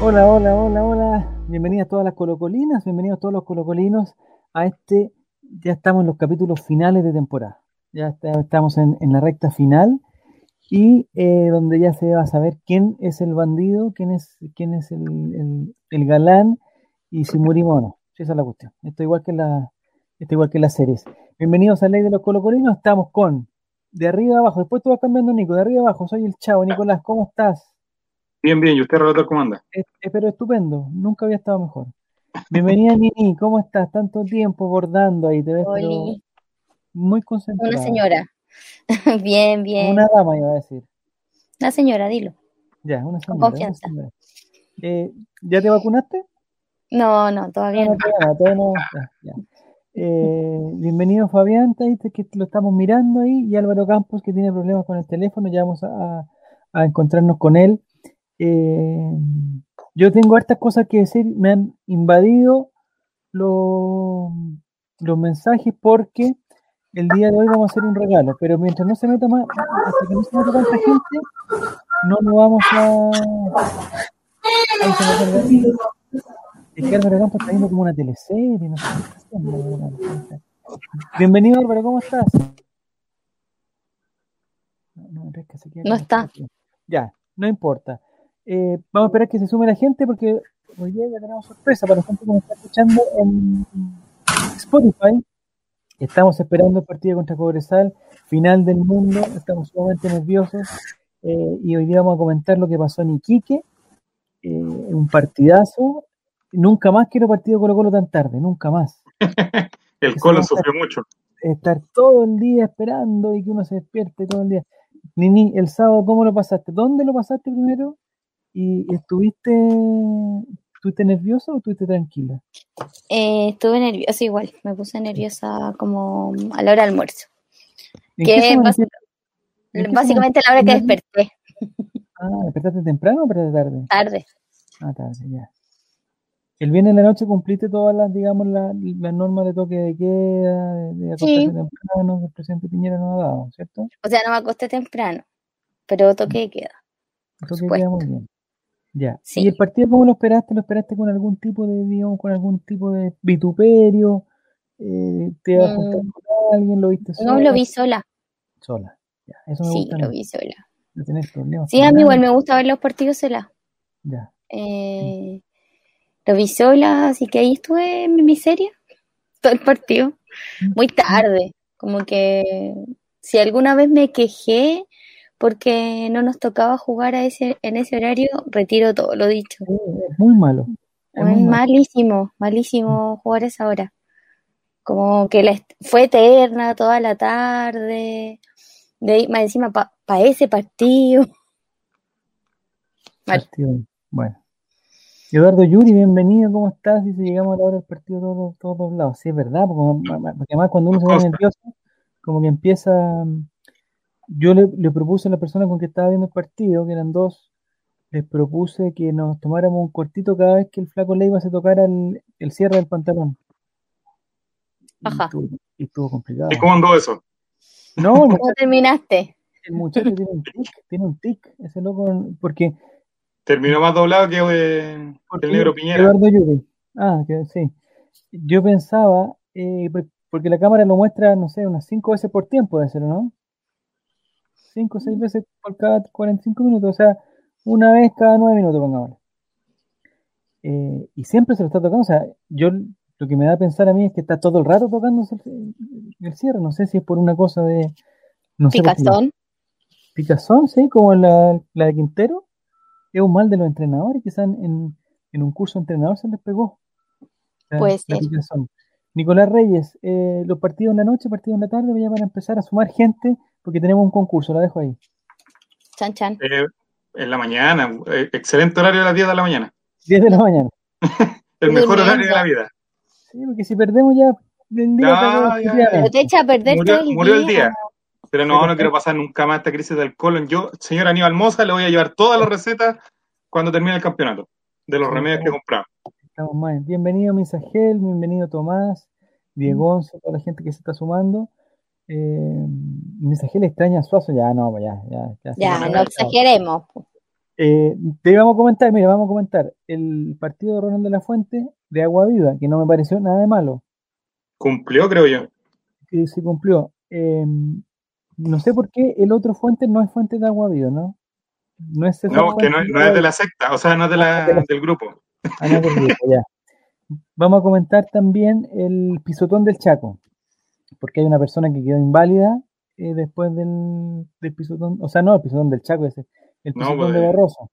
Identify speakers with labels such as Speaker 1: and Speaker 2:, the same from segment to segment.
Speaker 1: Hola, hola, hola, hola. Bienvenidas todas las colocolinas, bienvenidos todos los colocolinos a este, ya estamos en los capítulos finales de temporada. Ya está- estamos en, en la recta final y eh, donde ya se va a saber quién es el bandido, quién es, quién es el, el- el galán y si murimos o no. Sí, Esa es la cuestión. Esto igual que la, esto igual que las series. Bienvenidos a Ley de los Colocolinos, estamos con de arriba abajo, después tú vas cambiando Nico, de arriba abajo, soy el chavo, Nicolás, ¿cómo estás?
Speaker 2: Bien, bien. ¿Y usted, relator, cómo anda?
Speaker 1: Es- eh, pero estupendo, nunca había estado mejor. Bienvenida Nini, ¿cómo estás? Tanto tiempo bordando ahí, te ves pero
Speaker 3: Oli,
Speaker 1: muy
Speaker 3: una
Speaker 1: concentrada.
Speaker 3: señora. bien, bien.
Speaker 1: Una
Speaker 3: Una,
Speaker 1: dama iba a decir.
Speaker 3: señora, dilo.
Speaker 1: Ya, una señora. una
Speaker 3: confianza.
Speaker 1: señora. Eh, ¿ya te vacunaste?
Speaker 3: No, no, todavía
Speaker 1: No,
Speaker 3: no.
Speaker 1: todavía no, todavía no. Ya, ya. Eh, bienvenido Fabián, está ahí, que lo estamos mirando ahí, y Álvaro Campos que tiene problemas con el teléfono, ya vamos a, a encontrarnos con él. Eh, yo tengo hartas cosas que decir, me han invadido lo- los mensajes porque el día de hoy vamos a hacer un regalo, pero mientras no se meta más, hasta que no se meta tanta gente, no lo vamos a... Ahí se me fue el gatito. Es que Álvaro Campos está viendo como una teleserie, no sé qué está haciendo, Álvaro Campos. Bienvenido Álvaro, ¿cómo estás? No, no, es que se queda
Speaker 3: No
Speaker 1: con
Speaker 3: está.
Speaker 1: nosotros. Ya, no importa. Eh, vamos a esperar que se sume la gente porque hoy día ya tenemos sorpresa para la gente que nos está escuchando en Spotify. Estamos esperando el partido contra Cobresal, final del mundo, estamos sumamente nerviosos eh, y hoy día vamos a comentar lo que pasó en Iquique, eh, un partidazo. Nunca más quiero partido Colo Colo tan tarde, nunca más.
Speaker 2: El
Speaker 1: Sí,
Speaker 2: Colo
Speaker 1: sí.
Speaker 2: sufrió mucho.
Speaker 1: Estar todo el día esperando y que uno se despierte todo el día. Nini, el sábado, ¿cómo lo pasaste? ¿Dónde lo pasaste primero? ¿Y estuviste, estuviste nerviosa o estuviste tranquila?
Speaker 3: Eh, estuve nerviosa igual. Me puse nerviosa como a la hora del almuerzo.
Speaker 1: ¿En
Speaker 3: Que
Speaker 1: se
Speaker 3: basi-
Speaker 1: manifestó? ¿En qué se
Speaker 3: Básicamente a la hora que
Speaker 1: manifestó?
Speaker 3: desperté,
Speaker 1: Ah, ¿despertaste temprano o de tarde?
Speaker 3: tarde.
Speaker 1: Ah, tarde, ya. El viernes en la noche cumpliste todas las, digamos, la- las normas de toque de queda, de, de acostarse
Speaker 3: Sí.
Speaker 1: temprano, que el presidente Piñera nos ha dado, ¿cierto?
Speaker 3: O sea, no me acosté temprano, pero toqué de queda.
Speaker 1: Por Toque de
Speaker 3: supuesto.
Speaker 1: queda muy bien. Ya.
Speaker 3: Sí.
Speaker 1: ¿Y el partido cómo lo esperaste? ¿Lo esperaste con algún tipo de, digamos, con algún tipo de vituperio? Eh, ¿te ibas a juntar
Speaker 3: Mm.
Speaker 1: con alguien? ¿Lo viste sola?
Speaker 3: No lo vi sola.
Speaker 1: Sola. Ya, eso me
Speaker 3: Sí,
Speaker 1: gusta.
Speaker 3: lo
Speaker 1: mucho,
Speaker 3: vi sola.
Speaker 1: No tener problemas.
Speaker 3: Sí,
Speaker 1: con
Speaker 3: a mí
Speaker 1: nadie.
Speaker 3: igual me gusta ver los partidos sola.
Speaker 1: Ya.
Speaker 3: Eh, lo vi sola, así que ahí estuve en mi miseria todo el partido. Muy tarde, como que si alguna vez me quejé porque no nos tocaba jugar a ese, en ese horario, retiro todo lo dicho.
Speaker 1: Sí, es muy malo. Es
Speaker 3: Fue
Speaker 1: muy malo.
Speaker 3: malísimo, malísimo jugar a esa hora. Como que la est- fue eterna toda la tarde. De ahí, más encima, para ese partido. Mal.
Speaker 1: Partido. Bueno. Eduardo Yuri, bienvenido, ¿cómo estás? Dice, llegamos a la hora del partido todos todos doblados. Sí, es verdad, porque, porque además cuando uno se pone
Speaker 2: Consta.
Speaker 1: nervioso, como que empieza... Yo le, le propuse a la persona con que estaba viendo el partido, que eran dos, les propuse que nos tomáramos un cortito cada vez que el flaco Leiva se tocara el, el cierre del pantalón. Y
Speaker 3: Ajá.
Speaker 1: estuvo, y estuvo complicado.
Speaker 2: ¿Y cómo andó eso?
Speaker 1: No, el
Speaker 3: ¿Cómo terminaste?
Speaker 1: el muchacho tiene un tic, tiene un tic, ese loco, porque...
Speaker 2: Terminó más doblado que eh,
Speaker 1: Porque
Speaker 2: el negro Piñera.
Speaker 1: Eduardo Yuri. Ah, que, sí. Yo pensaba, eh, por- porque la cámara lo muestra, no sé, unas cinco veces por tiempo, de ser, ¿no? Cinco o
Speaker 2: Mm.
Speaker 1: seis veces por cada 45 minutos, o sea, una vez cada nueve minutos, pongámosle. Eh, y siempre se lo está tocando, o sea, yo lo que me da a pensar a mí es que está todo el rato tocándose el, el cierre, no sé si es por una cosa de... No sé, porque-
Speaker 3: Picazón.
Speaker 1: Picazón, sí, como la, la de Quintero, es un mal de los entrenadores, quizás en, en un curso de entrenador se les pegó. La-
Speaker 3: Puede
Speaker 1: la
Speaker 3: ser.
Speaker 1: picazón. Nicolás Reyes, eh, los partidos en la noche, partidos en la tarde, ya para empezar a sumar gente, porque tenemos un concurso, la dejo ahí.
Speaker 3: Chan, chan.
Speaker 2: Eh, en la mañana. eh, excelente horario a las 10 de la mañana.
Speaker 1: 10 de la mañana.
Speaker 2: El mejor
Speaker 3: Tremendo.
Speaker 2: horario de la vida.
Speaker 1: Sí, porque si perdemos ya el día,
Speaker 2: Ya,
Speaker 1: perdemos
Speaker 2: ya,
Speaker 3: Pero
Speaker 1: definitivamente.
Speaker 3: te echa a perder
Speaker 2: Murió,
Speaker 3: todo el
Speaker 2: murió el
Speaker 3: día.
Speaker 2: día. Pero no, no quiero pasar nunca más esta crisis del colon. Yo, señor Aníbal Moza, le voy a llevar todas las recetas cuando termine el campeonato. De los
Speaker 1: Sí,
Speaker 2: remedios que
Speaker 1: sí.
Speaker 2: compramos.
Speaker 1: Estamos mal. Bienvenido Misagel, bienvenido Tomás, Diego
Speaker 3: Mm.
Speaker 1: Onzo, toda la gente que se está sumando. Eh, Misagel extraña a Suazo, ya no, ya, ya, ya.
Speaker 3: Ya,
Speaker 2: Sí,
Speaker 3: no
Speaker 2: no,
Speaker 3: exageremos. po.
Speaker 1: Eh, te vamos a comentar, mira, vamos a comentar el partido de Ronald de la Fuente de Agua Viva, que no me pareció nada de malo.
Speaker 2: Cumplió, creo yo.
Speaker 1: Que se cumplió. Eh, no sé por qué el otro Fuente no es Fuente de Agua Viva, ¿no?
Speaker 2: No es, no, que no, no es de la secta, o sea, no es de la, del grupo.
Speaker 1: Ah, no, grupo ya. Vamos a comentar también el pisotón del Chaco, porque hay una persona que quedó inválida eh, después del, del, pisotón, o sea, no, el pisotón del Chaco, ese, el pisotón no, de Barroso.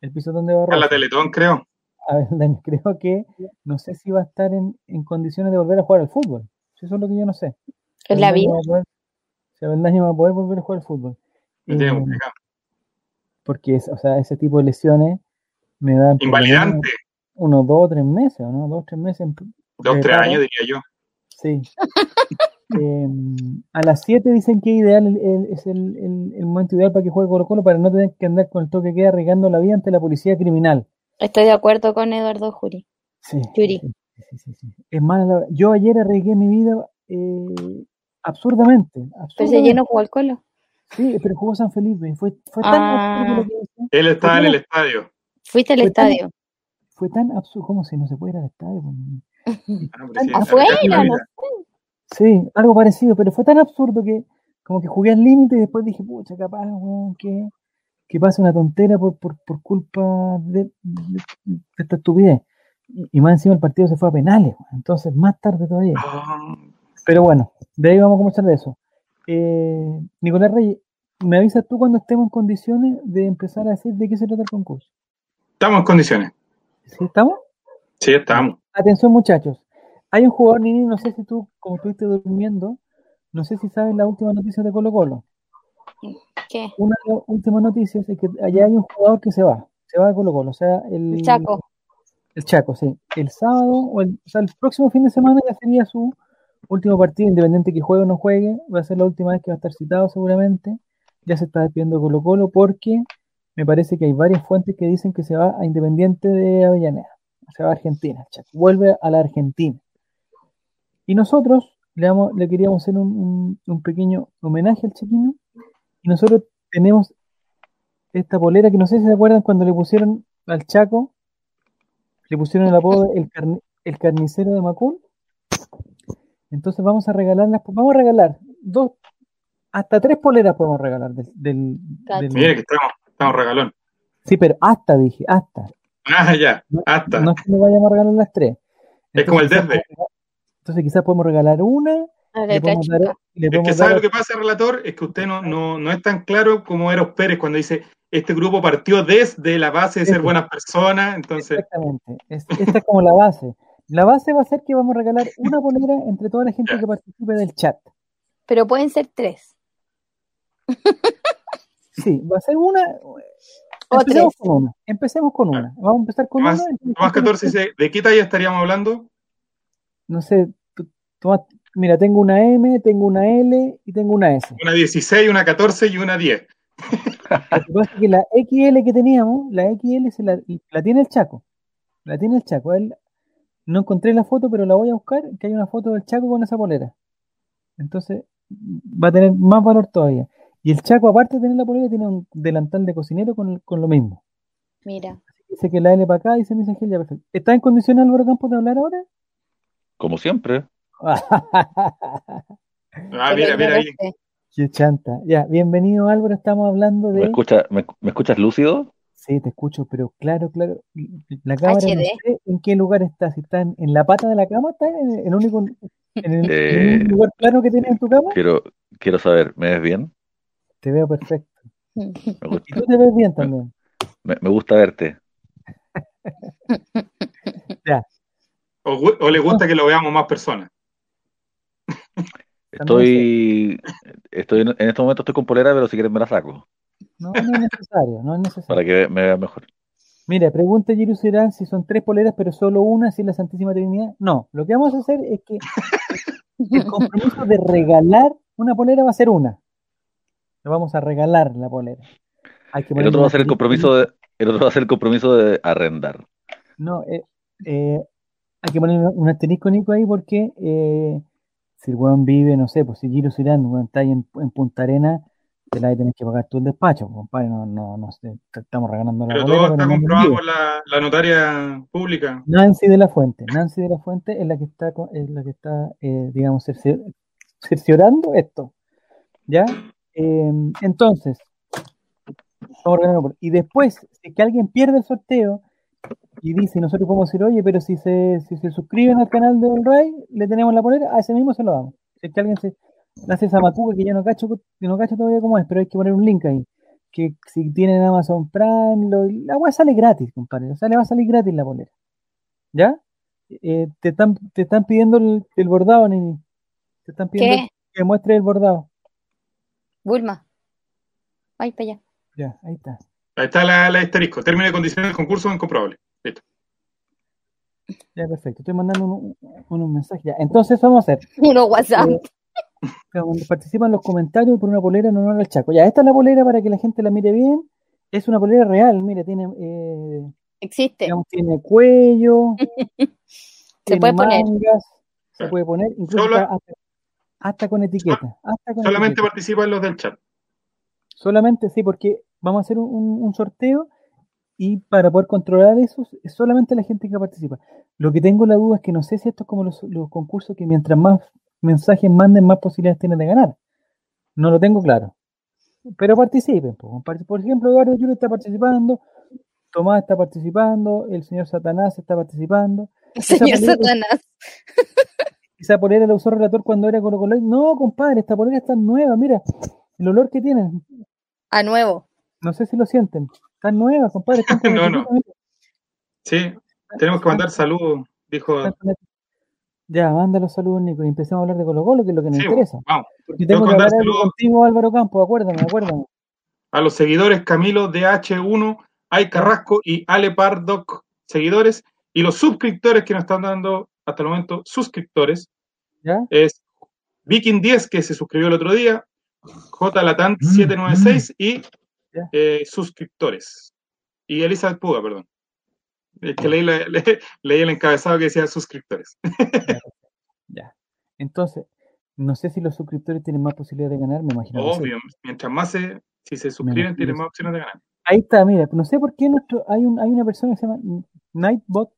Speaker 1: El pisotón de Barroso.
Speaker 2: A pues, eh. Ah, la Teletón, creo.
Speaker 1: A ver, creo que no sé si va a estar en, en, condiciones de volver a jugar al fútbol. Eso es lo que yo no sé.
Speaker 3: Es la vida.
Speaker 1: Si Avendaño va a poder volver a jugar al fútbol.
Speaker 2: Me tiene complicado.
Speaker 1: Porque, es, o sea, ese tipo de lesiones me dan.
Speaker 2: Invalidante.
Speaker 1: Unos dos o tres meses, ¿no? Dos o tres meses.
Speaker 2: Dos o tres años, diría yo.
Speaker 1: Sí. Eh, a las 7 dicen que ideal el, el, es el, el, momento ideal para que juegue Colo Colo para no tener que andar con el toque que queda arriesgando la vida ante la policía criminal.
Speaker 3: Estoy de acuerdo con Eduardo Juri.
Speaker 1: Sí, Juri. sí, sí, sí Es más, yo ayer arriesgué mi vida eh, absurdamente, absurdamente.
Speaker 3: Pero se llenó jugó al Colo.
Speaker 1: Sí, pero jugó San Felipe. Fue, fue tan
Speaker 2: ah, absurdo lo que Él estaba en el estadio.
Speaker 3: Fuiste al
Speaker 1: fue
Speaker 3: estadio.
Speaker 1: Tan, fue tan absurdo. ¿Cómo si no se puede ir al estadio? pues?
Speaker 3: ah, Afuera, no
Speaker 1: Sí, algo parecido, pero fue tan absurdo que como que jugué al límite y después dije, pucha, capaz, weón, que, que pase una tontera por, por, por culpa de, de, de, esta estupidez. Y, y, más encima el partido se fue a penales, weón. entonces más tarde todavía.
Speaker 2: Ah,
Speaker 1: Pero bueno, de ahí vamos a comenzar de eso. Eh, Nicolás Reyes, ¿me avisas tú cuando estemos en condiciones de empezar a decir de qué se trata el concurso?
Speaker 2: Estamos en condiciones.
Speaker 1: ¿Sí estamos?
Speaker 2: Sí, estamos.
Speaker 1: Atención muchachos, hay un jugador, Nini, no sé si tú, como estuviste durmiendo, no sé si sabes la última noticia de Colo Colo.
Speaker 3: ¿Qué?
Speaker 1: Una de las últimas noticias es que allá hay un jugador que se va, se va de Colo Colo, o sea, el...
Speaker 3: el Chaco.
Speaker 1: El Chaco, sí. El sábado, o, el, o sea, el próximo fin de semana ya sería su último partido, independiente que juegue o no juegue, va a ser la última vez que va a estar citado seguramente, ya se está despidiendo Colo Colo porque me parece que hay varias fuentes que dicen que se va a Independiente de Avellaneda, se va a Argentina, el Chaco, vuelve a la Argentina. Y nosotros le, damos, le queríamos hacer un, un, un, pequeño homenaje al chiquino. Y nosotros tenemos esta polera que no sé si se acuerdan cuando le pusieron al Chaco, le pusieron el apodo el, carni, el carnicero de Macul. Entonces vamos a regalarlas, vamos a regalar dos, hasta tres poleras podemos regalar del. del, del
Speaker 2: Mira que estamos, estamos regalón.
Speaker 1: Sí, pero hasta dije, hasta.
Speaker 2: Ah, ya, hasta.
Speaker 1: No, no es que nos vayamos a regalar las tres.
Speaker 2: Entonces, es como el desde.
Speaker 1: Entonces quizás podemos regalar una.
Speaker 3: Ver, le podemos dar,
Speaker 2: le podemos es que dar... sabe lo que pasa, relator, es que usted no, no, no es tan claro como Eros Pérez cuando dice, este grupo partió desde la base de ser Exacto. buenas personas, entonces...
Speaker 1: Exactamente, es, esta es como la base. La base va a ser que vamos a regalar una polera entre toda la gente que participe del chat.
Speaker 3: Pero pueden ser tres.
Speaker 1: Sí, va a ser una... O empecemos tres. con una. Empecemos con una. Vamos a empezar con
Speaker 2: más,
Speaker 1: una.
Speaker 2: Más 14 dice, ¿de qué talla estaríamos hablando?
Speaker 1: no sé, toma, mira, tengo una M, tengo una L y tengo una S.
Speaker 2: Una 16, una 14 y una 10.
Speaker 1: Lo que pasa es que la XL que teníamos, la XL se la, la, tiene el Chaco. La tiene el Chaco. Él, no encontré la foto, pero la voy a buscar, que hay una foto del Chaco con esa polera. Entonces va a tener más valor todavía. Y el Chaco, aparte de tener la polera, tiene un delantal de cocinero con, con lo mismo.
Speaker 3: Mira.
Speaker 1: Dice que la L para acá, dice mi Ángel, ya perfecto. ¿Está en condiciones Álvaro Campos de hablar ahora?
Speaker 4: Como siempre.
Speaker 2: ah, mira, mira ahí.
Speaker 1: Qué chanta. Ya, bienvenido Álvaro, estamos hablando de...
Speaker 4: ¿Me, escucha, me, me, escuchas lúcido?
Speaker 1: Sí, te escucho, pero claro, claro. La cámara no sé en qué lugar está, si está en, en la pata de la cama, está en el único en el, eh, en el lugar plano que tienes en tu cama.
Speaker 4: Quiero, quiero saber, ¿me ves bien?
Speaker 1: Te veo perfecto.
Speaker 3: Mm.
Speaker 1: Me gusta. Y tú te ves bien también.
Speaker 4: me, me gusta verte.
Speaker 1: ya,
Speaker 2: o, ¿O, le gusta que lo veamos más personas?
Speaker 4: Estoy, estoy en este momento estoy con polera, pero si quieren me la saco.
Speaker 1: No, no es necesario, no es necesario.
Speaker 4: Para que me vea mejor.
Speaker 1: Mira, pregunta Jiru Serán si son tres poleras, pero solo una, si es la Santísima Trinidad. No, lo que vamos a hacer es que el compromiso de regalar una polera va a ser una. Le vamos a regalar la polera.
Speaker 4: Hay que el otro va a ser el compromiso de, el otro va a ser el compromiso de arrendar.
Speaker 1: No, eh, eh hay que poner un asterisco, Nico, ahí porque eh, si el weón vive, no sé, pues si Giro Cirán, weón, está ahí en, en, Punta Arena, la ahí tenés que pagar tú el despacho, compadre, no, no, no sé, te estamos regalando la
Speaker 2: Pero
Speaker 1: boleta,
Speaker 2: todo está
Speaker 1: pero Ah, no
Speaker 2: comprobado
Speaker 1: envío.
Speaker 2: por la, la notaria pública.
Speaker 1: Nancy de la Fuente, Nancy de la Fuente es la que está, co- es la que está eh, digamos, cercio- cerciorando esto. ¿Ya? Eh, entonces, vamos a ordenarlo por- y después, si es que alguien pierde el sorteo y dice, nosotros podemos decir, oye, pero si se, si se suscriben al canal de All Ray, le tenemos la polera, a ese mismo se lo damos. Si es que alguien se hace esa macuca que ya no cacho, que no cacho todavía cómo es, pero hay que poner un link ahí. Que si tienen Amazon Prime, lo- la weá sale gratis, compadre. O sea, le va a salir gratis la polera. ¿Ya? Eh, te, están, te están pidiendo el, el bordado, Nini. Te están pidiendo
Speaker 3: ¿Qué?
Speaker 1: que muestre el bordado.
Speaker 3: Bulma. Ay, para allá.
Speaker 1: Ya, ahí está.
Speaker 2: Ahí está la, la asterisco. Términos y condiciones del concurso son comprobables.
Speaker 1: Ah, Ya, perfecto. Estoy mandando un, un- un mensaje. Ya. Entonces vamos a hacer.
Speaker 3: Uno WhatsApp.
Speaker 1: Eh, Cuando participan los comentarios por una polera en honor al Chaco. Ya, esta es la polera para que la gente la mire bien. Es una polera real, mira, tiene, eh,
Speaker 3: Existe.
Speaker 1: digamos, tiene cuello,
Speaker 3: Se
Speaker 1: tiene
Speaker 3: puede poner.
Speaker 1: mangas, se puede poner, incluso
Speaker 2: Solo-
Speaker 1: hasta, hasta con etiqueta. Hasta con
Speaker 2: Solamente
Speaker 1: etiqueta.
Speaker 2: participan los del chat.
Speaker 1: Solamente, sí, porque vamos a hacer un, un- un sorteo y para poder controlar eso es solamente la gente que participa. Lo que tengo la duda es que no sé si esto es como los, los concursos que mientras más mensajes manden, más posibilidades tienen de ganar. No lo tengo claro. Pero participen. po. Par- Por ejemplo, Eduardo Yuri está participando, Tomás está participando, el señor Satanás está participando.
Speaker 3: Señor
Speaker 1: polera-
Speaker 3: Satanás.
Speaker 1: Esa polera la usó el relator cuando era Colo Colo. No, compadre, esta polera está nueva, mira. El olor que tiene,
Speaker 3: A nuevo.
Speaker 1: no sé si lo sienten. Están nuevas, compadre. Están con
Speaker 2: No, no.
Speaker 1: etiqueta, mira.
Speaker 2: Sí, tenemos que mandar saludos, dijo.
Speaker 1: Están con etiqueta. Ya, manda los saludos, Nico, y empecemos a hablar de Colo Colo, que es lo que nos
Speaker 2: Sí,
Speaker 1: interesa.
Speaker 2: vamos.
Speaker 1: Porque
Speaker 2: Tengo
Speaker 1: tengo que
Speaker 2: que mandar
Speaker 1: hablar algo
Speaker 2: saludos.
Speaker 1: contigo, Álvaro Campos, acuérdame, acuérdame.
Speaker 2: A los seguidores Camilo DH1, Ay Carrasco y Ale Pardoc, seguidores. Y los suscriptores que nos están dando hasta el momento, suscriptores,
Speaker 1: ¿Ya?
Speaker 2: es Viking 10, que se suscribió el otro día, JLatan 796 y
Speaker 1: Mm, Ya.
Speaker 2: eh, suscriptores. Y Elizabeth Puga, perdón. Es que leí, la- le- leí el encabezado que decía suscriptores.
Speaker 1: Ya. Entonces, no sé si los suscriptores tienen más posibilidad de ganar, me imagino. que sí.
Speaker 2: Obvio, mientras más se, si se suscriben,
Speaker 1: Menos
Speaker 2: tienen
Speaker 1: views.
Speaker 2: más opciones de ganar.
Speaker 1: Ahí está, mira, no sé por qué nuestro, hay, un, hay una persona que se llama Nightbot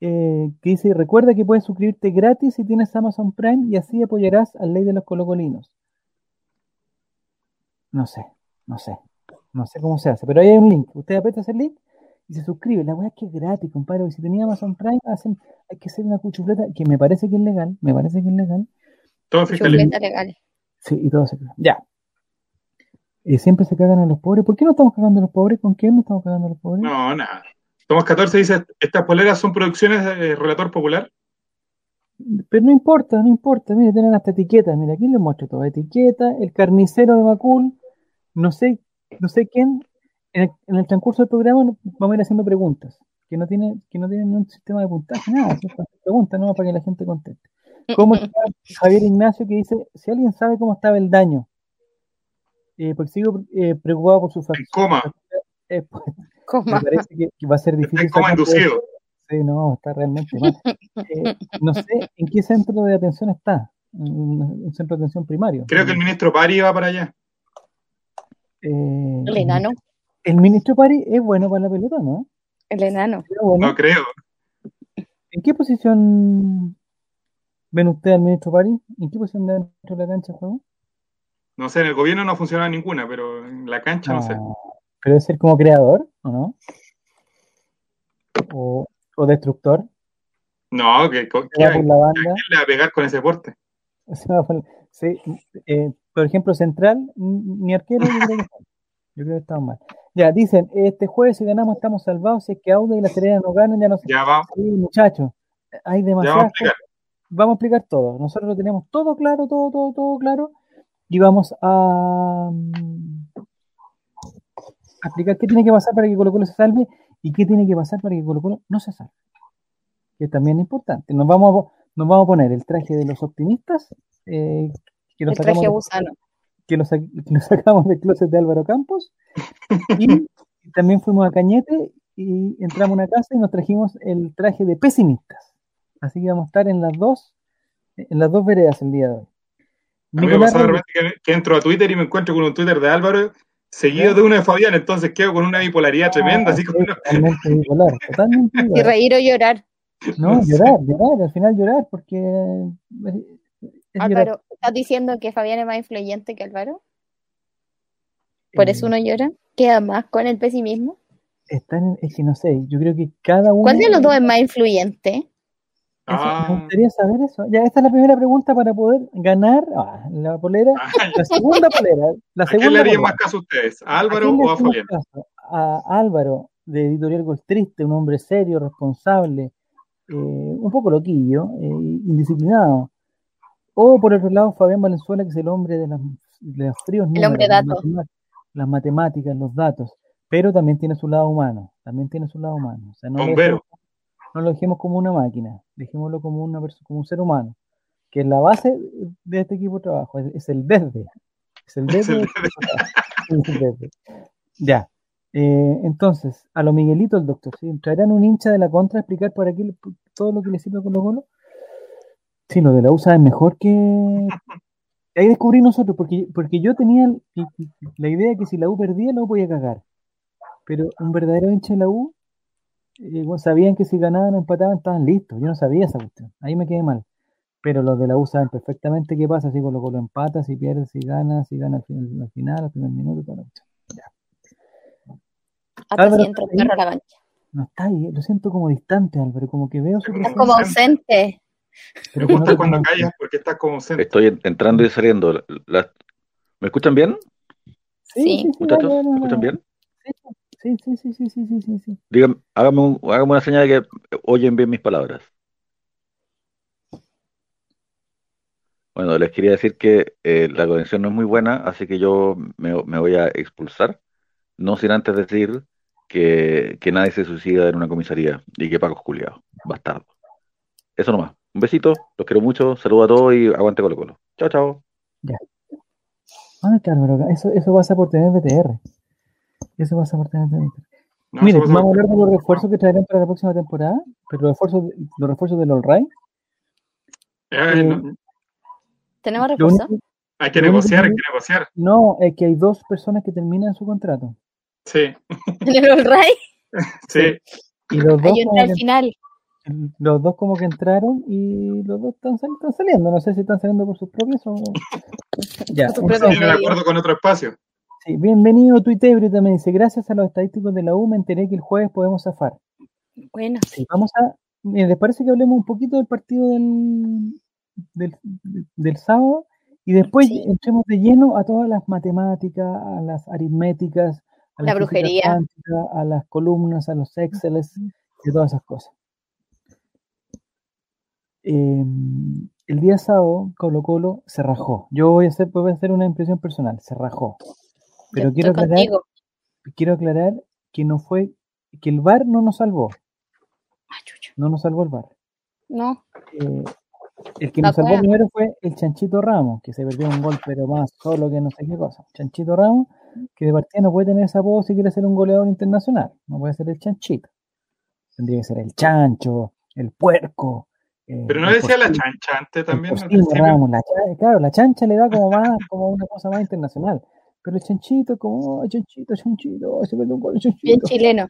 Speaker 1: eh, que dice, recuerda que puedes suscribirte gratis si tienes Amazon Prime y así apoyarás a Ley de los Colocolinos. No sé, no sé, no sé cómo se hace, pero ahí hay un link. Usted aprieta ese link y se suscribe. La weá es que es gratis, compadre, porque si tenía Amazon Prime hacen, hay que hacer una cuchufleta que me parece que es legal, me parece que es legal.
Speaker 2: Todo fiscales.
Speaker 3: Chuleta legal.
Speaker 1: Sí, y todo se caga. Ya. Eh, siempre se cagan a los pobres. ¿Por qué no estamos cagando a los pobres? ¿Con quién no estamos cagando a los pobres?
Speaker 2: No, nada. Tomás 14 dice, estas poleras son producciones de eh, Relator Popular.
Speaker 1: Pero no importa, no importa. Mire, tienen hasta etiquetas. Mira, aquí les muestro todo. Etiqueta, el carnicero de Macul, no sé, no sé quién. En el, en el transcurso del programa no- vamos a ir haciendo preguntas que no tiene, que no tienen un sistema de puntaje, nada, son preguntas nomás para que la gente conteste. ¿Cómo está Javier Ignacio que dice, si alguien sabe cómo estaba el daño? Eh, porque sigo eh, preocupado por su
Speaker 2: En
Speaker 1: facción.
Speaker 2: coma,
Speaker 1: Eh, pues, me
Speaker 3: Coma.
Speaker 1: parece que, que va a ser difícil.
Speaker 2: en coma
Speaker 1: sacarlo de-
Speaker 2: inducido.
Speaker 1: Sí, no, está realmente mal. Eh, no sé en qué centro de atención está. Un, un centro de atención primario.
Speaker 2: Creo que el ministro Pari va para allá.
Speaker 1: Eh,
Speaker 3: El enano.
Speaker 1: El ministro Pari es bueno para la pelota, ¿no?
Speaker 3: El enano.
Speaker 1: Era bueno.
Speaker 2: No creo.
Speaker 1: ¿En qué posición ven ustedes al ministro Pari? ¿En qué posición dentro de la cancha juega?
Speaker 2: No sé, en el gobierno no funcionaba ninguna, pero en la cancha no, sé.
Speaker 1: Ah, ¿Pero es ser como creador o no? ¿O, o destructor?
Speaker 2: No, que, que-
Speaker 1: ¿Se va por
Speaker 2: ¿quién
Speaker 1: la banda?
Speaker 2: le va a pegar con ese porte?
Speaker 1: Se va por- sí, eh, por ejemplo, Central, mm, ni arquero, yo creo que, está. yo creo que estamos mal. Ya, dicen, este jueves si ganamos estamos salvados, si es que Auda y la Serena no ganan, ya no sé.
Speaker 2: Ya vamos,
Speaker 1: Sí, muchachos, hay
Speaker 2: ya
Speaker 1: demasiadas
Speaker 2: vamos a
Speaker 1: cosas.
Speaker 2: explicar.
Speaker 1: Vamos a explicar todo. Nosotros lo tenemos todo claro, todo, todo, todo claro. Y vamos a, mm, a explicar qué tiene que pasar para que Colo Colo se salve y qué tiene que pasar para que Colo Colo no se salve. Que también es importante. Nos vamos a, po- nos vamos a poner el traje de los optimistas, eh, que, lo
Speaker 3: El traje
Speaker 1: sacamos,
Speaker 3: gusano.
Speaker 1: que, lo sa- que lo sacamos del closet de Álvaro Campos. Y también fuimos a Cañete y entramos a una casa y nos trajimos el traje de pesimistas. Así que vamos a estar en las dos, en las dos veredas el día de hoy.
Speaker 2: A mí me pasa de repente que, que entro a Twitter y me encuentro con un Twitter de Álvaro seguido de uno de Fabián, entonces quedo con una bipolaridad tremenda, así como una-
Speaker 1: Totalmente bipolar, totalmente
Speaker 3: Y
Speaker 1: bipolar.
Speaker 3: reír o llorar.
Speaker 1: No,
Speaker 2: No sé.
Speaker 1: llorar, llorar, al final llorar, porque es- es llorar.
Speaker 3: Álvaro, ¿estás diciendo que Fabián es más influyente que Álvaro? ¿Por eso
Speaker 1: Eh,
Speaker 3: uno llora? ¿Queda más con el pesimismo?
Speaker 1: están, es que no sé, yo creo que cada uno.
Speaker 3: ¿Cuál de los dos es más influyente?
Speaker 1: Eso, Me
Speaker 2: Ah,
Speaker 1: gustaría saber eso. Ya, esta es la primera pregunta para poder ganar ah, la polera.
Speaker 2: ay,
Speaker 1: La segunda polera. La
Speaker 2: ¿A quién le
Speaker 1: segunda
Speaker 2: harían
Speaker 1: polera.
Speaker 2: más caso a ustedes? ¿A
Speaker 1: ¿A
Speaker 2: Álvaro
Speaker 1: quién le
Speaker 2: o a
Speaker 1: hacemos
Speaker 2: Fabián?
Speaker 1: caso? A Álvaro, de Editorial Gol Triste, un hombre serio, responsable, eh, un poco loquillo, eh, indisciplinado. O por otro lado, Fabián Valenzuela, que es el hombre de, las- de los fríos números,
Speaker 3: hombre
Speaker 1: las
Speaker 3: dato.
Speaker 1: matemáticas, las matemáticas, los datos. Pero también tiene su lado humano, también tiene su lado humano. O sea, no lo
Speaker 2: Bombero.
Speaker 1: dejemos- no lo dejemos como una máquina, dejémoslo como, una perso- como un ser humano, que es la base de este equipo de trabajo, es, es el desde. Es el desde.
Speaker 2: Es el
Speaker 1: del equipo de este trabajo. Es el desde. Ya. Eh, entonces, a lo Miguelito el doctor, ¿sí? ¿traerán un hincha de la contra a explicar por aquí todo lo que le sirve con los golos? Sí, lo de la USA es mejor que. Ahí descubrí nosotros, porque, porque yo tenía el- la idea de que si la U perdía, la U podía cagar. Pero un verdadero hincha de la U, eh, bueno, sabían que si ganaban o empataban estaban listos. Yo no sabía esa cuestión. Ahí me quedé mal. Pero los de la U saben perfectamente qué pasa si Colo Colo empata, si pierde, si gana, si gana al final, al, final, al primer minuto, toda la cuestión.
Speaker 3: Hasta
Speaker 1: Álvaro,
Speaker 3: si entra un perro a la cancha.
Speaker 1: No está ahí, eh. lo siento como distante, Álvaro, como que veo su
Speaker 3: Estás
Speaker 1: presencia,
Speaker 3: como ausente.
Speaker 2: Me
Speaker 1: pero que no
Speaker 2: gusta
Speaker 1: lo
Speaker 2: cuando
Speaker 1: conozco.
Speaker 2: callas porque estás como
Speaker 1: Eh,
Speaker 2: ausente.
Speaker 4: Estoy en- entrando y saliendo. La- la- ¿Me escuchan bien,
Speaker 1: Sí,
Speaker 3: Sí.
Speaker 1: sí, sí,
Speaker 4: muchachos?
Speaker 1: no, no,
Speaker 4: ¿Me
Speaker 1: no.
Speaker 4: escuchan bien?
Speaker 1: Sí, sí, sí, sí, sí, sí, sí, sí.
Speaker 4: Díganme, hágame, un- hágame una señal de que oyen bien mis palabras. Bueno, les quería decir que eh, la conexión no es muy buena, así que yo me, me voy a expulsar, no sin antes decir que, que nadie se suicida en una comisaría y que Paco es culiao, bastardo. Eso nomás. Un besito, los quiero mucho, saludo a todos y aguante Colo Colo. Chao, chao.
Speaker 1: Ah, Álvaro, eso, eso pasa por tener BTR. Eso pasa por tener BTR.
Speaker 2: No,
Speaker 1: Mire,
Speaker 2: eso pasa-
Speaker 1: vamos a hablar de los refuerzos que traerán para la próxima temporada, pero los refuerzos, los refuerzos del All Right.
Speaker 2: Eh, no,
Speaker 3: ¿Tenemos
Speaker 1: Lo
Speaker 3: recursos?
Speaker 1: único-
Speaker 2: hay que
Speaker 1: lo único
Speaker 2: negociar,
Speaker 1: que-
Speaker 2: hay que negociar.
Speaker 1: no, es que hay dos personas que terminan su contrato.
Speaker 2: Sí,
Speaker 3: ¿Tenemos el Ray?
Speaker 2: sí.
Speaker 1: Y los dos,
Speaker 3: Ahí entra
Speaker 1: como
Speaker 3: al final.
Speaker 1: que, los dos como que entraron y los dos están, sal- están saliendo. No sé si están saliendo por sus propios o. Ya,
Speaker 3: Por sus
Speaker 2: Se
Speaker 3: propios
Speaker 1: entonces,
Speaker 2: tiene de
Speaker 3: medio.
Speaker 2: acuerdo con otro espacio.
Speaker 1: sí, bienvenido Tuitebrio también dice, gracias a los estadísticos de la U me enteré que el jueves podemos zafar.
Speaker 3: Bueno,
Speaker 1: Sí, vamos a. miren, ¿Les parece que hablemos un poquito del partido del, del, del sábado? Y después
Speaker 3: Sí.
Speaker 1: entremos de lleno a todas las matemáticas, a las aritméticas, a
Speaker 3: La
Speaker 1: física
Speaker 3: brujería.
Speaker 1: cuántica, a las columnas, a los exceles y todas esas cosas. Eh, el día sábado, Colo Colo se rajó. Yo voy a hacer, pues voy a hacer una impresión personal, se rajó. Pero
Speaker 3: yo
Speaker 1: quiero
Speaker 3: estoy
Speaker 1: aclarar-
Speaker 3: contigo.
Speaker 1: Quiero aclarar que no fue, que el VAR no nos salvó,
Speaker 3: Ah, chucha.
Speaker 1: no nos salvó el VAR.
Speaker 3: No,
Speaker 1: Eh, el que
Speaker 3: La
Speaker 1: nos salvó
Speaker 3: cueva.
Speaker 1: primero fue el Chanchito Ramos, que se perdió un gol, pero más solo que no sé qué cosa. Chanchito Ramos, que de partida no puede tener esa voz si quiere ser un goleador internacional. No puede ser el Chanchito. Tendría que ser el Chancho, el Puerco. eh,
Speaker 2: Pero no
Speaker 1: el
Speaker 2: decía la
Speaker 1: Portillo,
Speaker 2: chanchante
Speaker 1: el
Speaker 2: también. al
Speaker 1: Portillo
Speaker 2: principio.
Speaker 1: Ramos, la cha- claro, la chancha le da como más, como una cosa más internacional. Pero el Chanchito, como, "Ay, Chanchito, Chanchito, ay, se perdió un gol,
Speaker 3: bien
Speaker 1: Chanchito.
Speaker 3: chileno.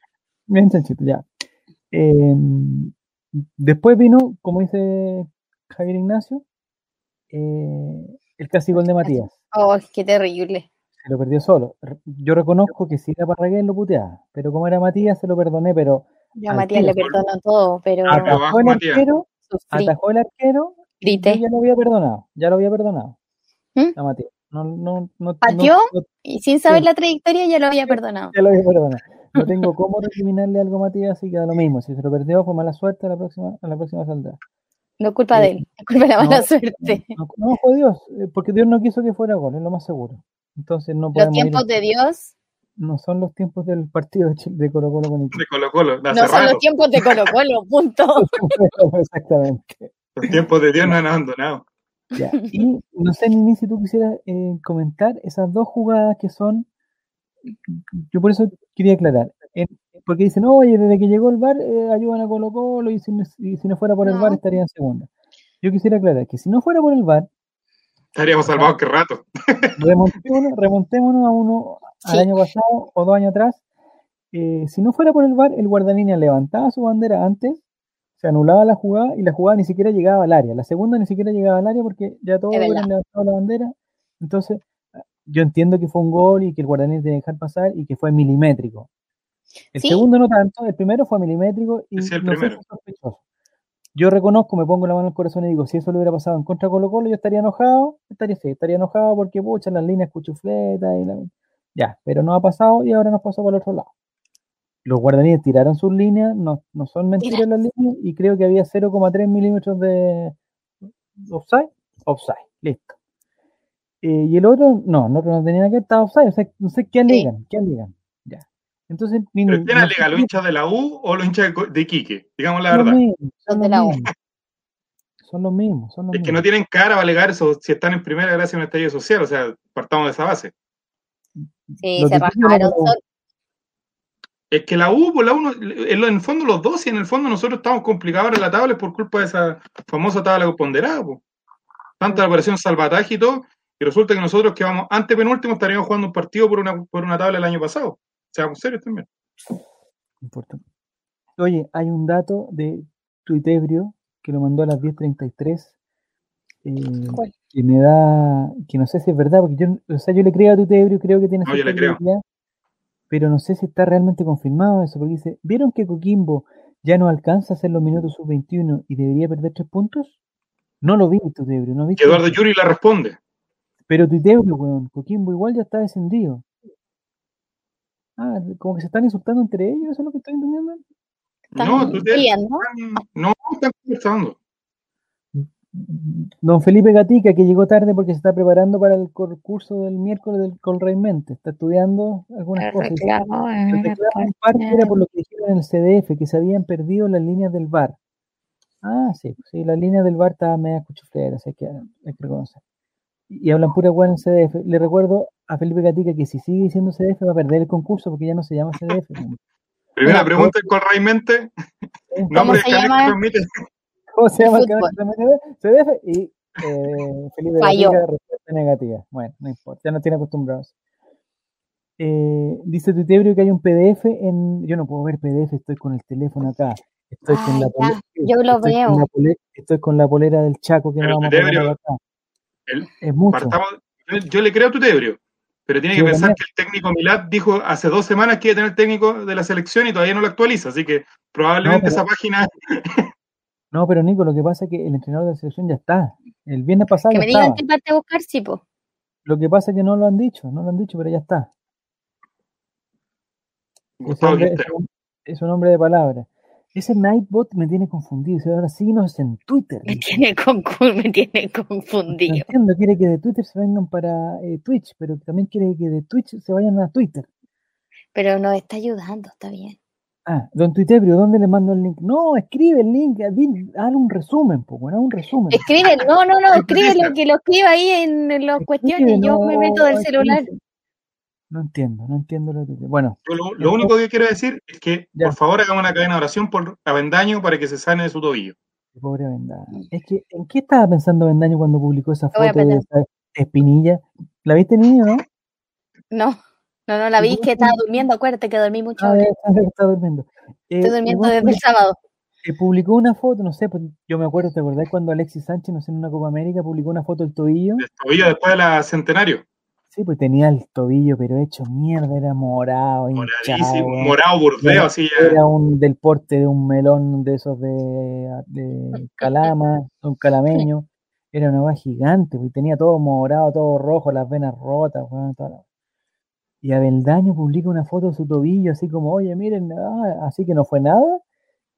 Speaker 1: Bien chanchito, ya. Eh, después vino, como dice Javier Ignacio, eh, el casi gol de Matías.
Speaker 3: Oh, qué terrible.
Speaker 1: Se lo perdió solo. Re- Yo reconozco que si era Parragués lo puteaba, pero como era Matías se lo perdoné, pero
Speaker 3: Yo a
Speaker 1: Al
Speaker 3: Matías
Speaker 1: tiro. Ah,
Speaker 3: le perdono todo, pero
Speaker 2: Acá.
Speaker 1: atajó
Speaker 2: Ah, abajo,
Speaker 1: el
Speaker 2: Matías.
Speaker 1: arquero,
Speaker 3: sufrí,
Speaker 1: atajó el arquero, y yo
Speaker 3: grité.
Speaker 1: ya lo había perdonado, ya lo había perdonado
Speaker 3: ¿Mm?
Speaker 1: a Matías. No, no, no,
Speaker 3: ¿Pateó?
Speaker 1: no- no-
Speaker 3: Y sin saber
Speaker 1: Sí.
Speaker 3: la trayectoria ya lo había perdonado.
Speaker 1: ya lo había perdonado. No tengo cómo recriminarle algo a Matías, así que da lo mismo. Si se lo perdió, fue mala suerte, a la próxima, a la próxima saldrá.
Speaker 3: No es culpa de él, es culpa de la
Speaker 1: No.
Speaker 3: mala suerte.
Speaker 1: No, no fue Dios, eh, porque Dios no quiso que fuera gol, es lo más seguro. Entonces no
Speaker 3: Los
Speaker 1: podemos ir-
Speaker 3: tiempos de Dios
Speaker 1: no son los tiempos del partido de, Chile- de Colo Colo con Iquique.
Speaker 2: De Colo Colo, de hace
Speaker 3: no son
Speaker 2: rato.
Speaker 3: los tiempos de Colo Colo, punto.
Speaker 1: Exactamente.
Speaker 2: Los tiempos de Dios no han abandonado.
Speaker 1: Ya. Y no sé, Nini, si tú quisieras eh, comentar esas dos jugadas que son, yo por eso quería aclarar, En- porque dicen, oye, desde que llegó el VAR eh, ayudan a Colo Colo y si no, y si no fuera por el
Speaker 3: No.
Speaker 1: VAR estarían en segunda. Yo quisiera aclarar que si no fuera por el VAR,
Speaker 2: Estaríamos salvados que rato.
Speaker 1: Remontémonos, remontémonos a uno al año pasado o dos años atrás. Eh, si no fuera por el VAR, el guardalínea levantaba su bandera antes, se anulaba la jugada y la jugada ni siquiera llegaba al área. La segunda ni siquiera llegaba al área porque ya todos
Speaker 3: Es verdad.
Speaker 1: hubieran levantado la bandera. Entonces, yo entiendo que fue un gol y que el guardalínea tiene que dejar pasar y que fue milimétrico. El
Speaker 3: Sí.
Speaker 1: segundo no tanto, el primero fue milimétrico y
Speaker 2: Sí, el
Speaker 1: no fue
Speaker 2: primero.
Speaker 1: sospechoso. Yo reconozco, me pongo la mano en el corazón y digo, si eso le hubiera pasado en contra de Colo Colo, yo estaría enojado, estaría sí, estaría enojado porque, pucha, las líneas cuchufletas y la... Ya, pero no ha pasado y ahora nos pasó por el otro lado. Los guardaníes tiraron sus líneas, no, no son mentiras las líneas, y creo que había 0,3 milímetros de offside, offside, listo. Eh, y el otro, no, el otro no tenía que estar offside, o sea, no sé qué alegan, qué alegan, ya. Entonces, ni-
Speaker 2: ¿Pero quién
Speaker 1: no
Speaker 2: alega?
Speaker 1: sé
Speaker 2: ¿Los
Speaker 1: qué-
Speaker 2: hinchas de la U o los hinchas de Co- de Quique? Digamos la
Speaker 1: son los
Speaker 2: verdad.
Speaker 1: mismos, son
Speaker 3: Los
Speaker 1: los
Speaker 3: de la U.
Speaker 1: mismos. Son los mismos, son los
Speaker 2: Es que no
Speaker 1: mismos.
Speaker 2: tienen cara para alegar eso si están en primera gracias a un estallido social. O sea, partamos de esa base.
Speaker 3: Sí,
Speaker 1: Lo
Speaker 3: se
Speaker 1: que tiene la
Speaker 3: rajaron.
Speaker 1: U.
Speaker 3: son-
Speaker 2: Es que la U, por la U, no- en lo- en el fondo los dos, y en el fondo nosotros estamos complicados ahora en la tabla por culpa de esa famosa tabla ponderada. po. Tanta operación salvataje y todo, y resulta que nosotros que vamos antepenúltimo estaríamos jugando un partido por una, por una tabla el año pasado. Seamos serios también.
Speaker 1: Importante. Oye, hay un dato de Tuitebrio que lo mandó a las 10.33 eh,
Speaker 3: ¿Cuál?
Speaker 1: que me da, que no sé si es verdad, porque yo, o sea, yo le creo a Tuitebrio, creo que tiene
Speaker 2: No, yo le
Speaker 1: cierta
Speaker 2: creo.
Speaker 1: credibilidad, pero no sé si está realmente confirmado eso, porque dice, ¿vieron que Coquimbo ya no alcanza a hacer los minutos sub-21 y debería perder tres puntos? No lo vi, Tuitebrio, no vi.
Speaker 2: Que Eduardo Yuri la responde.
Speaker 1: Pero Tuitebro, weón, Coquimbo igual ya está descendido. Ah, como que se están insultando entre ellos, eso es lo que estoy entendiendo.
Speaker 3: Están
Speaker 2: No, tú te-
Speaker 3: riendo.
Speaker 2: no, están conversando.
Speaker 1: Don Felipe Gatica, que llegó tarde porque se está preparando para el cor- curso del miércoles del Colrey Mente, está estudiando algunas cosas.
Speaker 3: Reclamo,
Speaker 1: El
Speaker 3: eh,
Speaker 1: reclamo en parte era por lo que dijeron en el CDF, que se habían perdido las líneas del bar. Ah, sí, sí, las líneas del bar estaban media cuchufleras, hay que, hay que reconocer. Y hablan pura hueá en el CDF. Le recuerdo a Felipe Gatica que si sigue diciendo CDF va a perder el concurso porque ya no se llama CDF.
Speaker 2: Primera
Speaker 1: Mira,
Speaker 2: pregunta con Rey Mente. Nombre
Speaker 3: se
Speaker 2: del canal
Speaker 3: llama?
Speaker 2: que transmite.
Speaker 1: ¿Cómo se
Speaker 3: El
Speaker 1: llama el canal
Speaker 3: fútbol.
Speaker 1: que también se ve? CDF y eh, Felipe
Speaker 3: Falló.
Speaker 1: Gatica, respuesta negativa. Bueno, no importa, ya nos tiene acostumbrados. Eh, dice Tutebrio que hay un PDF en. Yo no puedo ver PDF, estoy con el teléfono acá. Estoy con
Speaker 3: Ah,
Speaker 1: la
Speaker 3: ya,
Speaker 1: polera,
Speaker 3: yo lo
Speaker 1: estoy
Speaker 3: veo.
Speaker 1: Con la polera, estoy con la polera del Chaco que
Speaker 2: Pero
Speaker 1: nos vamos a
Speaker 2: Tutebrio,
Speaker 1: regalar acá.
Speaker 2: el-
Speaker 1: Es mucho.
Speaker 2: Partamos- yo, yo le creo a Tutebrio, pero tiene que
Speaker 1: Yo
Speaker 2: pensar
Speaker 1: también.
Speaker 2: que el técnico Milad dijo hace dos semanas que iba a tener técnico de la selección y todavía no lo actualiza, así que probablemente
Speaker 1: No, pero-
Speaker 2: esa página
Speaker 1: No, pero Nico, lo que pasa es que el entrenador de la selección ya está. El viernes pasado
Speaker 3: Que
Speaker 1: ya
Speaker 3: me digan
Speaker 1: estaba.
Speaker 3: qué parte buscar, sí, po.
Speaker 1: Lo que pasa es que no lo han dicho, no lo han dicho, pero ya está. Ese
Speaker 2: Gustavo
Speaker 1: hombre es,
Speaker 2: Quintero.
Speaker 1: un- es un hombre de palabra. Ese Nightbot me tiene confundido. dice, Ahora síguenos en Twitter.
Speaker 3: Me
Speaker 1: dice.
Speaker 3: tiene, con, me tiene
Speaker 1: No
Speaker 3: confundido.
Speaker 1: entiendo, quiere que de Twitter se vengan para eh, Twitch, pero también quiere que de Twitch se vayan a Twitter.
Speaker 3: Pero nos está ayudando, está bien.
Speaker 1: Ah, don Tuitebrio, ¿dónde le mando el link? No, escribe el link, ah, di- haz un resumen, pues, bueno, haz un resumen.
Speaker 3: Escribe, no, no, no,
Speaker 2: Lo
Speaker 3: escribe
Speaker 2: utiliza.
Speaker 3: lo que lo escriba ahí en en los
Speaker 1: Escribe,
Speaker 3: cuestiones. Yo me
Speaker 1: no,
Speaker 3: meto del
Speaker 1: escribe.
Speaker 3: celular.
Speaker 1: No entiendo, no entiendo lo que... Bueno,
Speaker 2: Yo lo, lo único que quiero decir es que,
Speaker 1: Ya.
Speaker 2: por favor, hagamos una cadena de oración por Avendaño para que se sane de su tobillo.
Speaker 1: pobre Vendaño. Es que, ¿en qué estaba pensando Vendaño cuando publicó esa
Speaker 3: Mm. Lo voy a
Speaker 1: foto de esa espinilla? ¿La viste, niño, no?
Speaker 3: No, no, no la vi, es que estaba durmiendo. Acuérdate que dormí mucho.
Speaker 1: Ah, está, está durmiendo. Eh,
Speaker 3: Estoy durmiendo
Speaker 1: igual-
Speaker 3: desde el sábado.
Speaker 1: que publicó una foto, no sé, pues, yo me acuerdo, ¿te acordás cuando Alexis Sánchez, no sé, en una Copa América publicó una foto del tobillo?
Speaker 2: El tobillo después de la centenario.
Speaker 1: Sí, pues tenía el tobillo, pero hecho mierda, era morado, hinchado,
Speaker 2: Moradísimo, morado burdeo,
Speaker 1: Era-
Speaker 2: así ya.
Speaker 1: era un del porte de un melón de esos de, de calama, un calameño, era una vaca gigante, pues, y tenía todo morado, todo rojo, las venas rotas, weón, toda la- Y Abeldaño publica una foto de su tobillo, así como, oye, miren, ah, así que no fue nada,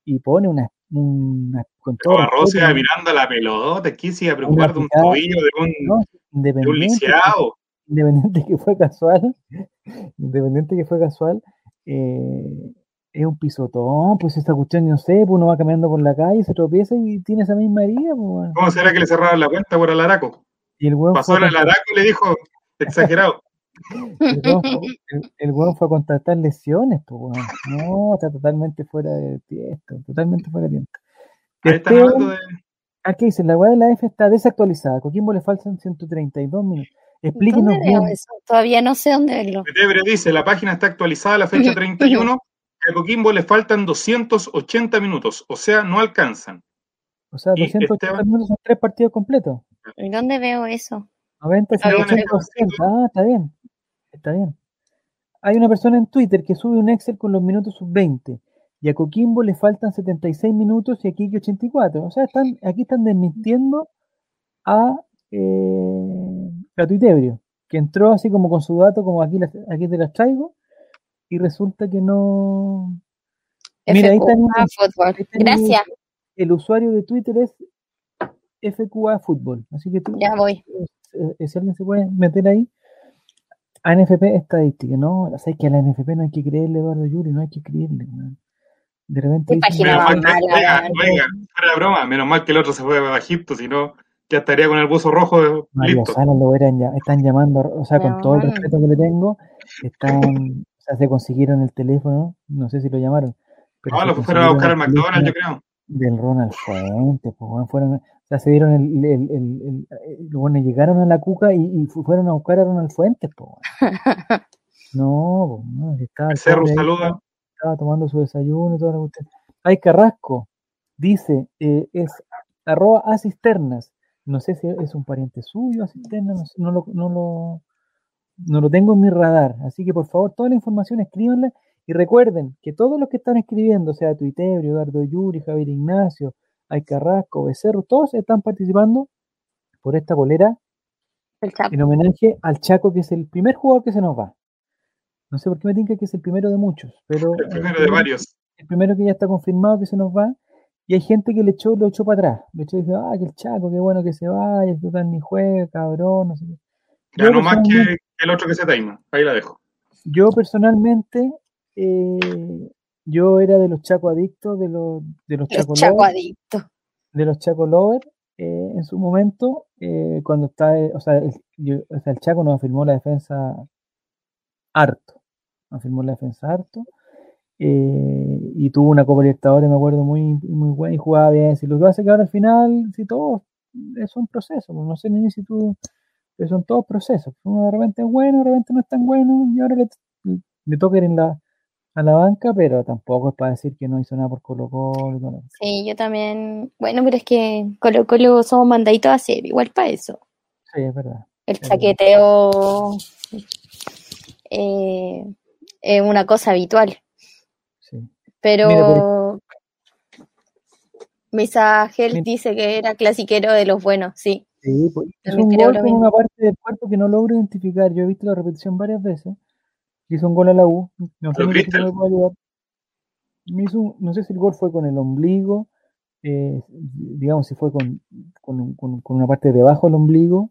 Speaker 1: y pone una, una con todo
Speaker 2: Pero Barroso
Speaker 1: respeto,
Speaker 2: iba mirando la pelota, aquí se iba a preocupar de un
Speaker 1: picada.
Speaker 2: tobillo de un,
Speaker 1: ¿no?
Speaker 2: de un
Speaker 1: Independiente,
Speaker 2: lisiado.
Speaker 1: independiente que fue casual, independiente que fue casual, eh, es un pisotón, pues esta cuestión, no sé, pues uno va caminando por la calle, se tropieza y tiene esa misma herida, pues, bueno.
Speaker 2: ¿Cómo será que le cerraron la cuenta por Alaraco?
Speaker 1: Y el weón,
Speaker 2: Pasó
Speaker 1: fue
Speaker 2: el
Speaker 1: a, contra-
Speaker 2: Alaraco y le dijo, exagerado.
Speaker 1: el weón fue- el- el weón fue a contratar lesiones, pues weón. No, está totalmente fuera de tiempo, totalmente fuera de tiempo.
Speaker 2: Ahí están
Speaker 1: Esteban-
Speaker 2: hablando de
Speaker 1: Aquí dice, la weá de la F está desactualizada. A Coquimbo le faltan 132 minutos. Explíquenos
Speaker 3: ¿Dónde veo
Speaker 1: bien.
Speaker 3: eso? Todavía no sé dónde verlo.
Speaker 2: Tebre dice, la página está actualizada a la fecha 31 y a Coquimbo le faltan 280 minutos, o sea, no alcanzan.
Speaker 1: O sea,
Speaker 2: Y
Speaker 1: 280
Speaker 2: Esteban-
Speaker 1: minutos son tres partidos completos.
Speaker 3: ¿Y ¿Dónde veo eso?
Speaker 1: 90,
Speaker 3: Está bien,
Speaker 1: 180,
Speaker 2: Esteban.
Speaker 1: 80. Ah, está bien. Está bien. Hay una persona en Twitter que sube un Excel con los minutos sub-20. Y a Coquimbo le faltan 76 minutos y a Kiki 84. O sea, están, aquí están desmintiendo a eh, a Tuitebrio, que entró así como con su dato, como aquí, las- aquí te las traigo, y resulta que no. Mira, ahí está el-
Speaker 3: FQA Football.
Speaker 1: ahí está el-
Speaker 3: Gracias,
Speaker 1: El usuario de Twitter es FQA Fútbol. Así que tú,
Speaker 3: ya voy.
Speaker 1: eh, eh, si alguien se puede meter ahí. ANFP estadística, ¿no? Sabes que a la ANFP no hay que creerle, Eduardo Yuri, no hay que creerle, weón. De repente.
Speaker 3: ¿Qué
Speaker 1: dicen-
Speaker 3: página
Speaker 2: Menos
Speaker 3: va
Speaker 2: mal,
Speaker 3: mala,
Speaker 2: que- oiga,
Speaker 3: weón.
Speaker 2: oiga, fuera de broma, menos mal que el otro se fue a Egipto, si no, ya estaría con el buzo rojo de-
Speaker 1: María
Speaker 2: listo.
Speaker 1: Sala lo eran ya- están llamando, o sea, con todo el
Speaker 3: Weón.
Speaker 1: respeto que le tengo, están, o sea, se consiguieron el teléfono, no sé si lo llamaron. Pero
Speaker 2: No,
Speaker 1: se
Speaker 2: Ah, lo fueron a buscar al
Speaker 1: consiguieron el
Speaker 2: McDonald's, yo
Speaker 1: teléfono
Speaker 2: creo.
Speaker 1: Del Ronald Fuentes, pues, weón, fueron, o sea, se dieron el, el, el- el- el- bueno, llegaron a la cuca y, y fu- fueron a buscar a Ronald Fuentes, pues. weón. No, pues, no, si estaba el
Speaker 2: Cerro
Speaker 1: pobre ahí,
Speaker 2: saluda.
Speaker 1: estaba tomando su desayuno y toda la cuestión. Ay, Carrasco, dice, eh, es arroba a cisternas. No sé si es un pariente suyo a cisternas, no, sé, no lo, no, lo, no lo tengo en mi radar. Así que por favor, toda la información escríbanla y recuerden que todos los que están escribiendo, o sea Tuitebrio, Eduardo Yuri, Javier Ignacio, Ay Carrasco, Becerro, todos están participando por esta bolera
Speaker 3: El Chapo.
Speaker 1: en homenaje al Chaco, que es el primer jugador que se nos va. No sé por qué me tinca que es el primero de muchos, pero
Speaker 2: El primero
Speaker 1: eh,
Speaker 2: de varios.
Speaker 1: el primero que ya está confirmado que se nos va, y hay gente que le echó, lo echó para atrás. Le echó y dijo, ah, que el Chaco, qué bueno que se vaya, el total ni juega, cabrón, no sé qué.
Speaker 2: Ya
Speaker 1: Yo
Speaker 2: no más
Speaker 1: personalmente-
Speaker 2: que el otro que se taima. Ahí la dejo.
Speaker 1: yo personalmente, eh, yo era de los Chaco adictos, de los, de los
Speaker 3: El
Speaker 1: Chaco
Speaker 3: Chaco
Speaker 1: lovers,
Speaker 3: adicto.
Speaker 1: de los Chaco Lover eh, en su momento, eh, cuando está, eh, o sea, el, yo- o sea, el Chaco nos afirmó la defensa harto, nos afirmó la defensa harto, eh, y tuvo una Copa Libertadores, me acuerdo, muy, muy buena y jugaba bien. Si lo que hace que ahora al final, si todo es un proceso, pues, no sé ni si tú, pero son todos procesos. Uno de repente es bueno, de repente no es tan bueno, y ahora le, le toca ir en la, a la banca, pero tampoco es para decir que no hizo nada por Colo Colo. y todo lo-
Speaker 3: Sí, yo también. Bueno, pero es que Colo Colo somos mandaditos a hacer, igual para eso.
Speaker 1: Sí, es verdad.
Speaker 3: El
Speaker 1: Claro.
Speaker 3: chaqueteo eh, es una cosa habitual.
Speaker 1: Sí.
Speaker 3: Pero
Speaker 1: Mira,
Speaker 3: Misa Gel
Speaker 1: Mira.
Speaker 3: dice que era clasiquero de los buenos, sí.
Speaker 1: Sí, pues, es
Speaker 3: También
Speaker 1: un
Speaker 3: creo
Speaker 1: gol
Speaker 3: lo
Speaker 1: con
Speaker 3: mismo.
Speaker 1: una parte del cuerpo que no logro identificar. Yo he visto la repetición varias veces. Hizo un gol a la U. No sé, Nico, si
Speaker 2: Lo
Speaker 1: tú
Speaker 2: Cristal.
Speaker 1: me puedes ayudar. Me hizo un- no sé si el gol fue con el ombligo, eh, digamos si fue con, con, un- con- con una parte de debajo del ombligo,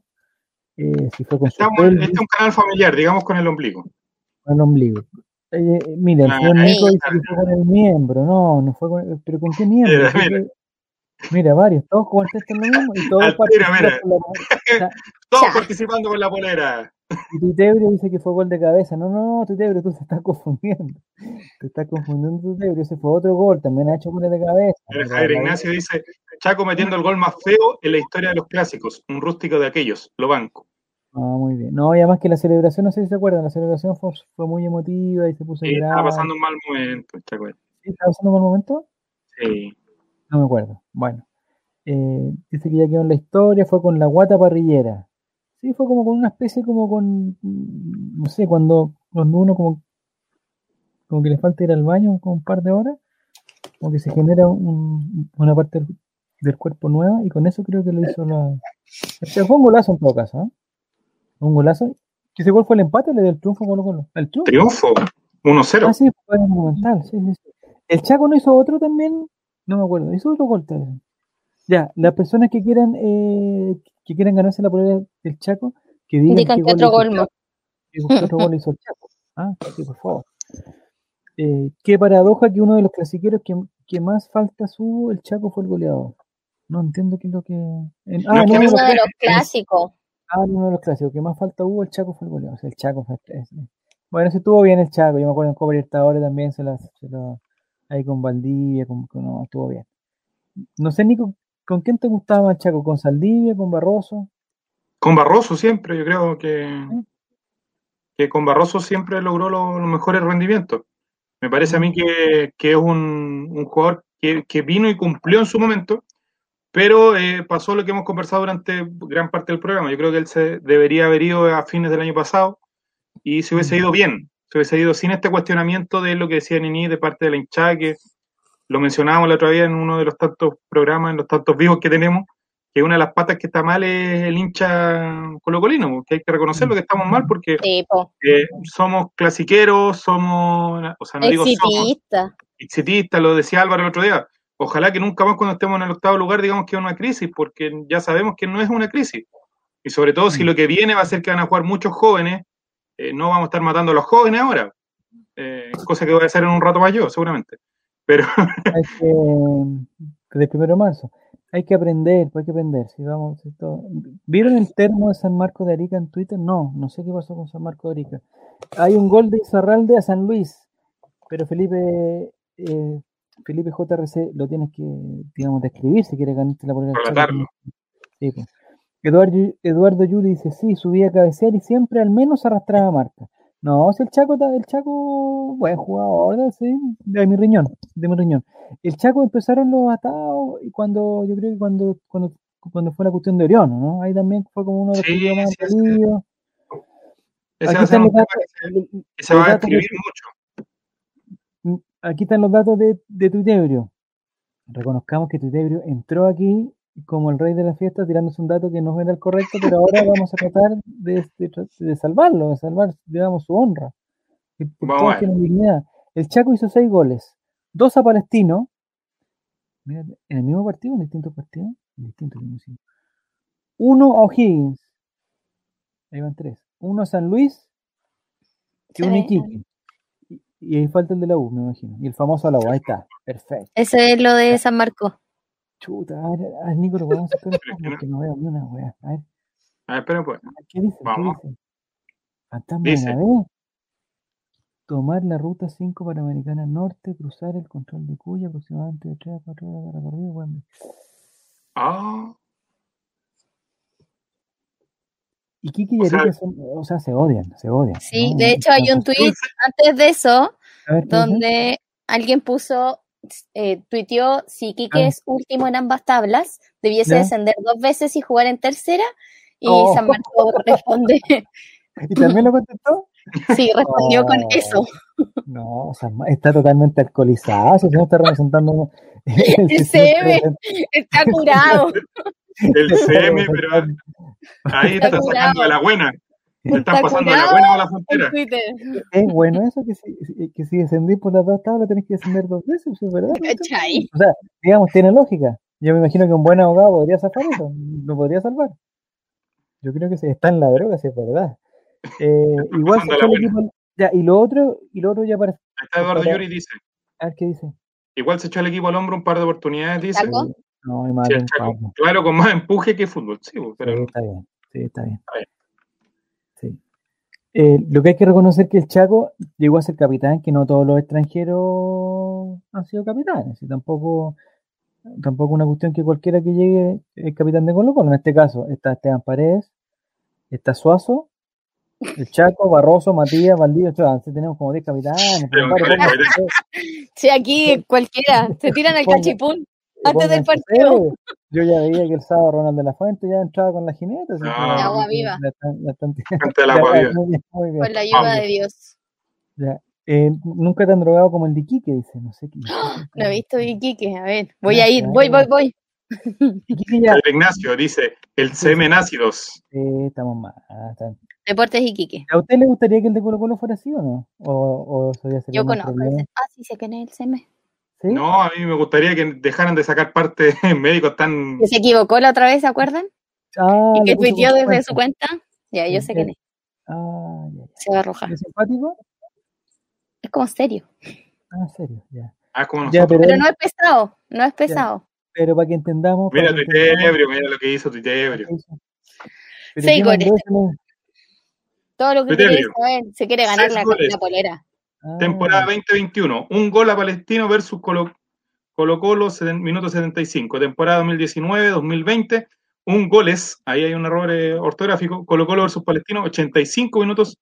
Speaker 1: eh, si fue con su
Speaker 2: Estamos,
Speaker 1: pelvis,
Speaker 2: este es un canal familiar, digamos con el ombligo.
Speaker 1: con el ombligo. Eh, eh, mira, el
Speaker 2: Ah,
Speaker 1: señor Nico
Speaker 3: ahí
Speaker 1: dice que fue con el miembro, no, no fue con pero ¿con qué miembro?
Speaker 2: Mira,
Speaker 1: Creo
Speaker 2: mira.
Speaker 1: que- mira, varios, todos contestan lo mismo y todos
Speaker 2: Al tiro,
Speaker 1: participan
Speaker 2: mira.
Speaker 1: por la-
Speaker 2: Todos
Speaker 3: Ya.
Speaker 2: participando con la polera.
Speaker 1: Y Tutebrio dice que fue gol de cabeza. No, no, no, Tutebrio, tú te estás confundiendo. Te estás confundiendo, Tutebrio. Ese fue otro gol. También ha hecho goles de cabeza.
Speaker 2: Mira, Javier Ignacio dice, Chaco metiendo el gol más feo en la historia de los clásicos. Un rústico de aquellos, lo banco.
Speaker 1: No, Ah, muy bien. No, y además que la celebración, no sé si se acuerdan, la celebración fue, fue muy emotiva y se puso a
Speaker 2: Sí,
Speaker 1: llorar.
Speaker 2: Eh, estaba pasando un mal momento, Chaco.
Speaker 1: ¿Sí? ¿Estaba pasando un mal momento?
Speaker 2: Sí.
Speaker 1: No me acuerdo. Bueno. Eh, dice que ya quedó en la historia, fue con la guata parrillera. Sí, fue como con una especie como con, mm, no sé, cuando, cuando uno como, como que le falta ir al baño con un par de horas, como que se genera un- una parte del, del cuerpo nueva y con eso creo que lo hizo la... o sea, fue un golazo en todo caso, ¿eh? Fue Un golazo. ¿Ese gol fue el empate o le dio el triunfo a Colo Colo? El triunfo.
Speaker 2: Triunfo, 1-0.
Speaker 1: Ah, sí, fue en el Monumental, sí, sí, sí. El Chaco no hizo otro también, no me acuerdo, hizo otro gol también. Ya, las personas que quieran eh, que quieran ganarse la polera del Chaco, que digan
Speaker 3: Indican que
Speaker 1: qué
Speaker 3: otro
Speaker 1: hizo
Speaker 3: gol
Speaker 1: el
Speaker 3: más.
Speaker 1: Chaco, qué otro gol hizo el Chaco. Ah, sí, por favor. Eh, qué paradoja que uno de los clasiqueros que, que más faltas hubo, el Chaco fue el goleador. No entiendo qué es lo que... en- ah,
Speaker 2: No,
Speaker 1: no, no,
Speaker 2: que no
Speaker 1: no,
Speaker 3: Uno de
Speaker 2: sé.
Speaker 3: los clásicos.
Speaker 1: Ah, uno de los clásicos que más falta hubo, el Chaco fue el goleador. O sea, el Chaco fue. es- es- Bueno, se estuvo bien el Chaco. Yo me acuerdo en Copa Libertadores también se las. se lo- ahí con Valdivia, con, con- no, estuvo bien. No sé, Nico, ¿Con quién te gustaba más, Chaco? ¿Con Saldivia? ¿Con Barroso?
Speaker 2: Con Barroso siempre, yo creo que, que con Barroso siempre logró lo- los mejores rendimientos. Me parece a mí que, que es un, un jugador que, que vino y cumplió en su momento, pero eh, pasó lo que hemos conversado durante gran parte del programa. Yo creo que él se debería haber ido a fines del año pasado y se hubiese ido bien, se hubiese ido sin este cuestionamiento de lo que decía Nini de parte de la hinchada, que lo mencionábamos la otra vez en uno de los tantos programas, en los tantos vivos que tenemos, que una de las patas que está mal es el hincha colocolino, porque hay que reconocerlo que estamos mal porque
Speaker 3: Sí, po.
Speaker 2: eh, somos clasiqueros, somos, o sea, no digo somos,
Speaker 3: Exitista.
Speaker 2: exitistas, lo decía Álvaro el otro día. Ojalá que nunca más cuando estemos en el octavo lugar digamos que es una crisis, porque ya sabemos que no es una crisis. Y sobre todo
Speaker 1: Mm.
Speaker 2: si lo que viene va a ser que van a jugar muchos jóvenes, eh, no vamos a estar matando a los jóvenes ahora, Eh, cosa que voy a hacer en un rato más yo, seguramente. Pero
Speaker 1: Hay que, del primero de marzo. Hay que aprender, pues hay que aprender. Si vamos, si todo- ¿Vieron el termo de San Marco de Arica en Twitter? No, no sé qué pasó con San Marco de Arica. Hay un gol de Izarralde a San Luis, pero Felipe eh, Felipe JRC lo tienes que, digamos, describir si quieres ganarte la polera.
Speaker 2: Relatarlo.
Speaker 1: Sí, pues. Eduardo, Eduardo Yuri dice, sí, subía a cabecear y siempre al menos arrastraba marca. No, si el Chaco, ta- el Chaco, buen jugador, ¿verdad? sí, de mi riñón, de mi riñón. El Chaco empezaron los atados y cuando, yo creo que cuando, cuando, cuando fue la cuestión de Orión, ¿no? Ahí también fue como uno de los
Speaker 2: Sí,
Speaker 1: primeros más
Speaker 2: sí, sí.
Speaker 1: dolidos.
Speaker 2: ese
Speaker 1: Aquí
Speaker 2: va a ser
Speaker 1: están
Speaker 2: un
Speaker 1: los
Speaker 2: tema
Speaker 1: datos.
Speaker 2: que se, que se va a
Speaker 1: datos de-
Speaker 2: escribir mucho.
Speaker 1: Aquí están los datos de, de Tuitebrio. Reconozcamos que Tuitebrio entró aquí como el rey de la fiesta tirándose un dato que no era el correcto, pero ahora vamos a tratar de, de tra- de salvarlo, de salvar, digamos, su honra. Y por
Speaker 2: Vamos
Speaker 1: todo
Speaker 2: a ver.
Speaker 1: tiene dignidad. El Chaco hizo seis goles, dos a Palestino. Mira, en el mismo partido, en distintos partidos, en distintos en distintos. uno a O'Higgins. Ahí van tres. Uno a San Luis y uno a
Speaker 3: Sí.
Speaker 1: Iquique. Y- Y ahí falta el de la U, me imagino. Y el famoso a la U, ahí está. Perfecto.
Speaker 3: Eso es lo de San Marcos.
Speaker 1: Chuta, a ver, a ver, Nico, lo podemos sacar un
Speaker 2: Pero es que
Speaker 1: poco porque no veo ni una weá. A ver,
Speaker 2: A ver, espera, pues.
Speaker 1: ¿qué dice? ¿Qué
Speaker 2: Vamos.
Speaker 1: dice? Fantasma
Speaker 2: Dice.
Speaker 1: de Navea. Tomar la ruta 5 Panamericana Norte, cruzar el control de Cuya, aproximadamente de 3 a 4 horas de recorrido. Bueno,
Speaker 2: Ah,
Speaker 1: y Kiki y
Speaker 2: O sea-
Speaker 1: Arica son, o sea, se odian, se odian.
Speaker 3: Sí,
Speaker 1: ¿no?
Speaker 3: de hecho hay un tweet antes de eso
Speaker 1: A ver, ¿qué dice?
Speaker 3: donde alguien puso, eh, tuiteó, si Quique
Speaker 1: Ah.
Speaker 3: es último en ambas tablas, debiese
Speaker 1: Ya.
Speaker 3: descender dos veces y jugar en tercera. Y
Speaker 1: Oh.
Speaker 3: San Marcos responde,
Speaker 1: ¿Y también lo contestó?
Speaker 3: sí, respondió con
Speaker 1: Oh.
Speaker 3: eso.
Speaker 1: No, o sea, ma- está totalmente alcoholizado. Si no está representando. el
Speaker 3: El
Speaker 1: 60%.
Speaker 3: Está curado.
Speaker 2: el CM, pero ahí
Speaker 3: Está
Speaker 2: está sacando a la buena. Le están
Speaker 3: Está
Speaker 2: pasando a la
Speaker 3: curado
Speaker 2: buena o a la
Speaker 3: en
Speaker 2: frontera.
Speaker 3: Twitter.
Speaker 1: Es bueno eso que si, que si descendís por las dos tablas tenés que descender dos veces, ¿sí? ¿verdad?
Speaker 3: ¿Cachai?
Speaker 1: O sea, digamos, tiene lógica. Yo me imagino que un buen abogado podría zafar eso, lo podría salvar. Yo creo que se está en la droga, si es verdad. Eh, igual se
Speaker 2: Anda la
Speaker 1: fue el
Speaker 2: buena.
Speaker 1: equipo- ya, y lo otro, y lo otro ya para
Speaker 2: Ahí está Eduardo Yuri dice.
Speaker 1: a ver qué dice.
Speaker 2: Igual se echó el equipo al hombro un par de oportunidades, dice.
Speaker 3: Chaco.
Speaker 1: No, y más
Speaker 2: Sí,
Speaker 1: de un
Speaker 2: Chaco.
Speaker 1: par, no.
Speaker 2: Claro, con más empuje que fútbol, sí, bo,
Speaker 1: Sí,
Speaker 2: pero
Speaker 1: está bien. Sí, está bien.
Speaker 2: bien.
Speaker 1: Sí. Eh, lo que hay que reconocer que el Chaco llegó a ser capitán, que no todos los extranjeros han sido capitanes, y tampoco, tampoco una cuestión que cualquiera que llegue es capitán de Colo Colo. En este caso está Esteban Paredes, está Suazo, el Chaco, Barroso, Matías, Valdivia, o sea, así tenemos como 10 capitanes. pero
Speaker 2: Pero,
Speaker 1: claro,
Speaker 2: pero,
Speaker 1: pongan-
Speaker 3: Sí, aquí cualquiera. Se tiran al
Speaker 1: Pongo.
Speaker 3: cachipún.
Speaker 1: pongan
Speaker 3: Antes del
Speaker 1: en
Speaker 3: partido.
Speaker 1: papel. Yo ya veía que el sábado Ronald de la Fuente ya entraba con la jineta. así que
Speaker 2: Ah. La
Speaker 3: agua viva.
Speaker 1: la están- la están-
Speaker 2: gente de la agua viva.
Speaker 1: Muy bien, muy bien.
Speaker 3: Por la ayuda
Speaker 2: Vamos.
Speaker 3: de Dios.
Speaker 1: Eh, nunca tan drogado como el de Quique, dice. No sé qué.
Speaker 3: No he visto Iquique. A ver, voy
Speaker 1: Ya,
Speaker 3: a ir.
Speaker 1: ya,
Speaker 3: Voy,
Speaker 1: ya.
Speaker 3: voy, voy.
Speaker 1: Quique ya.
Speaker 2: Pedro Ignacio dice, el CM ácidos.
Speaker 1: Eh, estamos mal. está-
Speaker 3: Deportes Iquique.
Speaker 1: ¿A usted le gustaría que el de Colo Colo fuera así o no? ¿O, o eso ya sería
Speaker 3: Yo
Speaker 1: más
Speaker 3: conozco.
Speaker 1: problema?
Speaker 3: ese. Ah, sí, sé quién es el CM.
Speaker 1: ¿Sí?
Speaker 2: No, a mí me gustaría que dejaran de sacar parte médicos tan...
Speaker 3: Que se equivocó la otra vez, ¿se acuerdan?
Speaker 1: Ah,
Speaker 3: y que
Speaker 1: lo puso
Speaker 3: tuiteó
Speaker 1: por
Speaker 3: desde
Speaker 1: cuenta.
Speaker 3: su cuenta. Ya, yo sé quién es.
Speaker 1: Ah, ya,
Speaker 3: Se va a
Speaker 1: ya.
Speaker 3: arrojar.
Speaker 1: ¿Es simpático?
Speaker 3: Es como serio.
Speaker 1: Ah, serio, ya.
Speaker 2: Ah, como
Speaker 1: Ya,
Speaker 2: nosotros.
Speaker 1: pero,
Speaker 3: Pero no es pesado. No es pesado.
Speaker 1: pero para que entendamos. para
Speaker 2: Mira
Speaker 1: que entendamos
Speaker 2: Tuitebrio, mira lo que hizo
Speaker 1: lo
Speaker 2: Tuitebrio.
Speaker 1: que hizo. Pero
Speaker 3: Seis
Speaker 1: ¿quién mandó
Speaker 3: goles.
Speaker 1: ese?
Speaker 3: Todo lo que
Speaker 2: Criterio.
Speaker 3: quiere saber. Se quiere ganar
Speaker 2: Seis
Speaker 3: la,
Speaker 2: goles.
Speaker 3: la polera.
Speaker 1: Ah,
Speaker 2: Temporada 2021, un gol a Palestino versus Colo Colo Colo, seten- minuto 75, temporada 2019-2020, un goles, ahí hay un error eh, ortográfico, Colo Colo versus Palestino, 85 minutos,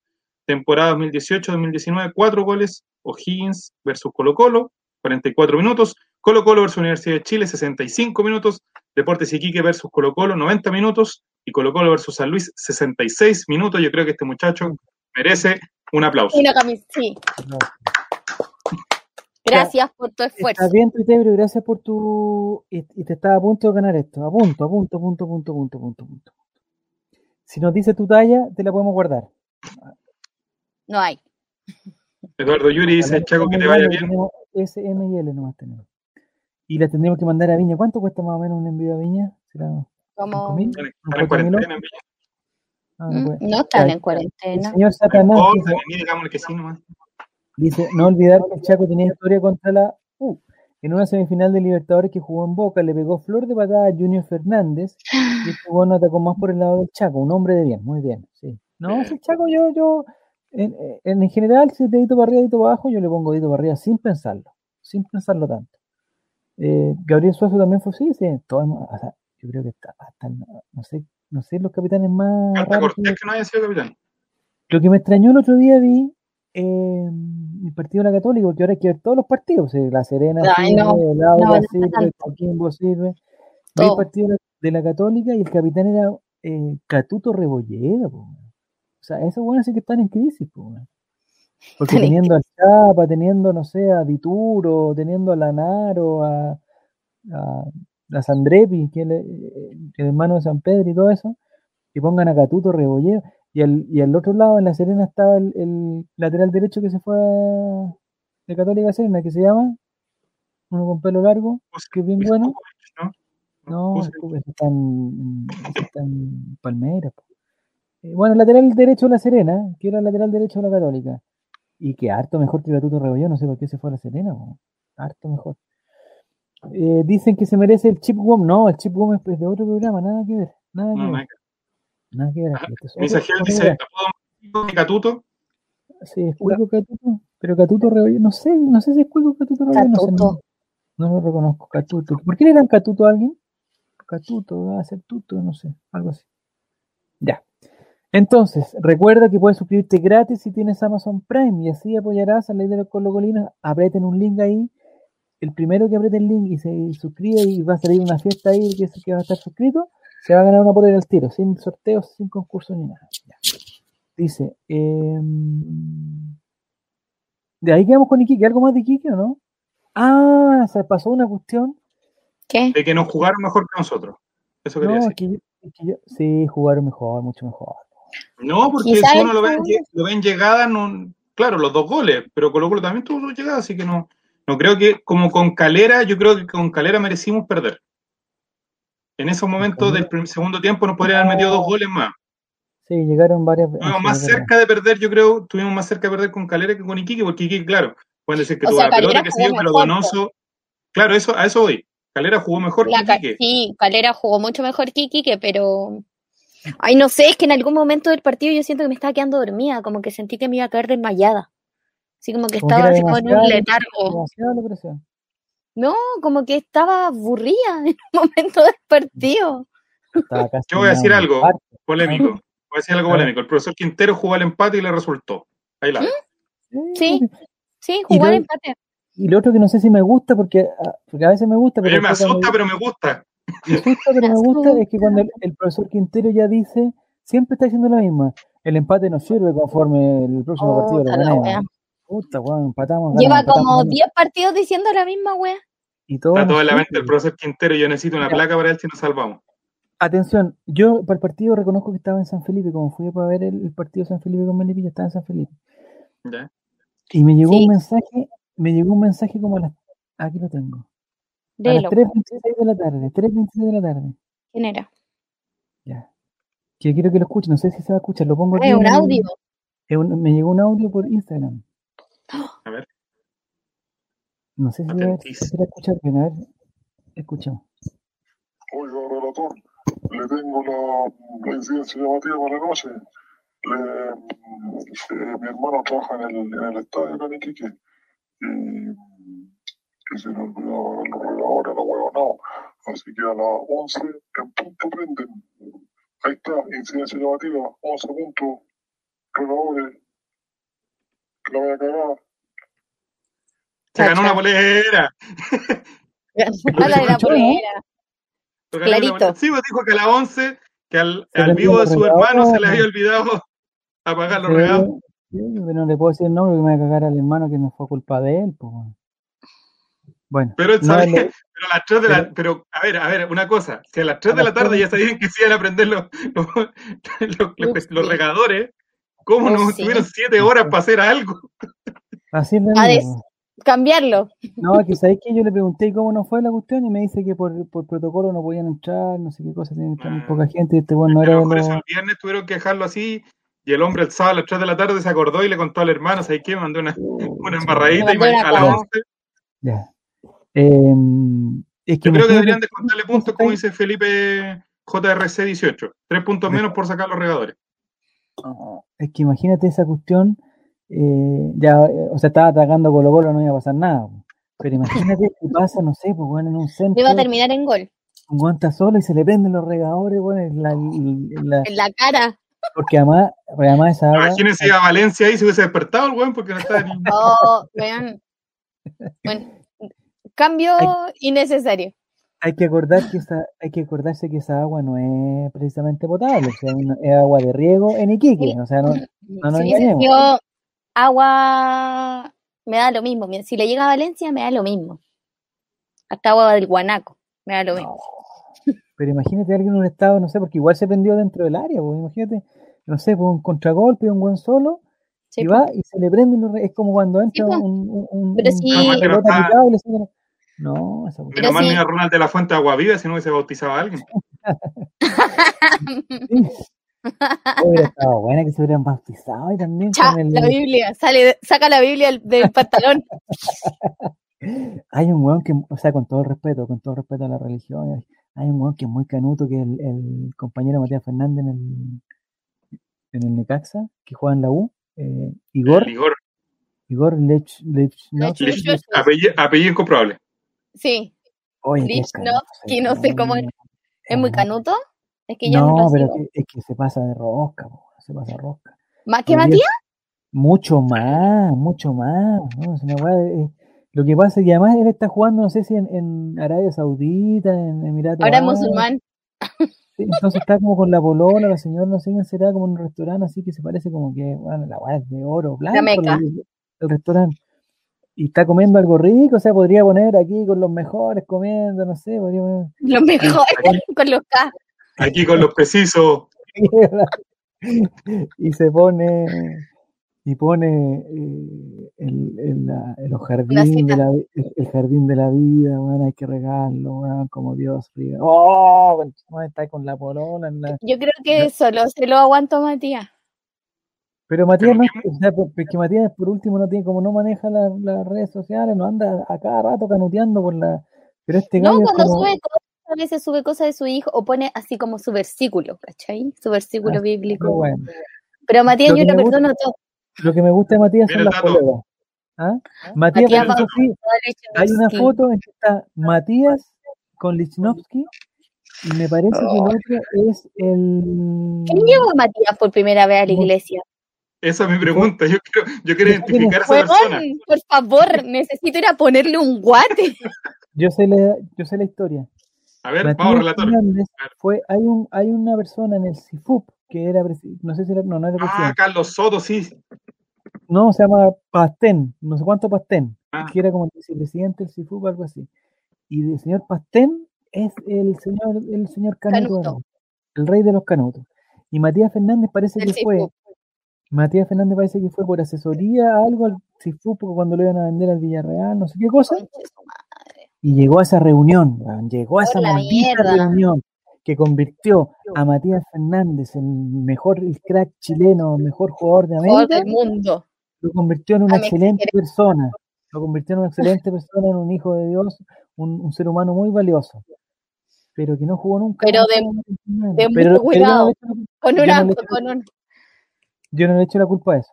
Speaker 2: temporada 2018-2019, cuatro goles, O'Higgins versus Colo Colo, 44 minutos, Colo Colo versus Universidad de Chile, 65 minutos, Deportes Iquique versus Colo Colo, 90 minutos, y Colo Colo versus San Luis, 66 minutos, yo creo que este muchacho merece un aplauso.
Speaker 3: Una camiseta, sí.
Speaker 1: No.
Speaker 3: Gracias por tu esfuerzo.
Speaker 1: Está bien, Tuitebro, gracias por tu. Y, y te estaba a punto de ganar esto. A punto, a punto, a punto, a punto, a punto, a punto, a punto. Si nos dice tu talla, te la podemos guardar.
Speaker 3: No hay.
Speaker 2: Eduardo Yuri dice, Chaco, que te vaya bien.
Speaker 1: Tenemos S, M y L nomás tenemos. Y la tendríamos que mandar a Viña. ¿Cuánto cuesta más o menos un envío a Viña? ¿Será
Speaker 3: Como...
Speaker 1: 5.000?
Speaker 2: Están en cuarentena, en
Speaker 1: Ah,
Speaker 3: Mm,
Speaker 1: bueno.
Speaker 3: No están
Speaker 1: Ya,
Speaker 3: en
Speaker 1: El
Speaker 3: cuarentena.
Speaker 1: señor Satanás dice,
Speaker 2: Córtale, mira, digámosle que sí nomás.
Speaker 1: Dice, no olvidar que el Chaco tenía historia contra la U. En una semifinal de Libertadores que jugó en Boca, le pegó flor de patada a Junior Fernández y este no atacó más por el lado del Chaco. Un hombre de bien, muy bien. Sí. No, si el Chaco, yo, yo, en, en- en general, si es dedito para arriba, dedito para abajo, yo le pongo dedito para arriba sin pensarlo, sin pensarlo tanto. Eh, Gabriel Suazo también fue, sí, sí, todo, el mundo- o sea, yo creo que está- hasta, no sé, no sé, los capitanes más
Speaker 2: Hasta
Speaker 1: raros que-
Speaker 2: Cortés que no haya sido capitán.
Speaker 1: lo que me extrañó el otro día vi eh, el partido de la Católica, porque ahora hay que ver todos los partidos. eh, La Serena
Speaker 3: Ay,
Speaker 1: sirve,
Speaker 3: no,
Speaker 1: el Aura
Speaker 3: no, no
Speaker 1: sirve, el
Speaker 3: tanto.
Speaker 1: Coquimbo sirve. Vi el
Speaker 3: Todo.
Speaker 1: partido de la- de la Católica y el capitán era eh, Catuto Rebolleda. po, weón. O sea, esos buenos sí que están en crisis. po, weón. Porque
Speaker 3: Están en
Speaker 1: teniendo al Chapa, teniendo, no sé, a Vituro, teniendo a Lanaro, a, a, a Sandrepi, que es el, el hermano de San Pedro y todo eso, que pongan a Catuto Rebolleda. Y al, y al otro lado, en La Serena, estaba el, el lateral derecho que se fue a- de Católica Serena, que se llama, uno con pelo largo, que es bien bueno. No, pues, eh,
Speaker 2: Puse-
Speaker 1: disculpe, ese está en, ese está en Palmeiras. po. Eh, bueno, lateral derecho de la Serena, que era el lateral derecho de la Católica. Y que harto mejor que Gatuto Rebolló, no sé por qué se fue a la Serena, po. harto mejor. Eh, dicen que se merece el Chip Gum. No, el Chip Gum es pues, de otro programa, nada que ver. Nada que ver,
Speaker 2: No, nada que-
Speaker 1: nada que ver.
Speaker 2: Ajá.
Speaker 1: Este es otro-
Speaker 2: Misa Gel
Speaker 1: otro
Speaker 2: dice,
Speaker 1: programa.
Speaker 2: apodo de Catuto.
Speaker 1: Sí, es Cuico Catuto, pero Catuto Rebolló, no sé, no sé si es Cuico Catuto Rebolló, no sé,
Speaker 3: Catuto.
Speaker 1: no, no lo reconozco, Catuto. ¿Por qué le dan Catuto a alguien? Catuto, va a ser Tuto, no sé, algo así. Ya. Entonces, recuerda que puedes suscribirte gratis si tienes Amazon Prime y así apoyarás a la idea de los colocolinos. Aprieten un link ahí. El primero que apriete el link y se suscribe y va a salir una fiesta ahí que es el que va a estar suscrito, se va a ganar una polera al tiro, sin sorteos, sin concurso ni nada. Ya. Dice, em, de ahí quedamos con Iquique. ¿Algo más de Iquique o no? Ah, se pasó una cuestión.
Speaker 3: ¿Qué?
Speaker 2: De que nos jugaron mejor que nosotros. Eso quería
Speaker 1: No,
Speaker 2: decir.
Speaker 1: es que yo- es que yo- sí, jugaron mejor, mucho mejor.
Speaker 2: No, porque
Speaker 3: Quizá
Speaker 2: si uno lo ve,
Speaker 3: el-
Speaker 2: lle- lo ve en llegada, no, claro, los dos goles, pero Colo Colo también tuvo su llegada, así que no, no creo que, como con Calera, yo creo que con Calera merecimos perder. En esos momentos del prim- segundo tiempo nos podrían haber metido dos goles más.
Speaker 1: Sí, llegaron varias veces.
Speaker 2: Estuvimos más cerca de perder, yo creo, estuvimos más cerca de perder con Calera que con Iquique, porque Iquique, claro, pueden decir que
Speaker 3: O
Speaker 2: tuvo
Speaker 3: sea,
Speaker 2: la pelota,
Speaker 3: Calera
Speaker 2: que se
Speaker 3: jugó
Speaker 2: dio, pero
Speaker 3: mejor,
Speaker 2: Donoso. Claro, eso, a eso voy. Calera jugó mejor
Speaker 3: La
Speaker 2: que
Speaker 3: ca-
Speaker 2: Iquique.
Speaker 3: sí, Calera jugó mucho mejor que Iquique, pero... Ay, no sé, es que en algún momento del partido yo siento que me estaba quedando dormida, como que sentí que me iba a caer desmayada. Así como que
Speaker 1: Como que
Speaker 3: estaba
Speaker 1: era
Speaker 3: así como en un
Speaker 1: demasiado-
Speaker 3: letargo.
Speaker 1: Demasiada la presión.
Speaker 3: No, como que estaba aburrida en el momento del partido.
Speaker 1: Estaba casi Ah,
Speaker 2: Yo voy a
Speaker 1: en
Speaker 2: decir
Speaker 1: un
Speaker 2: algo.
Speaker 1: parque.
Speaker 2: Polémico. Voy a decir algo
Speaker 1: A ver.
Speaker 2: polémico. El profesor Quintero jugó al empate y le resultó. Ahí
Speaker 3: ¿Mm?
Speaker 2: la.
Speaker 3: Sí. Sí,
Speaker 1: Y
Speaker 3: jugó al
Speaker 1: luego-
Speaker 3: empate.
Speaker 1: Y lo otro que no sé si me gusta, porque, ah, porque a veces me gusta, pero
Speaker 2: Oye, me
Speaker 1: después cuando-
Speaker 2: asusta, pero me gusta.
Speaker 1: me asusta, pero me gusta, es que cuando el, el profesor Quintero ya dice, siempre está diciendo lo mismo, el empate no sirve conforme el próximo
Speaker 3: Oh,
Speaker 1: partido lo
Speaker 3: está la
Speaker 1: ganemos.
Speaker 3: wea.
Speaker 1: Puta, weón, empatamos. ganamos,
Speaker 3: Lleva
Speaker 1: empatamos,
Speaker 3: como
Speaker 1: ganamos.
Speaker 3: 10 partidos diciendo la misma wea.
Speaker 1: Y todo
Speaker 2: Está
Speaker 1: no
Speaker 2: toda la
Speaker 1: sirve.
Speaker 2: mente del profesor Quintero. Yo necesito una
Speaker 1: Ya.
Speaker 2: placa para él si nos salvamos.
Speaker 1: Atención, yo para el partido reconozco que estaba en San Felipe, como fui para ver el, el partido de San Felipe con Melipilla, estaba en San Felipe.
Speaker 2: ¿Ya?
Speaker 1: Y me llegó
Speaker 3: Sí.
Speaker 1: un mensaje, me llegó un mensaje como a las, aquí lo tengo, a las
Speaker 3: Delo,
Speaker 1: 3.26 de la tarde, 3.26 de la tarde,
Speaker 3: ¿quién era?
Speaker 1: ya. Que quiero que lo escuchen, no sé si se va a escuchar, lo pongo
Speaker 3: Ah,
Speaker 1: aquí.
Speaker 3: es un
Speaker 1: en el-
Speaker 3: audio.
Speaker 1: es un- me llegó un audio por Instagram.
Speaker 2: A ver.
Speaker 1: No sé si se va a
Speaker 2: Atentis.
Speaker 1: se va a escuchar bien, a ver, escuchamos.
Speaker 5: Oiga, relator, le tengo la, la incidencia llamativa para la noche. Le- eh, mi hermano trabaja en el, en el estadio acá en Iquique. Y, que se le olvidó apagar los regadores a la huevonao. Así que a las 11 en punto prenden. Ahí está, incidencia llamativa, 11 puntos, regadores. Que la voy a cagar.
Speaker 2: Se ganó una bolera.
Speaker 3: A la de la polera.
Speaker 2: Se ganó una
Speaker 3: Clarito.
Speaker 2: bolera. Sí, pues dijo que a las 11, que al,
Speaker 1: Se
Speaker 2: al
Speaker 1: le
Speaker 2: vivo de
Speaker 1: olvidó
Speaker 2: su
Speaker 1: los
Speaker 2: hermano se
Speaker 1: regalos.
Speaker 2: le había olvidado apagar los
Speaker 1: Pero-
Speaker 2: regalos.
Speaker 1: Eh, sí, pero no le puedo decir el nombre porque me va a cagar al hermano que no fue culpa de él. Pues. bueno. Bueno,
Speaker 2: Pero, él
Speaker 1: no
Speaker 2: sabía-
Speaker 1: le-
Speaker 2: pero a las 3 de la pero a ver, a ver, una cosa, si a las 3 de la tarde ya sabían que se iban a prender los, los, los- los- los regadores, ¿cómo
Speaker 3: Oh,
Speaker 2: no
Speaker 3: sí.
Speaker 2: tuvieron 7 horas para hacer algo?
Speaker 1: así es la
Speaker 3: Ah,
Speaker 1: vida,
Speaker 3: des-
Speaker 1: pues.
Speaker 3: Cambiarlo.
Speaker 1: No, es que sabéis que yo le pregunté cómo no fue la cuestión y me dice que por, por protocolo no podían entrar, no sé qué cosa, tienen que entrar muy
Speaker 2: Ah.
Speaker 1: poca gente. y Este bueno no
Speaker 2: a
Speaker 1: era
Speaker 2: lo
Speaker 1: de
Speaker 2: mejor
Speaker 1: los-
Speaker 2: eso el viernes tuvieron que dejarlo así y el hombre el sábado a las 3 de la tarde se acordó y le contó al hermano, ¿sabes qué? Mandó una, una embarradita
Speaker 3: Le
Speaker 2: y
Speaker 3: mandó una
Speaker 2: a las
Speaker 3: cagada.
Speaker 2: 11.
Speaker 1: Ya. Em, es que
Speaker 2: Yo creo que
Speaker 1: imagínate-
Speaker 2: deberían descontarle puntos, como dice Felipe JRC 18. Tres puntos menos por sacar los regadores.
Speaker 1: Es que imagínate esa cuestión, eh, ya, eh, o sea, estaba atacando Colo Colo, no iba a pasar nada. po. Pero imagínate si pasa, no sé, pues bueno, en un centro,
Speaker 3: Iba a terminar en gol.
Speaker 1: un guanta solo y se le prenden los regadores, bueno, es la- la-
Speaker 3: En la cara.
Speaker 1: porque además, además esa agua,
Speaker 2: Imagínense a Valencia ahí se hubiese despertado el weón porque no está en...
Speaker 3: Oh, weón. Bueno, cambio innecesario.
Speaker 1: hay que acordar que esa, hay que acordarse que esa agua no es precisamente potable, o sea, es una- es agua de riego en Iquique, o sea, no, no nos
Speaker 3: Si hubiese
Speaker 1: engañemos.
Speaker 3: sido agua, me da lo mismo. Mira, Si le llega a Valencia, me da lo mismo. Hasta agua del Guanaco, me da lo mismo.
Speaker 1: Pero imagínate alguien en un estado, no sé, porque igual se prendió dentro del área, pues, imagínate, no sé, pues un contragolpe, un buen solo,
Speaker 3: Sí,
Speaker 1: y va y se le prende, los re- es como cuando entra
Speaker 3: pues.
Speaker 1: un, un, un-
Speaker 3: Pero
Speaker 1: un-
Speaker 3: sí.
Speaker 1: una
Speaker 3: Ah,
Speaker 2: pero
Speaker 1: pelota
Speaker 2: está-
Speaker 1: picada y le saca la- No, esa cuestión-
Speaker 2: Menos mal
Speaker 3: sí.
Speaker 2: no era Ronald de la Fuente Agua Viva, si no hubiese bautizado a alguien.
Speaker 1: hubiera estado buena que se hubieran bautizado y también
Speaker 3: Cha,
Speaker 1: con el...
Speaker 3: la Biblia, sale, saca la Biblia del- del pantalón.
Speaker 1: Hay un weón que, o sea, con todo el respeto, con todo el respeto a la religión, hay- hay un weón que es muy canuto, que es el, el compañero Matías Fernández en el, en el Necaxa, que juega en la U, eh, Igor,
Speaker 2: Igor,
Speaker 1: Igor Lech, Lech, no,
Speaker 3: Lech- Lech- Lech-
Speaker 2: apellido, apellido incomprobable.
Speaker 3: Sí,
Speaker 1: oye, qué
Speaker 3: Lich, no,
Speaker 1: canuto ese
Speaker 3: que no sé cómo es.
Speaker 1: weón.
Speaker 3: es muy
Speaker 1: Hermoso.
Speaker 3: canuto. Es que yo no,
Speaker 1: Ah. No,
Speaker 3: lo
Speaker 1: pero
Speaker 3: sigo.
Speaker 1: que- es que se pasa de rosca, po, se pasa de rosca.
Speaker 3: ¿Más que
Speaker 1: Hoy día-
Speaker 3: Matías?
Speaker 1: Mucho más, mucho más. ¿no? Es una weá de- eh, lo que pasa es que además él está jugando, no sé si en, en Arabia Saudita, en Emiratos
Speaker 3: Ahora es
Speaker 1: Árabes,
Speaker 3: musulmán.
Speaker 1: sí, Entonces está como con la polola, la señora, no sé quién será, como en un restaurante, así que se parece como que, bueno, la weá es de oro blanco,
Speaker 3: Meca.
Speaker 1: la- el restaurante. Y está comiendo algo rico, o sea, podría poner aquí con los mejores comiendo, no sé, podría poner...
Speaker 3: Lo mejor con los K.
Speaker 2: Aquí con los precisos.
Speaker 1: y se pone y pone eh, el, el- la- el jardín
Speaker 3: cita.
Speaker 1: de la, vi- el, el jardín de la vida bueno, hay que regarlo bueno, como Dios diga oh concha madre, está con la polola en la-
Speaker 3: Yo creo que solo se lo aguanto a Matías.
Speaker 1: pero Matías
Speaker 2: Pero
Speaker 1: no o sea, por- porque Matías por último no tiene como no maneja la- las redes sociales no anda a cada rato canuteando por la pero este
Speaker 3: No,
Speaker 1: gallo es
Speaker 3: cuando
Speaker 1: como-
Speaker 3: sube cosas, a veces sube cosas de su hijo o pone así como su versículo, ¿cachai? Su versículo
Speaker 1: Ah,
Speaker 3: bíblico.
Speaker 1: pero bueno,
Speaker 3: Pero a Matías
Speaker 1: Lo
Speaker 3: yo
Speaker 1: que
Speaker 3: lo
Speaker 1: me gusta-
Speaker 3: perdono todo.
Speaker 1: lo que me gusta de Matías son
Speaker 2: Mira,
Speaker 1: las
Speaker 2: Tato.
Speaker 1: poleras ¿Ah? Matías,
Speaker 3: Matías
Speaker 1: eso
Speaker 3: va-
Speaker 1: sí,
Speaker 3: Toda leche
Speaker 1: Hay una
Speaker 3: sí.
Speaker 1: foto en que está Matías con Lichnowsky y me parece que
Speaker 2: Oh.
Speaker 1: el otro es el.
Speaker 3: ¿Quién llevó a Matías por primera vez a la
Speaker 1: No.
Speaker 3: iglesia?
Speaker 2: Esa es mi pregunta. Yo quiero, yo quiero
Speaker 1: Yo sé que
Speaker 2: identificar a esa
Speaker 3: Huevón,
Speaker 2: persona.
Speaker 3: por favor, necesito ir a ponerle un guate.
Speaker 1: Yo sé la, yo sé la historia.
Speaker 2: A ver, vamos,
Speaker 1: Matías
Speaker 2: relator.
Speaker 1: Fernández
Speaker 2: A ver.
Speaker 1: fue, hay un, hay una persona en el CIFUP que era presi- no sé si era, no, no era
Speaker 2: Ah,
Speaker 1: presidente.
Speaker 2: Carlos Soto, sí.
Speaker 1: No, se llama Pastén, no sé cuánto Pastén,
Speaker 2: Ah.
Speaker 1: que era como vicepresidente del CIFUP o algo así. Y el señor Pastén es el señor, el señor Canuto,
Speaker 3: Canuto.
Speaker 1: Arana, el rey de los Canutos. Y Matías Fernández parece
Speaker 3: del
Speaker 1: que fue.
Speaker 3: Facebook.
Speaker 1: Matías Fernández parece que fue por asesoría a algo, al Cifú, porque cuando lo iban a vender al Villarreal, no sé qué cosa, y llegó a esa reunión, weón, llegó a
Speaker 3: Por
Speaker 1: esa
Speaker 3: la
Speaker 1: maldita
Speaker 3: mierda.
Speaker 1: reunión que convirtió a Matías Fernández, el mejor el crack chileno, el mejor jugador de
Speaker 3: Jugador
Speaker 1: América,
Speaker 3: del mundo.
Speaker 1: lo convirtió en una
Speaker 3: A Messi,
Speaker 1: excelente persona, lo convirtió en una excelente persona, en un hijo de Dios, un, un ser humano muy valioso, pero que no jugó nunca.
Speaker 3: Pero
Speaker 1: más
Speaker 3: de-
Speaker 1: con Matías
Speaker 3: de
Speaker 1: Fernández. Pero-
Speaker 3: mucho
Speaker 1: pero yo no
Speaker 3: cuidado.
Speaker 1: le echo la-
Speaker 3: Con
Speaker 1: Yo
Speaker 3: una,
Speaker 1: no le creo.
Speaker 3: con un,
Speaker 1: yo no le echo la culpa a eso.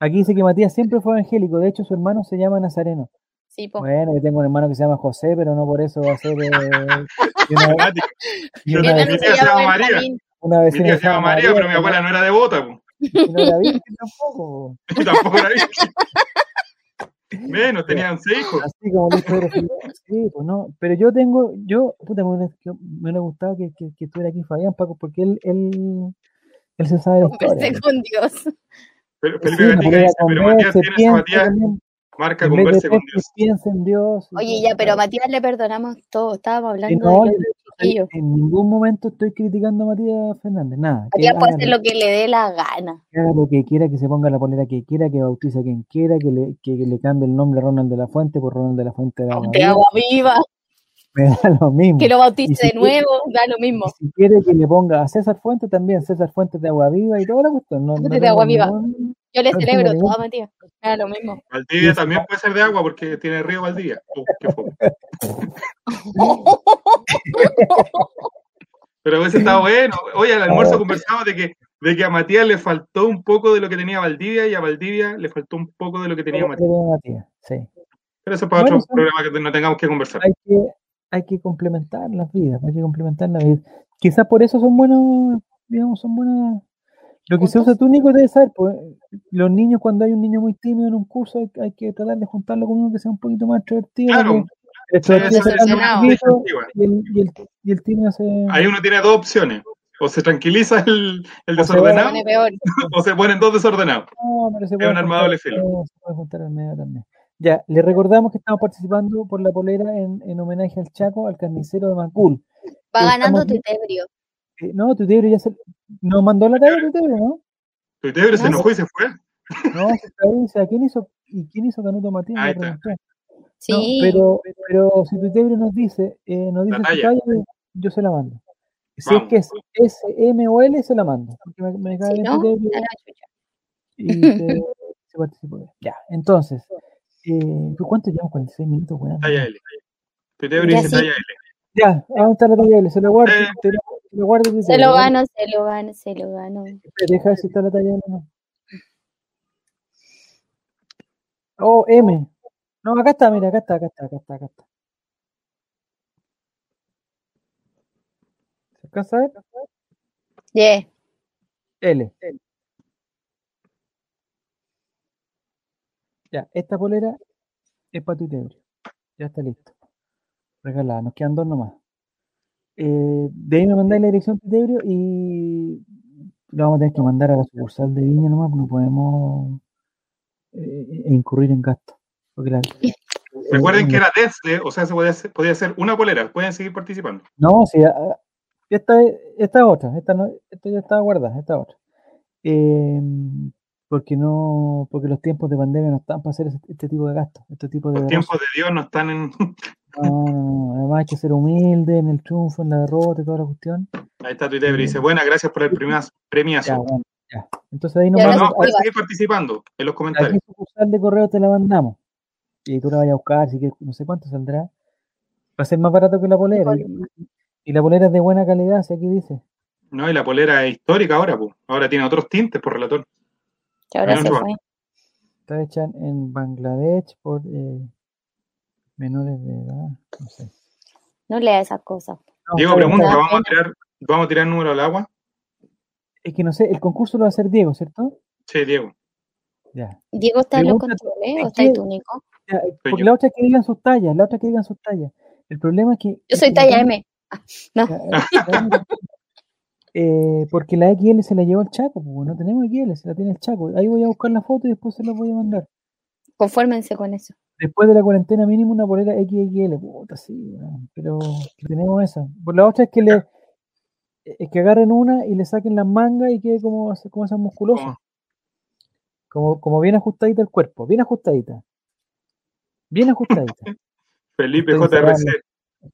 Speaker 1: Aquí dice que Matías siempre fue evangélico, de hecho su hermano se llama Nazareno.
Speaker 3: Sí, po.
Speaker 1: Bueno, yo tengo un hermano que se llama José, pero no por eso va a ser. eh, y una,
Speaker 2: Dramático.
Speaker 1: y
Speaker 3: Mi
Speaker 1: una
Speaker 2: también
Speaker 3: hermano
Speaker 1: vecina,
Speaker 2: tía
Speaker 3: se
Speaker 2: se
Speaker 3: llama
Speaker 2: llama María.
Speaker 3: Benjamín.
Speaker 1: una
Speaker 2: Mi
Speaker 1: vecina
Speaker 2: tía
Speaker 1: que
Speaker 2: se llama María, pero mi abuela no era devota, po.
Speaker 1: Y no era virgen tampoco.
Speaker 2: Y tampoco era virgen. Menos, tenían seis hijos.
Speaker 1: Así como Luis Pedro Figueroa. Sí, pues no. Pero yo tengo, yo, puta, me hubiera, que- me hubiera gustado que, que, que estuviera aquí Fabián, Paco, porque él, él, él se sabe la historia.
Speaker 3: Conversé con pues, Dios.
Speaker 2: Pero
Speaker 1: Sí,
Speaker 2: Felipe Gatica
Speaker 1: María
Speaker 2: dice, pero Matías
Speaker 1: converse,
Speaker 2: tiene esa
Speaker 1: piense
Speaker 2: Matías,
Speaker 1: también.
Speaker 2: marca,
Speaker 1: En vez de
Speaker 2: converse con
Speaker 1: Pepsi,
Speaker 2: Dios.
Speaker 1: piensa en Dios. y
Speaker 3: Oye,
Speaker 1: todo.
Speaker 3: ya, pero a Matías le perdonamos todo. Estábamos
Speaker 1: Sí,
Speaker 3: hablando
Speaker 1: no,
Speaker 3: de
Speaker 1: yo
Speaker 3: los
Speaker 1: no
Speaker 3: chiquillos.
Speaker 1: estoy- en ningún momento estoy criticando a Matías Fernández, nada. Que
Speaker 3: Matías
Speaker 1: él
Speaker 3: puede
Speaker 1: haga
Speaker 3: hacer
Speaker 1: lo,
Speaker 3: lo que le dé la gana.
Speaker 1: que haga lo que quiera, que se ponga la polera que quiera, que bautice a quien quiera, que le, que, le cambie el nombre a Ronald de la Fuente por Ronald de la Fuente de la
Speaker 3: De
Speaker 1: María,
Speaker 3: agua viva.
Speaker 1: me da lo mismo.
Speaker 3: Que lo
Speaker 1: Y
Speaker 3: bautice
Speaker 1: si
Speaker 3: de nuevo. Da lo
Speaker 1: Y
Speaker 3: mismo.
Speaker 1: si quiere que le ponga a César Fuentes también, César Fuentes de Agua Viva y toda la cuestión. No, no
Speaker 3: Fuentes de
Speaker 1: tengo
Speaker 3: Agua Viva.
Speaker 1: ningún-
Speaker 3: Yo le
Speaker 1: no tengo
Speaker 3: celebro todo
Speaker 1: ningún.
Speaker 3: a Matías. Me da lo mismo.
Speaker 2: Valdivia
Speaker 1: y si-
Speaker 2: también puede ser de agua porque tiene río Valdivia. Oh, qué fome. Pero a veces está bueno. Oye, al
Speaker 1: Oh,
Speaker 2: almuerzo conversamos de que, de que a Matías le faltó un poco de lo que tenía Valdivia y a Valdivia le faltó un poco de lo que tenía Matías.
Speaker 1: Matías, sí.
Speaker 2: Pero eso es para
Speaker 1: Oh, Bueno,
Speaker 2: otro
Speaker 1: son-
Speaker 2: programa que no tengamos que conversar.
Speaker 1: Hay que, hay que complementar las vidas, hay que complementar las vidas. Quizás por eso son buenos, digamos, son buenas. Lo que se
Speaker 3: Juntos.
Speaker 1: usa tú, Nico, debe saber, pues, los niños, cuando hay un niño muy tímido en un curso, hay, hay que tratar de juntarlo con uno que sea un poquito más extrovertido. para
Speaker 2: Claro,
Speaker 1: que el
Speaker 2: sí, esa,
Speaker 3: Pero
Speaker 1: extrovertido se
Speaker 2: esa es
Speaker 1: calme
Speaker 2: una
Speaker 1: un
Speaker 2: estrategia
Speaker 3: desordenado.
Speaker 1: poquito
Speaker 2: antigua.
Speaker 1: y el, y el, y el tímido se.
Speaker 2: Ahí uno tiene dos opciones. O se tranquiliza el, el
Speaker 1: o se
Speaker 3: Se
Speaker 2: desordenado
Speaker 3: pone peor.
Speaker 2: o se ponen dos desordenados.
Speaker 1: No, pero se
Speaker 2: Es
Speaker 1: pueden
Speaker 2: un arma de
Speaker 1: juntar,
Speaker 2: doble
Speaker 1: al
Speaker 2: filo.
Speaker 1: medio, se pueden juntar al medio también. Ya, les recordamos que estamos participando por la polera en, en homenaje al Chaco, al carnicero de Macul.
Speaker 3: Va
Speaker 1: Eh,
Speaker 3: ganando
Speaker 1: estamos vi-
Speaker 3: Tetebrio.
Speaker 1: eh, no, Tutebro ya se... Nos mandó la talla Tutebro, ¿no?
Speaker 2: Tuitebro se
Speaker 3: No,
Speaker 2: enojó y se fue.
Speaker 1: No, se está ahí, o sea, ¿quién hizo, ¿y quién hizo Canuto Matías?
Speaker 2: Ahí
Speaker 1: Le
Speaker 2: está.
Speaker 1: pregunté. No,
Speaker 3: Sí.
Speaker 1: pero, pero si Tutebro nos dice, eh, nos dice
Speaker 2: La
Speaker 1: su
Speaker 2: talla.
Speaker 1: talla, yo se la mando. Si es
Speaker 2: Vamos.
Speaker 1: que es S, M o L, se la mando. Porque me, me cae
Speaker 3: Si
Speaker 1: bien
Speaker 3: no,
Speaker 1: Tutebro.
Speaker 3: a la chucha.
Speaker 1: y se, se participó. bien. Ya, entonces, eh, ¿tú ¿cuánto llevamos? 46 minutos, weón.
Speaker 2: Talla L. Tuitebro
Speaker 3: Ya
Speaker 2: dice
Speaker 3: sí.
Speaker 2: talla L.
Speaker 1: Ya, vamos a la talla L, se lo guardo,
Speaker 2: Eh.
Speaker 1: te lo, te lo guardo y
Speaker 3: Se lo gano, se lo gano, se lo gano.
Speaker 1: Deja ver si está la talla L o no. Oh, M. No, acá está, mira, acá está, acá está, acá está, acá está. ¿Se alcanza a ver?
Speaker 3: Yeah.
Speaker 1: L. Ya, esta polera es para tu Ya está listo. Regalada, nos quedan dos nomás. Eh, de ahí me mandáis la dirección Tutebrio y lo vamos a tener que mandar a la sucursal de Viña nomás, porque no podemos eh, incurrir en gastos. Porque la-
Speaker 2: Recuerden
Speaker 1: eh,
Speaker 2: que era desde, o sea, se podía hacer, podía hacer una polera. Pueden seguir participando.
Speaker 1: No, sí, a- a- esta es esta es otra, esta, no, esta ya estaba guardada, esta es otra. Eh, porque no, porque los tiempos de pandemia no están para hacer ese- este tipo de gastos, este tipo de
Speaker 2: Los
Speaker 1: derroches.
Speaker 2: tiempos de Dios no están en.
Speaker 1: No, no, no, además hay que ser humilde en el triunfo, en la derrota y toda la cuestión.
Speaker 2: Ahí está Tuitebro y dice, buenas, gracias por el premiazo.
Speaker 1: Ya,
Speaker 2: premiazo.
Speaker 1: bueno, ya. Entonces ahí nos
Speaker 3: Ya
Speaker 2: No,
Speaker 3: ahora
Speaker 1: mandas,
Speaker 2: no,
Speaker 3: se
Speaker 2: pueden
Speaker 3: prueba.
Speaker 2: seguir participando en los
Speaker 1: a qué
Speaker 2: comentarios.
Speaker 1: sucursal de correo te la mandamos. Y tú la vayas a buscar, si quieres, no sé cuánto saldrá. Va a ser más barato que la polera. Y, y- y la polera es de buena calidad, si aquí dice.
Speaker 2: No, y la polera es histórica ahora, pues. Ahora tiene otros tintes por relator.
Speaker 3: Que ahora
Speaker 2: Menos
Speaker 3: se
Speaker 2: robar.
Speaker 3: fue.
Speaker 1: Está hecha en Bangladesh por eh, menores de edad. No sé.
Speaker 3: No lea esas cosas.
Speaker 1: No,
Speaker 2: Diego
Speaker 1: está bien, Ah, está
Speaker 2: pregunta,
Speaker 1: bien.
Speaker 2: ¿vamos a tirar, vamos a tirar número al agua?
Speaker 1: Es que no sé, el concurso lo va a hacer Diego, ¿cierto?
Speaker 2: Sí, Diego.
Speaker 1: Ya.
Speaker 3: Diego está en los
Speaker 1: Pregunta,
Speaker 3: controles o
Speaker 1: ¿de
Speaker 3: está ahí
Speaker 1: qué?
Speaker 3: tú, Nico.
Speaker 1: Ya, eh,
Speaker 2: Soy
Speaker 1: Porque
Speaker 2: yo.
Speaker 1: la otra es que digan sus tallas, la otra es que digan sus tallas. El problema es que.
Speaker 3: Yo
Speaker 1: es
Speaker 3: soy
Speaker 1: que la
Speaker 3: talla
Speaker 1: talla-
Speaker 3: M. No.
Speaker 1: ya, eh, la- eh, porque la XL se la llevó el Chaco, pues, no tenemos XL, se la tiene el Chaco. Ahí voy a buscar la foto y después se la voy a mandar.
Speaker 3: Confórmense con eso.
Speaker 1: Después de la cuarentena mínimo una polera XXL, puta, sí, weón, pero que tenemos esa. Por la otra es que le es que agarren una y le saquen las mangas y quede como, como esas musculosas,
Speaker 2: Como-
Speaker 1: como, como bien ajustadita el cuerpo, bien ajustadita, bien ajustadita.
Speaker 2: Felipe
Speaker 1: Estoy encerrado en
Speaker 2: JRC.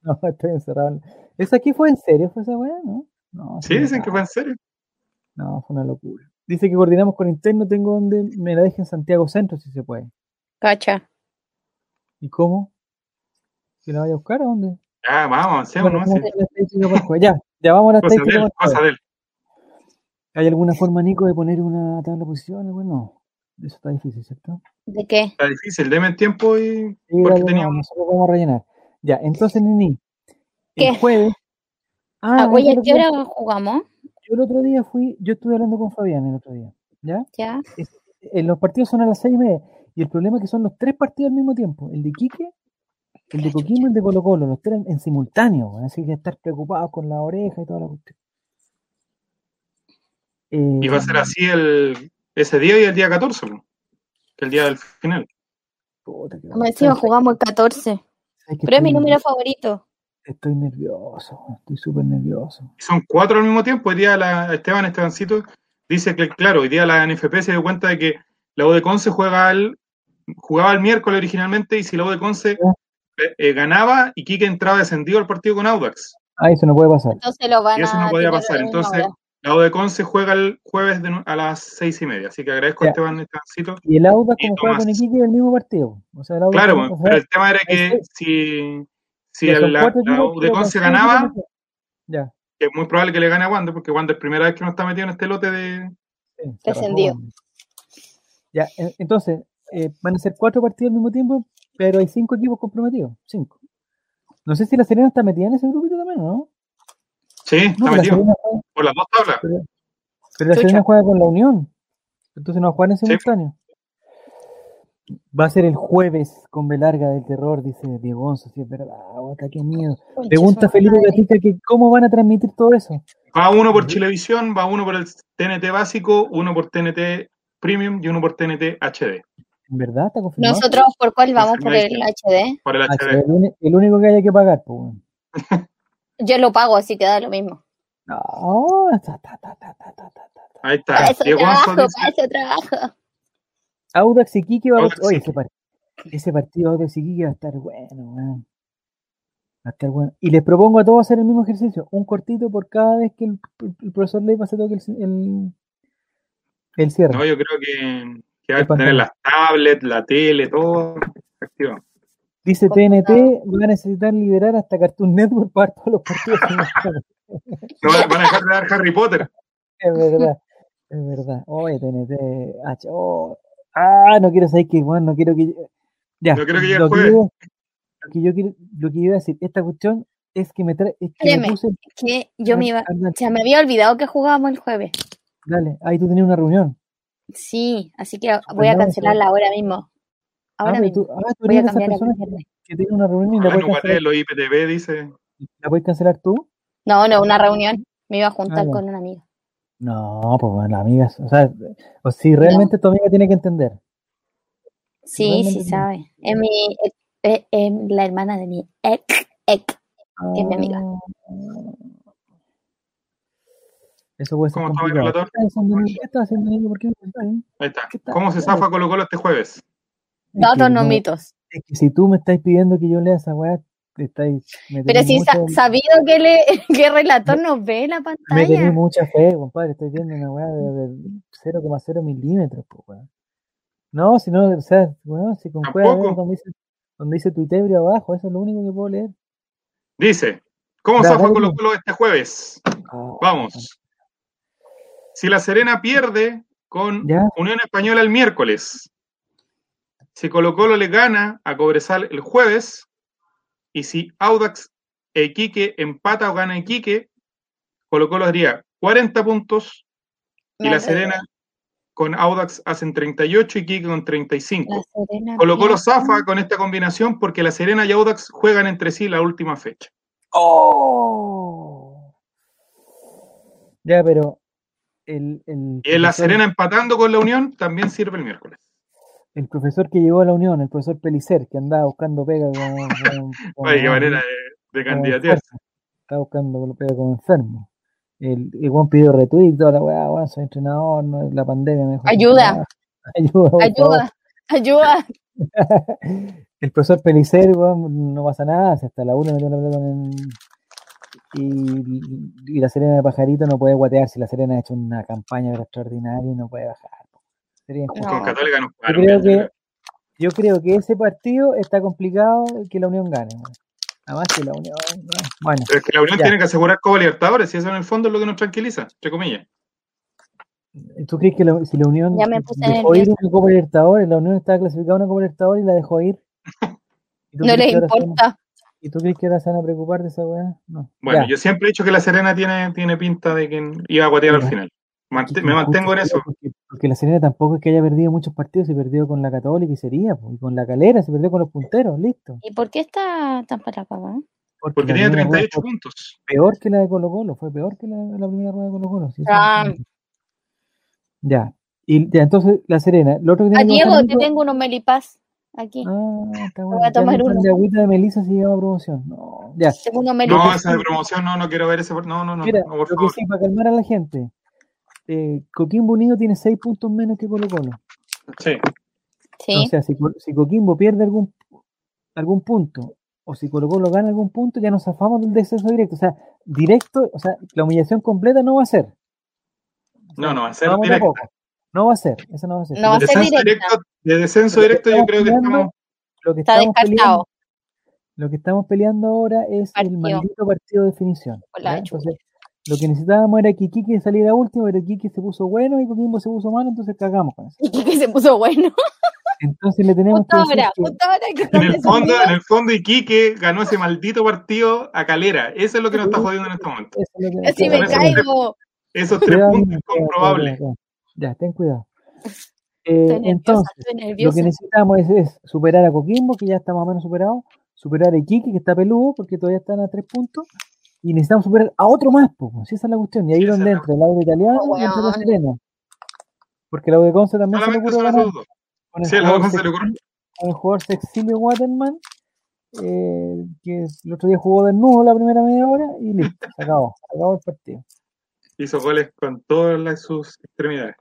Speaker 1: No, estoy encerrado. en- ¿Esa aquí fue en serio? ¿Fue esa weá? No, no,
Speaker 2: Sí,
Speaker 1: sí,
Speaker 2: dicen que
Speaker 1: no,
Speaker 2: fue en serio.
Speaker 1: no, fue una locura. Dice que coordinamos con interno, tengo donde me la dejen en Santiago Centro si se puede.
Speaker 3: Cacha.
Speaker 1: ¿Y cómo? ¿Que la vaya a buscar a dónde?
Speaker 2: Ya, vamos, avancemos,
Speaker 1: Bueno,
Speaker 2: ¿no?
Speaker 1: vamos
Speaker 2: Sí.
Speaker 1: a la estadística para el jueves. Ya, ya vamos a la
Speaker 2: Cosa de
Speaker 1: estadística para
Speaker 2: él,
Speaker 1: el jueves.
Speaker 2: cosa de él.
Speaker 1: ¿Hay alguna forma, Nico, de poner una tabla de posiciones? Bueno, Eso está difícil, ¿cierto?
Speaker 3: ¿De qué?
Speaker 2: Está difícil, deme el tiempo y.
Speaker 1: Sí,
Speaker 2: Porque
Speaker 1: dale, no,
Speaker 2: teníamos-
Speaker 1: nosotros vamos a rellenar. Ya, entonces, Nini,
Speaker 3: ¿Qué?
Speaker 1: el jueves. Ah,
Speaker 3: Ah,
Speaker 1: eso
Speaker 3: oye, ¿a
Speaker 1: es lo
Speaker 3: qué
Speaker 1: que-
Speaker 3: hora jugamos?
Speaker 1: Yo el otro día fui, yo estuve hablando con Fabián el otro día, ¿ya?
Speaker 3: ¿Ya?
Speaker 1: Eh, los partidos son a las seis y media. Y el problema es que son los tres partidos al mismo tiempo. El de Quique, el de Coquimbo y el de Colo Colo. Los tres en, en simultáneo. weón, Así que estar preocupados con la oreja y toda la cuestión. Eh,
Speaker 2: Y va a ser así el, ese día y el día 14, po, que el día del final.
Speaker 1: puta, que-
Speaker 3: Como encima
Speaker 1: ¿sabes qué?
Speaker 3: jugamos el 14.
Speaker 1: ¿Sabes qué?
Speaker 3: Pero es mi
Speaker 1: Estoy-
Speaker 3: número favorito.
Speaker 1: Estoy nervioso, weón, estoy súper nervioso.
Speaker 2: Son cuatro al mismo tiempo. Hoy día la, Esteban Estebancito dice que, claro, hoy día la NFP se dio cuenta de que la U de Conce juega el, jugaba el miércoles originalmente y si la U de Conce eh, eh, ganaba y Quique entraba descendido al partido con Audax.
Speaker 1: Ah, eso no puede pasar.
Speaker 3: Entonces lo van
Speaker 2: Y eso
Speaker 3: a
Speaker 2: no podía
Speaker 3: tirar a
Speaker 2: pasar.
Speaker 3: la misma
Speaker 2: Entonces,
Speaker 3: hora.
Speaker 2: la U de Conce juega el jueves de nu- a las seis y media. Así que agradezco
Speaker 1: Ya.
Speaker 2: a Esteban Estancito.
Speaker 1: Y el Auda,
Speaker 2: Y
Speaker 1: como juega con
Speaker 2: Tomás.
Speaker 1: Iquique, es el mismo partido. O sea, el Auda
Speaker 2: Claro,
Speaker 1: juega-
Speaker 2: bueno,
Speaker 1: o sea,
Speaker 2: pero el tema era que
Speaker 1: es-
Speaker 2: si, si
Speaker 1: ya son
Speaker 2: el- la,
Speaker 1: cuatro
Speaker 2: la
Speaker 1: equipos,
Speaker 2: U de
Speaker 1: pero con
Speaker 2: Conce
Speaker 1: seis equipos
Speaker 2: ganaba,
Speaker 1: mejor. Ya,
Speaker 2: que es muy probable que le gane a Wander, porque Wander es primera vez que no está metido en este lote de.
Speaker 1: sí, se rajó,
Speaker 3: Descendió.
Speaker 1: bueno. Ya, en- entonces, eh, van a ser cuatro partidos al mismo tiempo, pero hay cinco equipos comprometidos. Cinco. No sé si la Serena está metida en ese grupito también, ¿no?
Speaker 2: Sí,
Speaker 1: No,
Speaker 2: está
Speaker 1: pero la
Speaker 2: metido.
Speaker 1: Serena, juega-
Speaker 2: Por las dos tablas.
Speaker 1: pero la
Speaker 3: Chucha.
Speaker 1: Serena juega con la Unión. Entonces no juegan en simultáneo. Va a ser el jueves con Belarga del Terror, dice Diego Gonzo. Sí, es verdad, bota, qué miedo.
Speaker 3: Concha
Speaker 1: Pregunta
Speaker 3: su
Speaker 1: Felipe
Speaker 3: madre.
Speaker 1: Gatica que cómo van a transmitir todo eso.
Speaker 2: Va uno por
Speaker 1: Ujú.
Speaker 2: Chilevisión, va uno por el TNT básico, uno por TNT Premium y uno por TNT HD.
Speaker 1: ¿En verdad está confirmado?
Speaker 3: ¿Nosotros por cuál vamos? ¿Por el
Speaker 2: Confirmation.
Speaker 3: HD?
Speaker 2: Por el
Speaker 1: Ah,
Speaker 2: HD.
Speaker 1: el, uni- el único que haya que pagar, pues. bueno.
Speaker 3: Yo lo pago, así que da lo mismo.
Speaker 1: No, ta, ta, ta, ta, ta, ta, ta, ta.
Speaker 2: Ahí
Speaker 3: Para
Speaker 2: está.
Speaker 3: Ah, eso
Speaker 2: Ah, Diego
Speaker 3: trabajo,
Speaker 2: Gonzo
Speaker 3: para
Speaker 2: dice.
Speaker 3: eso trabajo.
Speaker 1: Audax y Quique va a...
Speaker 2: Audax y
Speaker 1: Oye,
Speaker 2: Quique.
Speaker 1: ese, par- ese partido Audax y Quique va a estar bueno, weón. Va a estar bueno. Y les propongo a todos hacer el mismo ejercicio, un cortito por cada vez que el, el profesor Leiva se toque el, el, el cierre.
Speaker 2: No, yo creo que, que va
Speaker 1: El
Speaker 2: a tener
Speaker 1: pantalón.
Speaker 2: las tablets, la tele, todo. activo.
Speaker 1: Dice TNT,
Speaker 3: Computador.
Speaker 1: va a necesitar liberar hasta Cartoon Network para todos los partidos.
Speaker 2: No van a- van a dejar de dar Harry Potter.
Speaker 1: es verdad, es verdad. Oye, TNT, H, oh. ah, no quiero saber que, bueno, no quiero que... Ya,
Speaker 2: No quiero que llegue
Speaker 1: lo
Speaker 2: el jueves.
Speaker 1: yo- lo que yo quiero, lo que yo iba a decir, esta cuestión es que me trae, es que me
Speaker 3: Créeme.
Speaker 1: puse,
Speaker 3: Que yo me iba.
Speaker 1: Anda,
Speaker 3: O sea, me había olvidado que jugábamos el jueves.
Speaker 1: dale, ahí tú tenías una reunión.
Speaker 3: Sí, así que voy a
Speaker 1: Suspendamos eso.
Speaker 3: cancelarla ahora mismo.
Speaker 1: Pues Ah,
Speaker 3: Ahora
Speaker 1: pero
Speaker 3: mismo.
Speaker 1: tú, ah, tú
Speaker 3: Voy
Speaker 1: eres de
Speaker 3: a
Speaker 1: esas
Speaker 3: cambiar el
Speaker 1: personas
Speaker 3: viernes.
Speaker 1: que tienen una reunión y la puedes
Speaker 2: Hablando
Speaker 1: cancelar,
Speaker 2: guatea, los IPTV dice.
Speaker 1: la puedes cancelar tú.
Speaker 3: No, no, una reunión. Me iba a juntar
Speaker 1: Ah, ya.
Speaker 3: con una amiga.
Speaker 1: No, pues bueno, las amigas, o sea, o si realmente tu amiga tiene que entender.
Speaker 3: Sí, sí,
Speaker 1: Realmente no.
Speaker 3: sabe. Es mi. Es, es- es la hermana de mi ex. ex. Que es mi amiga.
Speaker 1: Ah. Eso puede ser
Speaker 2: ¿Cómo estamos,
Speaker 1: complicado.
Speaker 2: relator?
Speaker 1: ¿Qué estás haciendo, niño? ¿Qué estás haciendo, niño? ¿Por qué no estás ahí?
Speaker 2: Ahí está.
Speaker 1: ¿Qué estás
Speaker 2: ¿Cómo se
Speaker 1: haciendo?
Speaker 2: zafa Colo Colo este jueves?
Speaker 1: Es que
Speaker 3: Datos no
Speaker 1: no-
Speaker 3: mitos.
Speaker 1: Es que si tú me estás pidiendo que yo lea esa weá, te estáis, me
Speaker 3: Pero
Speaker 1: tenéis
Speaker 3: sí,
Speaker 1: mucho,
Speaker 3: sa- sabido que, le, que el relator nos ve la
Speaker 1: me tenéis
Speaker 3: pantalla.
Speaker 1: mucha fe, compadre. Estoy viendo una weá de, de 0,0 milímetros, po, weón. No, si no, o sea, weón, si con cueva veo
Speaker 2: Tampoco.
Speaker 1: donde dice, donde dice Tuitebrio abajo, eso es lo único que puedo leer.
Speaker 2: Dice. ¿Cómo
Speaker 1: Da,
Speaker 2: zafa
Speaker 1: dale,
Speaker 2: Colo
Speaker 1: tú.
Speaker 2: Colo este jueves?
Speaker 1: Ah,
Speaker 2: Vamos. Si la Serena pierde con
Speaker 1: Ya,
Speaker 2: Unión Española el miércoles. Si Colo Colo le gana a Cobresal el jueves. Y si Audax e Iquique empata o gana Iquique, Colo Colo haría 40 puntos y
Speaker 3: Me
Speaker 2: la
Speaker 3: enredé.
Speaker 2: Serena con Audax hacen 38 y Iquique con
Speaker 3: La
Speaker 2: 35.
Speaker 3: Serena.
Speaker 2: Colo Colo
Speaker 3: pierde.
Speaker 2: zafa con esta combinación porque la Serena y Audax juegan entre sí la última fecha.
Speaker 1: ¡Oh! ya, pero el, el
Speaker 2: Y en la
Speaker 1: profesor,
Speaker 2: Serena empatando con la Unión también sirve el miércoles.
Speaker 1: el profesor que llegó a la Unión, el profesor Pelicer, que andaba buscando pega como, como- como-
Speaker 2: Oye, qué manera de, de
Speaker 1: como
Speaker 2: candidatearse.
Speaker 1: enfermo. Está buscando que lo pega como enfermo. El, el weón pidió retweet, toda la weá, bueno, soy entrenador, no, la pandemia me dejó sin
Speaker 3: Ayuda.
Speaker 1: trabajo. Ayuda, por
Speaker 3: Ayuda, ayuda.
Speaker 1: favor. El profesor Pelicer, weón, no pasa nada, si hasta la 1 metió la pelota en. Y, y la Serena de Pajarito no puede guatear si la Serena ha hecho una campaña pero extraordinaria y no puede bajar. Sería injusto.
Speaker 2: Con
Speaker 3: No.
Speaker 2: Católica nos
Speaker 1: Yo
Speaker 2: jugaron
Speaker 1: creo
Speaker 2: bien, yo
Speaker 1: que, yo creo que ese partido está complicado que la Unión gane. weón. Además que la Unión. no. Bueno,
Speaker 2: Pero es que la Unión
Speaker 1: ya.
Speaker 2: tiene que asegurar Copa Libertadores y eso en el fondo es lo que nos tranquiliza, entre comillas.
Speaker 1: ¿Tú crees que la, si la Unión
Speaker 3: Ya me puse
Speaker 1: dejó ir
Speaker 3: nerviosa.
Speaker 1: una Copa Libertadores, la Unión estaba clasificada a una Copa Libertadores y la dejó ir? ¿Y tú
Speaker 3: No
Speaker 1: crees
Speaker 3: les
Speaker 1: que ahora se van a-
Speaker 3: importa.
Speaker 1: ¿Y tú crees que ahora se van a preocupar de esa weá? No.
Speaker 2: Bueno,
Speaker 1: Ya.
Speaker 2: yo siempre he dicho que la Serena tiene, tiene pinta de que iba a guatear
Speaker 1: Ya.
Speaker 2: al final. Mante-
Speaker 1: Que- que
Speaker 2: me mantengo en
Speaker 1: injusto,
Speaker 2: eso.
Speaker 1: Porque, porque la Serena tampoco es que haya perdido muchos partidos, se perdió con la Católica y sería, pues, y con la Calera, se perdió con los punteros, listo.
Speaker 3: ¿Y por qué está tan para papá?
Speaker 2: Porque
Speaker 1: la
Speaker 2: tiene
Speaker 1: primera rueda
Speaker 2: 38
Speaker 1: fue
Speaker 2: puntos.
Speaker 1: peor que la de Colo Colo, fue peor que la, la primera rueda de Colo Colo. sí, eso-
Speaker 3: Ah.
Speaker 1: Ya. Y ya, entonces la Serena, lo otro que
Speaker 3: Ah,
Speaker 1: tiene que
Speaker 3: Diego,
Speaker 1: pasar,
Speaker 3: te
Speaker 1: Nico-
Speaker 3: tengo unos melipás aquí.
Speaker 1: Ah, está bueno.
Speaker 3: voy a
Speaker 1: Ya
Speaker 3: tomar
Speaker 1: le
Speaker 3: uno.
Speaker 1: de agüita de Melissa si llegaba a promoción. No, ya.
Speaker 3: Tengo unos
Speaker 2: No,
Speaker 3: melipás.
Speaker 2: esa de promoción, no, no quiero ver ese. No, no, no,
Speaker 1: Mira,
Speaker 2: no, por
Speaker 1: lo que
Speaker 2: favor.
Speaker 1: sí, para calmar a la gente. Eh, Coquimbo Unido tiene seis puntos menos que Colo Colo.
Speaker 2: Sí.
Speaker 3: Sí.
Speaker 1: O sea, si, Co- si Coquimbo pierde algún, algún punto o si Colo Colo gana algún punto, ya nos zafamos del descenso directo. O sea, directo, o sea, la humillación completa no va a ser. O sea,
Speaker 2: No, no, va a ser
Speaker 1: vamos de a
Speaker 2: directa.
Speaker 1: poco. No va a ser, eso no va a ser.
Speaker 3: No va a
Speaker 1: Lo que-
Speaker 3: ser
Speaker 2: Descenso
Speaker 3: directa.
Speaker 2: directo, de descenso
Speaker 1: Pero
Speaker 2: directo, yo
Speaker 1: estamos
Speaker 2: creo que
Speaker 1: peleando-
Speaker 2: estamos.
Speaker 1: lo que
Speaker 3: Está
Speaker 1: estamos peleando,
Speaker 3: descartado.
Speaker 1: lo que estamos peleando ahora es el
Speaker 3: Partido.
Speaker 1: maldito partido de definición.
Speaker 3: Por la
Speaker 1: ¿ya?
Speaker 3: chucha.
Speaker 1: Entonces, lo que necesitábamos era que Kiki saliera último, pero Kiki se puso bueno y Coquimbo se puso malo, entonces cagamos con eso.
Speaker 3: Y que se puso bueno.
Speaker 1: Entonces le tenemos
Speaker 3: Justo
Speaker 1: que decir
Speaker 3: ahora,
Speaker 1: que
Speaker 3: justo ahora que
Speaker 2: En
Speaker 3: están
Speaker 2: el fondo,
Speaker 3: descendidos.
Speaker 2: en el fondo, Iquique ganó ese maldito partido a Calera. Eso es lo que nos está jodiendo en este momento.
Speaker 1: eso es lo que-
Speaker 3: Así
Speaker 2: Por
Speaker 3: me
Speaker 1: Cuidado,
Speaker 2: eso-
Speaker 3: caigo.
Speaker 2: Esos tres
Speaker 1: cuidado,
Speaker 2: puntos
Speaker 1: niño, cuidado, cuidado, cuidado,
Speaker 2: incomprobables.
Speaker 1: cuidado. Ya, ten cuidado.
Speaker 3: Estoy
Speaker 1: Eh,
Speaker 3: nerviosa,
Speaker 1: entonces,
Speaker 3: estoy
Speaker 1: lo que
Speaker 3: nerviosa.
Speaker 1: necesitamos es, es superar a Coquimbo, que ya está más o menos superado, superar a Iquique, que está peludo, porque todavía están a tres puntos, y necesitamos superar a otro más, poco si esa es la cuestión, y ahí
Speaker 2: Sí, esa
Speaker 1: donde
Speaker 2: es la
Speaker 1: entra el audio italiano
Speaker 3: Oh,
Speaker 1: y entra la
Speaker 3: weón.
Speaker 1: Serena, porque el audio Conce también se le
Speaker 2: Solamente
Speaker 1: ocurrió
Speaker 2: son
Speaker 1: ganar
Speaker 2: esos dos.
Speaker 1: con el
Speaker 2: Sí, el
Speaker 1: jugador
Speaker 2: Alonso se le ocurre.
Speaker 1: Sexilio- con el jugador Sexilio Waterman, eh, que el otro día jugó desnudo la primera media hora, y listo, se acabó, se acabó el partido.
Speaker 2: Hizo goles con todas las- sus extremidades.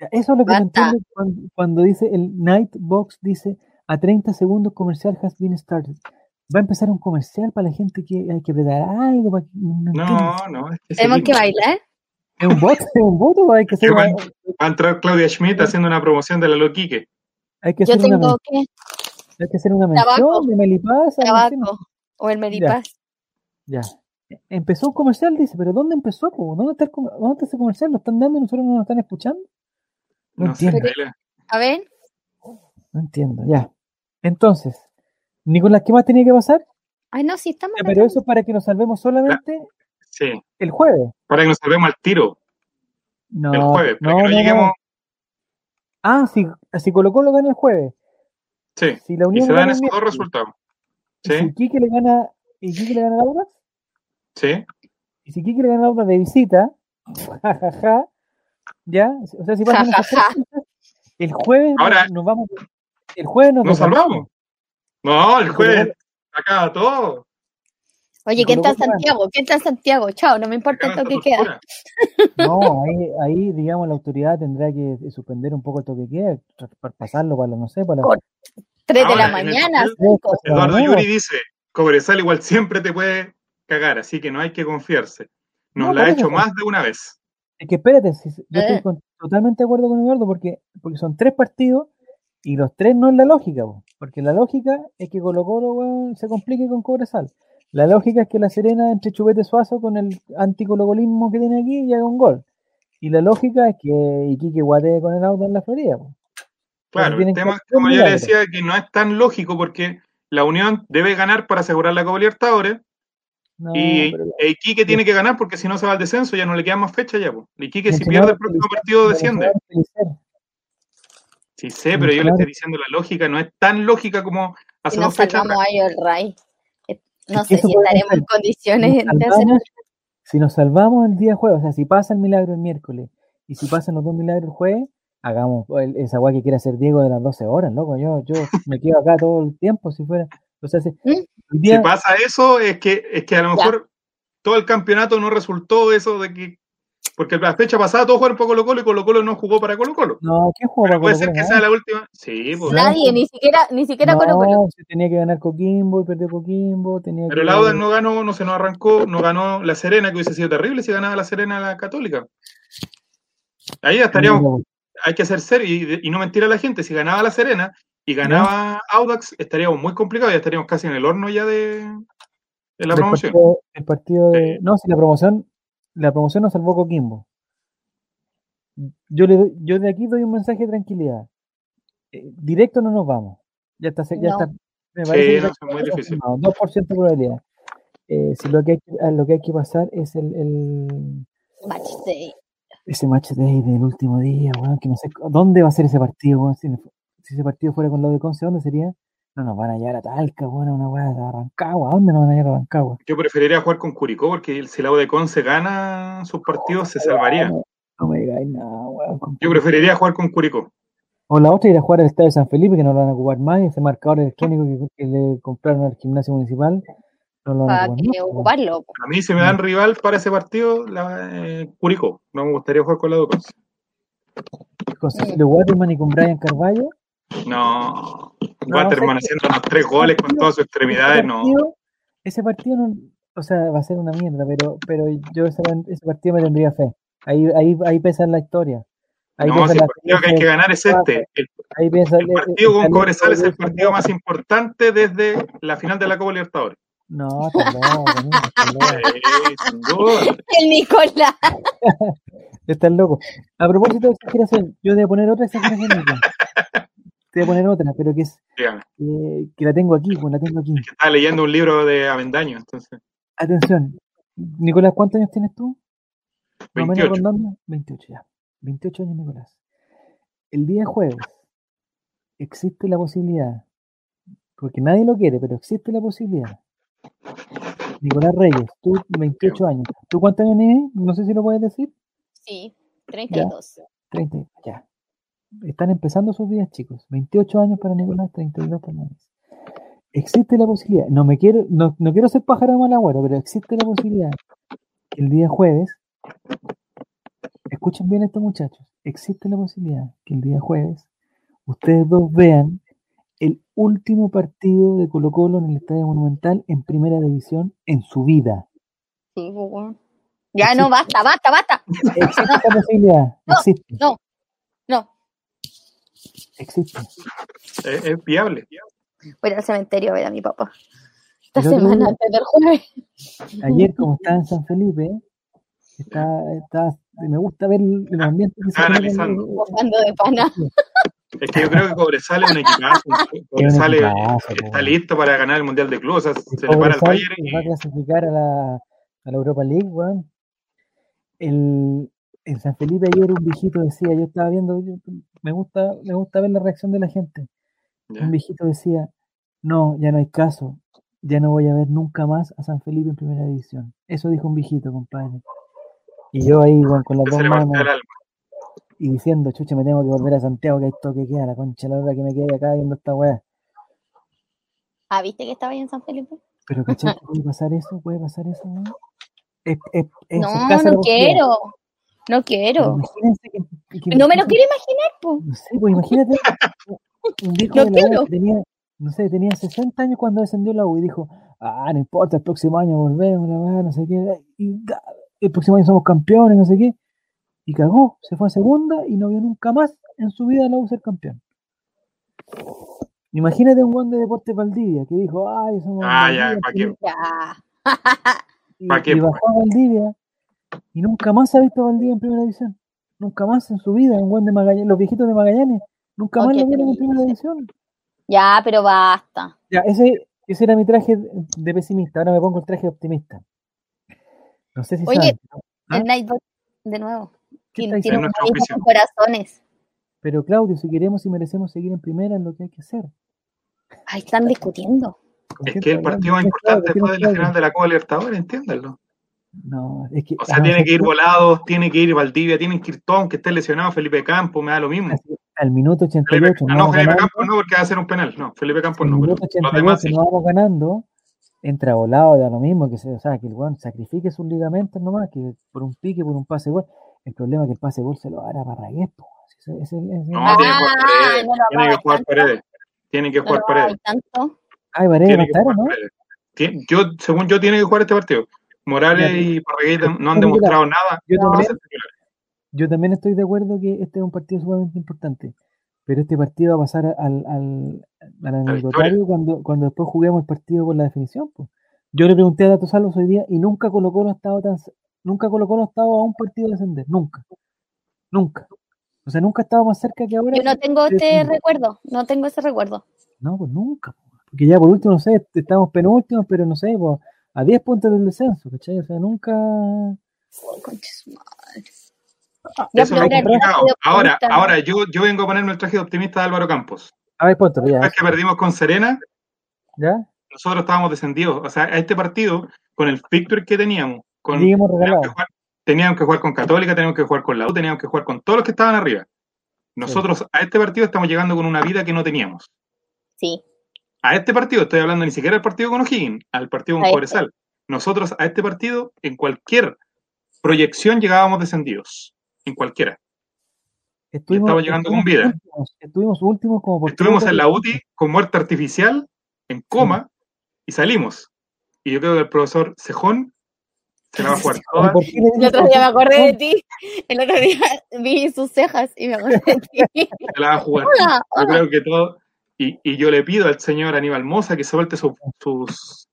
Speaker 1: Ya, Eso es lo que no
Speaker 3: Basta.
Speaker 1: entiendo cuando, cuando dice el Nightbox, dice a 30 segundos comercial has been started. Va a empezar un comercial para la gente que hay que apretar algo. para que- no entiendo.
Speaker 2: No, no, es que
Speaker 3: Tenemos
Speaker 2: seguimos.
Speaker 3: que bailar.
Speaker 1: ¿Es un bot? ¿Es un bot o hay que hacer
Speaker 2: Pero
Speaker 1: una,
Speaker 2: va, va a entrar Claudia Schmidt haciendo una promoción de la Loquique.
Speaker 1: hay que
Speaker 3: Yo
Speaker 1: hacer una,
Speaker 3: tengo
Speaker 1: men-
Speaker 3: que este
Speaker 1: hay que hacer una
Speaker 3: Tabaco.
Speaker 1: mención de Melipaz? algo así, ¿no?
Speaker 3: tabaco o el Medipaz.
Speaker 1: Ya. Empezó un comercial, dice, pero ¿dónde empezó? po? ¿Dónde está, el com- ¿Dónde está ese comercial? ¿Lo están dando y nosotros no lo están escuchando? No,
Speaker 2: No sé,
Speaker 1: entiendo,
Speaker 2: ahí la-
Speaker 3: A ver,
Speaker 1: no entiendo, ya. Entonces, Nicolás, ¿qué más tenía que pasar?
Speaker 3: ay no, si estamos
Speaker 1: Ya, pero
Speaker 3: hablando.
Speaker 1: eso es para que nos salvemos solamente
Speaker 2: sí.
Speaker 1: el jueves.
Speaker 2: Para que nos salvemos al tiro
Speaker 1: No,
Speaker 2: el jueves. Para
Speaker 1: no,
Speaker 2: que no,
Speaker 1: no, no.
Speaker 2: lleguemos.
Speaker 1: Ah, si, si Colo Colo gana el jueves,
Speaker 2: Sí.
Speaker 1: si la
Speaker 2: Y
Speaker 1: Unión
Speaker 2: se
Speaker 1: le
Speaker 2: dan
Speaker 1: gana el
Speaker 2: esos dos
Speaker 1: miércoles,
Speaker 2: resultados.
Speaker 1: y si
Speaker 2: Sí,
Speaker 1: Quique le gana, y Quique le gana a Audax,
Speaker 2: sí.
Speaker 1: y si Quique le gana a Audax de visita, jajaja, ya, o sea, si
Speaker 3: Ja,
Speaker 1: pasan
Speaker 3: ja,
Speaker 1: esas tres
Speaker 3: ja.
Speaker 1: cosas, el jueves
Speaker 2: Ahora-
Speaker 1: nos, nos vamos, el jueves nos
Speaker 2: Nos salvamos.
Speaker 1: desarmamos.
Speaker 2: No, el
Speaker 1: Y Colo
Speaker 2: jueves
Speaker 1: Colo-
Speaker 2: acaba todo.
Speaker 3: Oye,
Speaker 1: y
Speaker 3: ¿quién está en
Speaker 1: Colo Colo gana.
Speaker 3: Santiago? ¿Quién está en Santiago? Chao, no me importa
Speaker 2: Acaba
Speaker 3: esto
Speaker 2: esta
Speaker 3: que queda.
Speaker 2: tortura.
Speaker 1: No, ahí, ahí, digamos, la autoridad tendrá que suspender un poco el toque de queda, tra- para pasarlo para, no sé, para las
Speaker 3: Con tres de la
Speaker 2: Ahora, en el
Speaker 3: mañana,
Speaker 2: papel,
Speaker 3: cinco.
Speaker 1: tres, cuatro de la
Speaker 2: Eduardo
Speaker 1: mañana.
Speaker 2: Yuri dice, Cobresal igual siempre te puede cagar, así que no hay que confiarse. Nos
Speaker 1: No, por
Speaker 2: la ha
Speaker 1: eso,
Speaker 2: hecho
Speaker 1: pues.
Speaker 2: más de una vez.
Speaker 1: Es que espérate, si- si- yo estoy
Speaker 3: Eh.
Speaker 1: con- totalmente de acuerdo con Eduardo porque, porque son tres partidos y los tres no es la lógica, po. porque la lógica es que Colo Colo weón, se complique con Cobresal. La lógica es que la Serena entre Chupete Suazo con el anticolocolismo que tiene aquí y haga un gol. Y la lógica es que Iquique guatee con el auto en la Florida. po. Entonces
Speaker 2: Claro, el
Speaker 1: tienen que
Speaker 2: tema,
Speaker 1: hacer tres
Speaker 2: como yo le
Speaker 1: milagros.
Speaker 2: decía, que no es tan lógico porque la Unión debe ganar para asegurar la Copa Libertadores
Speaker 1: No,
Speaker 2: y
Speaker 1: pero la-
Speaker 2: e Iquique tiene que ganar porque si no se va al descenso, ya no le queda más fecha ya. po. Iquique si pierde
Speaker 1: mencionaron
Speaker 2: el próximo
Speaker 1: Pellicer,
Speaker 2: partido desciende.
Speaker 1: mencionaron Pellicer,
Speaker 2: Sí sé, pero yo le
Speaker 1: mencionaron-
Speaker 2: estoy diciendo la lógica, no es tan lógica como
Speaker 3: Si
Speaker 2: hace
Speaker 3: nos
Speaker 2: dos fechas
Speaker 3: salvamos
Speaker 2: atrás.
Speaker 3: a el Ray. Eh, No
Speaker 1: Es que
Speaker 3: sé
Speaker 1: eso
Speaker 3: si
Speaker 1: puede
Speaker 3: estaremos
Speaker 1: pasar.
Speaker 3: en condiciones
Speaker 1: nos
Speaker 3: de hacer.
Speaker 1: salvamos, si nos salvamos el día jueves, o sea, si pasa el milagro el miércoles y si pasan los dos milagros el jueves, hagamos el- esa guay que quiere hacer Diego de las 12 horas, loco. Yo, yo me quedo acá todo el tiempo si fuera. O sea, si,
Speaker 3: ¿Mm?
Speaker 1: el
Speaker 2: Si
Speaker 1: día,
Speaker 2: pasa eso, es que, es que a lo
Speaker 3: Ya.
Speaker 2: mejor todo el campeonato no resultó eso de que. Porque la fecha pasada todos jugaron para Colo Colo y Colo Colo no jugó para Colo Colo.
Speaker 1: no, ¿quién jugó
Speaker 2: Pero
Speaker 1: para
Speaker 2: puede
Speaker 1: Colo
Speaker 2: ser
Speaker 1: Colo?
Speaker 2: que sea la última. Sí, pues.
Speaker 1: No,
Speaker 3: Nadie, ni siquiera, ni siquiera Colo Colo.
Speaker 1: No, se tenía que ganar Coquimbo y perdió Coquimbo, tenía
Speaker 2: Pero
Speaker 1: que.
Speaker 2: el Auda no ganó, no se nos arrancó, no ganó la Serena, que hubiese sido terrible si ganaba la Serena a la Católica. Ahí
Speaker 1: tenía
Speaker 2: ya estaríamos,
Speaker 1: que-
Speaker 2: hay que hacer serio y, y no mentir a la gente. Si ganaba la Serena y ganaba Audax, estaríamos muy complicados, ya estaríamos casi en el horno ya de, de
Speaker 1: del
Speaker 2: la promoción.
Speaker 1: partido, el partido de.
Speaker 2: Sí.
Speaker 1: No, si la promoción, la promoción nos salvó Coquimbo. Yo, le doy- yo de aquí doy un mensaje de tranquilidad. Eh, directo no nos vamos. Ya está. se- Ya
Speaker 3: No.
Speaker 1: está me
Speaker 2: Sí,
Speaker 1: parece que
Speaker 2: no,
Speaker 1: está
Speaker 2: es muy difícil.
Speaker 1: confirmado, 2% de probabilidad. Eh, si lo que hay, que- a lo que hay que pasar es el, el-
Speaker 3: Match day.
Speaker 1: ese match day del último día, weón, que no sé dónde va a ser ese partido, weón? Si, si ese partido fuera con lo de Conce, ¿dónde sería? No nos van a llevar a Talca, weón, a una weá de Rancagua, ¿a dónde nos van a llevar a Rancagua?
Speaker 2: Yo preferiría jugar con Curicó porque si la Udecon se gana sus partidos se salvaría.
Speaker 1: No me digáis nada, weón. con-
Speaker 2: Yo preferiría jugar con Curicó.
Speaker 1: O la otra ir a jugar al Estadio San Felipe, que no lo van a ocupar más, y ese marcador electrónico que, que le compraron al gimnasio municipal, no lo van a
Speaker 3: Para
Speaker 1: ocupar.
Speaker 3: Ah, que
Speaker 1: más, weón.
Speaker 3: ocuparlo. po.
Speaker 2: A mí si me dan rival para ese partido, la, eh, Curicó. No me gustaría jugar con la Udecon.
Speaker 1: Con Cecilio Waterman y con Brian Carballo.
Speaker 2: No.
Speaker 1: No,
Speaker 2: Waterman
Speaker 1: sé que-
Speaker 2: haciendo los tres goles con todas sus extremidades,
Speaker 1: ese
Speaker 2: no.
Speaker 1: partido, ese partido no- o sea, va a ser una mierda, pero, pero yo ese, ese partido me tendría fe. Ahí, ahí, ahí pesa la historia. Ahí
Speaker 2: No,
Speaker 1: pesa
Speaker 2: si
Speaker 1: la
Speaker 2: el partido que hay que ganar es este. El
Speaker 1: ahí pesa
Speaker 2: El partido con Cobresal es el partido más importante desde la final de la Copa Libertadores.
Speaker 1: No, está loco, mira, está loco.
Speaker 2: Eh, sin duda.
Speaker 3: El Nicolás.
Speaker 1: Estás loco. A propósito de exageración, yo voy a poner otra exageración. Nicolás. Te voy a poner otra, pero que es
Speaker 2: Dígame,
Speaker 1: eh, que la tengo aquí, pues la tengo aquí.
Speaker 2: que estaba leyendo un libro de Avendaño, entonces.
Speaker 1: Atención. Nicolás, ¿cuántos años tienes tú? Más o menos
Speaker 2: 28.
Speaker 1: rondando, 28 ya. 28 años, Nicolás. El día jueves existe la posibilidad, porque nadie lo quiere, pero existe la posibilidad. Nicolás Reyes, tú 28 años. ¿Tú cuántos años tienes? No sé si lo puedes decir.
Speaker 3: Sí, 32.
Speaker 1: 30, ya. Están empezando sus vidas, chicos. 28 años para Nicolás, 32 para Nicolás. Existe la posibilidad, no me quiero, no, no quiero ser pájaro de mal agüero, pero existe la posibilidad que el día jueves, escuchen bien esto muchachos, existe la posibilidad que el día jueves ustedes dos vean el último partido de Colo Colo en el Estadio Monumental en Primera División en su vida.
Speaker 3: Sí, po, weón. Ya no, basta, basta, basta.
Speaker 1: Existe la posibilidad, existe,
Speaker 3: No,
Speaker 1: existe.
Speaker 2: Es, es viable.
Speaker 3: voy a ir al cementerio a ver a mi papá. Esta
Speaker 1: El otro
Speaker 3: semana
Speaker 1: día-
Speaker 3: antes del jueves.
Speaker 1: ayer como estaba en San Felipe, está, está- me gusta ver el el ambiente que se
Speaker 2: Está
Speaker 1: genera
Speaker 2: Ah, analizando.
Speaker 1: en-
Speaker 3: Bofando de pana.
Speaker 2: Es que yo creo que Cobresal es un equipazo. Cobresal es- está listo para ganar el Mundial de Clubes. O sea,
Speaker 1: el
Speaker 2: se le para el
Speaker 1: Cobresal
Speaker 2: Bayern
Speaker 1: va a
Speaker 2: y
Speaker 1: clasificar a la, a la Europa League, weón. El- en San Felipe ayer un viejito decía, yo estaba viendo, yo- me gusta, me gusta ver la reacción de la gente.
Speaker 2: Ya.
Speaker 1: Un viejito decía, no, ya no hay caso, ya no voy a ver nunca más a San Felipe en primera división. Eso dijo un viejito, compadre. Y yo ahí, weón, con las
Speaker 2: se
Speaker 1: dos
Speaker 2: le
Speaker 1: manos.
Speaker 2: partió el alma.
Speaker 1: y diciendo, chucha, me tengo que volver a Santiago, que hay toque queda, la concha, de la hora que me quedé acá viendo esta weá.
Speaker 3: Ah, ¿viste que estaba ahí en San Felipe?
Speaker 1: Pero, ¿cachai? ¿Puede pasar eso? ¿Puede pasar eso? weón? Es, es, es
Speaker 3: No,
Speaker 1: escasa la
Speaker 3: no
Speaker 1: posibilidad.
Speaker 3: quiero. No
Speaker 1: Pero
Speaker 3: quiero.
Speaker 1: Imagínense que, que-
Speaker 3: No me lo quiero imaginar, po.
Speaker 1: No sé, pues imagínate un viejo
Speaker 3: No
Speaker 1: de la U
Speaker 3: quiero.
Speaker 1: que tenía, no sé, tenía 60 años cuando descendió la U y dijo, ah, no importa, el próximo año volvemos, la weá, no sé qué, y da- el próximo año somos campeones, no sé qué. Y cagó, se fue a segunda y no vio nunca más en su vida a la U ser campeón. Imagínate un guante de Deportes Valdivia que dijo, ay, somos
Speaker 2: Ah, ya,
Speaker 1: Valdivia,
Speaker 2: ¿para qué?
Speaker 3: Ya.
Speaker 1: y,
Speaker 2: ¿Pa' qué,
Speaker 1: y
Speaker 2: po?
Speaker 1: bajó a Valdivia y nunca más ha visto a Valdivia en primera división. Nunca más en su vida, en Juan de Magallanes, los viejitos de Magallanes, nunca
Speaker 3: Oh,
Speaker 1: más
Speaker 3: qué
Speaker 1: lo vieron en
Speaker 3: triste.
Speaker 1: primera división.
Speaker 3: Ya, pero basta.
Speaker 1: Ya, ese, ese era mi traje de pesimista, ahora me pongo el traje de optimista. No sé si
Speaker 3: Oye,
Speaker 1: saben, ¿Ah?
Speaker 3: El Nightbot, de nuevo.
Speaker 1: ¿Qué
Speaker 3: Tiene,
Speaker 1: estáis
Speaker 3: tiene
Speaker 2: Es
Speaker 1: diciendo?
Speaker 3: un
Speaker 2: nuestro
Speaker 3: país
Speaker 2: oficio.
Speaker 3: con corazones.
Speaker 1: pero Claudio, si queremos y merecemos seguir en primera, es lo que hay que hacer.
Speaker 3: Ay, están discutiendo.
Speaker 1: ¿Con
Speaker 2: Es
Speaker 1: quién
Speaker 2: que el
Speaker 1: está hablando?
Speaker 2: partido más
Speaker 1: ¿Quién es Claudio?
Speaker 2: importante
Speaker 1: ¿Quién es
Speaker 2: fue de la
Speaker 1: Claudio?
Speaker 2: final de la Copa Libertadores, entiéndanlo.
Speaker 1: No, es que,
Speaker 2: O sea,
Speaker 1: ah,
Speaker 2: tiene
Speaker 1: ¿sabes
Speaker 2: que ir
Speaker 1: qué?
Speaker 2: Volados, tiene que ir Valdivia, tienen que ir todos, aunque esté lesionado Felipe Campos, me da lo mismo.
Speaker 1: Así, al minuto
Speaker 2: Felipe,
Speaker 1: 88
Speaker 2: ah,
Speaker 1: nos
Speaker 2: no,
Speaker 1: vamos
Speaker 2: Felipe
Speaker 1: ganando,
Speaker 2: Campos no, porque va a ser un penal. No, Felipe Campos
Speaker 1: al
Speaker 2: no, pero
Speaker 1: minuto
Speaker 2: los
Speaker 1: 88
Speaker 2: demás sí.
Speaker 1: nos vamos ganando, entra volado, da lo mismo, que se, o sea, que el weón sacrifique sus ligamentos nomás, que por un pique, por un pase gol. El problema es que el pase gol se lo hará para Ragués, po. Ese- ese- ese-
Speaker 2: No,
Speaker 3: Ah,
Speaker 2: tiene que jugar Paredes.
Speaker 3: no
Speaker 2: Tiene
Speaker 3: lo
Speaker 2: que
Speaker 3: amaba
Speaker 2: jugar
Speaker 3: tanto.
Speaker 2: Paredes. Tiene que
Speaker 3: este No
Speaker 2: jugar
Speaker 3: lo
Speaker 2: Paredes.
Speaker 3: hay tanto.
Speaker 1: Ay, Paredes va a
Speaker 2: Tiene que
Speaker 1: estar, ¿o ¿eh?
Speaker 2: jugar
Speaker 1: ¿no?
Speaker 2: Paredes. Tien- Yo, según yo, tiene que jugar este partido. Morales
Speaker 1: Ya,
Speaker 2: y Parragués no han
Speaker 1: Nicolás,
Speaker 2: demostrado nada.
Speaker 1: Yo
Speaker 3: No.
Speaker 2: para
Speaker 1: también
Speaker 2: ser titulares.
Speaker 1: Yo también estoy de acuerdo que este es un partido sumamente importante, pero este partido va a pasar al, al, al anecdotario cuando, cuando después juguemos el partido por la definición. po. Yo le pregunté a Dato Salvos hoy día y nunca Colo Colo ha estado tan, nunca Colo Colo ha estado a un partido de ascender, nunca. Nunca. O sea, nunca estaba más cerca que ahora.
Speaker 3: Yo no tengo este recuerdo, no tengo ese recuerdo.
Speaker 1: No, pues nunca. Porque ya por último, no sé, estamos penúltimos, pero no sé, pues, a 10 puntos del descenso, ¿cachai? O sea, nunca.
Speaker 3: Oh, concha su madre. Ya,
Speaker 2: Ah, Eso no
Speaker 3: pero
Speaker 2: es
Speaker 3: ahora el
Speaker 2: complicado.
Speaker 3: resto de
Speaker 2: Ahora,
Speaker 3: punta-
Speaker 2: ahora yo, yo vengo a ponerme el traje de optimista de Álvaro Campos.
Speaker 1: A ver, póntelo, ya.
Speaker 2: Después que perdimos con Serena,
Speaker 1: ¿Ya?
Speaker 2: nosotros estábamos descendidos. O sea, a este partido, con el picture que teníamos, con,
Speaker 1: Digamos regalado.
Speaker 2: teníamos, que jugar, teníamos que jugar con Católica, teníamos que jugar con la U, teníamos que jugar con todos los que estaban arriba. Nosotros a este partido estamos llegando con una vida que no teníamos.
Speaker 3: Sí,
Speaker 2: A este partido, estoy hablando ni siquiera del partido con O'Higgins, al partido con
Speaker 3: Ahí está.
Speaker 2: Cobresal. Nosotros a este partido, en cualquier proyección, llegábamos descendidos. En cualquiera.
Speaker 1: Estuvimos,
Speaker 2: estaba llegando con
Speaker 1: estuvimos
Speaker 2: vida.
Speaker 1: últimos, estuvimos últimos como por
Speaker 2: Estuvimos
Speaker 1: tres
Speaker 2: en la UTI con muerte artificial, en coma, y salimos. Y yo creo que el profesor Cejón se la va a jugar
Speaker 1: ¿Y
Speaker 2: toda.
Speaker 1: por qué le
Speaker 3: el
Speaker 1: dices
Speaker 3: otro día me acordé de ti, el otro día vi sus cejas y me acordé de ti.
Speaker 2: Se la va a jugar.
Speaker 3: Hola,
Speaker 2: Yo
Speaker 3: hola.
Speaker 2: creo que todo. Y, y yo le pido al señor Aníbal Moza que suelte su- sus,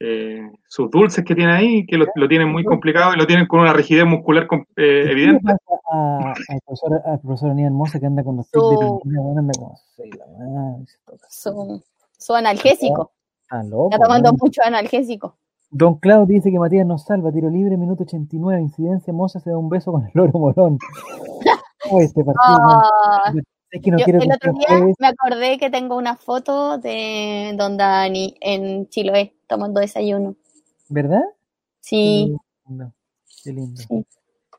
Speaker 2: eh, sus dulces que tiene ahí, que lo, lo tienen muy complicado y lo tienen con una rigidez muscular com- eh,
Speaker 1: ¿Qué le
Speaker 2: evidente.
Speaker 1: pasa a- al profesor, al profesor Aníbal Mosa que anda con los tics
Speaker 3: Su-
Speaker 1: de Argentina, bueno, anda como sí, la madre, se toca.
Speaker 3: Su, su analgésico,
Speaker 1: Ah, loco,
Speaker 3: está tomando
Speaker 1: ¿no?
Speaker 3: mucho analgésico.
Speaker 1: Don Claudio dice que Matías nos salva, tiro libre, minuto 89, incidencia, Moza se da un beso con el oro morón. Oh, este partido,
Speaker 3: Ah,
Speaker 1: no, es que no
Speaker 3: Yo
Speaker 1: quiero
Speaker 3: el
Speaker 1: que
Speaker 3: otro
Speaker 1: sea
Speaker 3: día
Speaker 1: jueves.
Speaker 3: me acordé que tengo una foto de Don Dani en Chiloé tomando desayuno.
Speaker 1: ¿verdad?
Speaker 3: Sí,
Speaker 1: Qué lindo, qué lindo.
Speaker 3: Sí.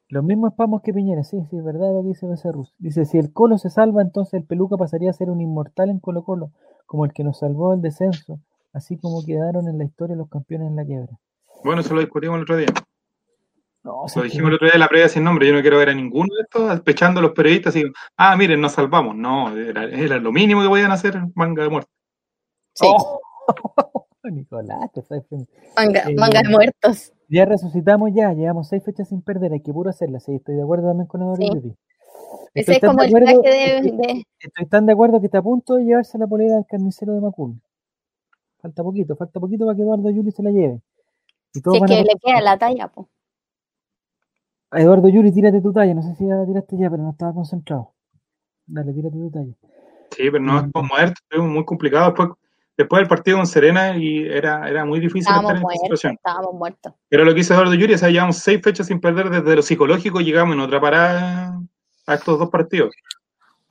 Speaker 1: Los mismos pamos que Piñera, sí, sí, verdad lo que dice Becerrus. Dice, si el Colo se salva, entonces el Peluca pasaría a ser un inmortal en Colo Colo, como el que nos salvó el descenso, así como quedaron en la historia los campeones en la quiebra.
Speaker 2: Bueno, eso lo discutimos el otro día.
Speaker 1: No, o sea,
Speaker 2: Lo
Speaker 1: que-
Speaker 2: dijimos el otro día en la previa sin nombre. Yo no quiero ver a ninguno de estos pechando a los periodistas y, ah, miren, nos salvamos. No, era, era lo mínimo que podían hacer, manga de muerte.
Speaker 3: sí.
Speaker 1: ¡Oh! Nicolás, te estás haciendo-
Speaker 3: Manga,
Speaker 1: Eh,
Speaker 3: manga de muertos.
Speaker 1: ya resucitamos ya, llevamos seis fechas sin perder, hay que puro hacerlas, sí, estoy de acuerdo también con Eduardo
Speaker 3: Sí.
Speaker 1: Yuri.
Speaker 3: Ese
Speaker 1: Estoy
Speaker 3: es
Speaker 1: tan
Speaker 3: como
Speaker 1: de
Speaker 3: el
Speaker 1: acuerdo-
Speaker 3: traje de,
Speaker 1: estoy-
Speaker 3: de-
Speaker 1: Estoy tan de acuerdo que está a punto de llevarse la polera del carnicero de Macul. Falta poquito, falta poquito para que Eduardo Yuri se la lleve. Y todos
Speaker 3: si es
Speaker 1: van a
Speaker 3: que le
Speaker 1: votar-
Speaker 3: queda la talla, po.
Speaker 1: a Eduardo Yuri, tírate tu talla. No sé si ya la tiraste ya, pero no estaba concentrado. Dale, tírate tu talla.
Speaker 2: Sí, pero no,
Speaker 1: Mm.
Speaker 2: estamos muertos, estuvimos muy complicado. Después, después del partido con Serena y era, era muy difícil
Speaker 3: Estábamos
Speaker 2: estar en esta
Speaker 3: muertos,
Speaker 2: situación.
Speaker 3: estábamos muertos.
Speaker 2: Pero lo que hizo Eduardo Yuri, o sea, llevamos seis fechas sin perder desde lo psicológico, llegamos en otra parada a estos dos partidos.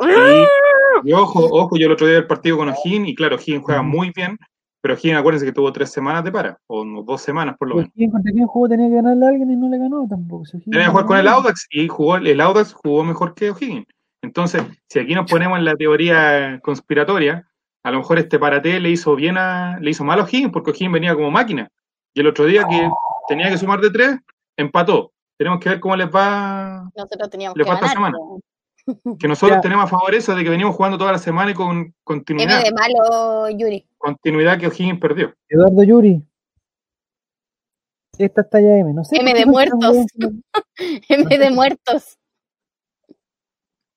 Speaker 2: Y, y ojo, ojo, yo el otro día el partido con O'Higgins, y claro, O'Higgins juega muy bien, pero O'Higgins acuérdense que tuvo tres semanas de para, o no, dos semanas por lo menos.
Speaker 1: ¿Quién contra quién jugó tenía que ganarle a alguien y no le ganó tampoco? Si
Speaker 2: Tenía que jugar con el Audax y jugó, el Audax jugó mejor que O'Higgins. Entonces, si aquí nos ponemos en la teoría conspiratoria, a lo mejor este parate le hizo bien a, le hizo mal a O'Higgins porque O'Higgins venía como máquina. Y el otro día que tenía que sumar de tres, empató. Tenemos que ver cómo les va,
Speaker 3: Nosotros teníamos
Speaker 2: Le
Speaker 3: que
Speaker 2: falta
Speaker 3: ganar.
Speaker 2: semana.
Speaker 3: po.
Speaker 2: que nosotros
Speaker 1: Ya.
Speaker 2: tenemos a favor eso de que venimos jugando toda la semana y con
Speaker 3: Tiene
Speaker 2: continuidad,
Speaker 3: de malo Yuri.
Speaker 2: continuidad que O'Higgins perdió.
Speaker 1: Eduardo Yuri. Esta es talla M. No sé.
Speaker 3: M
Speaker 1: ¿por qué
Speaker 3: de
Speaker 1: no está un
Speaker 3: muertos.
Speaker 1: hueón que-
Speaker 3: M de muertos.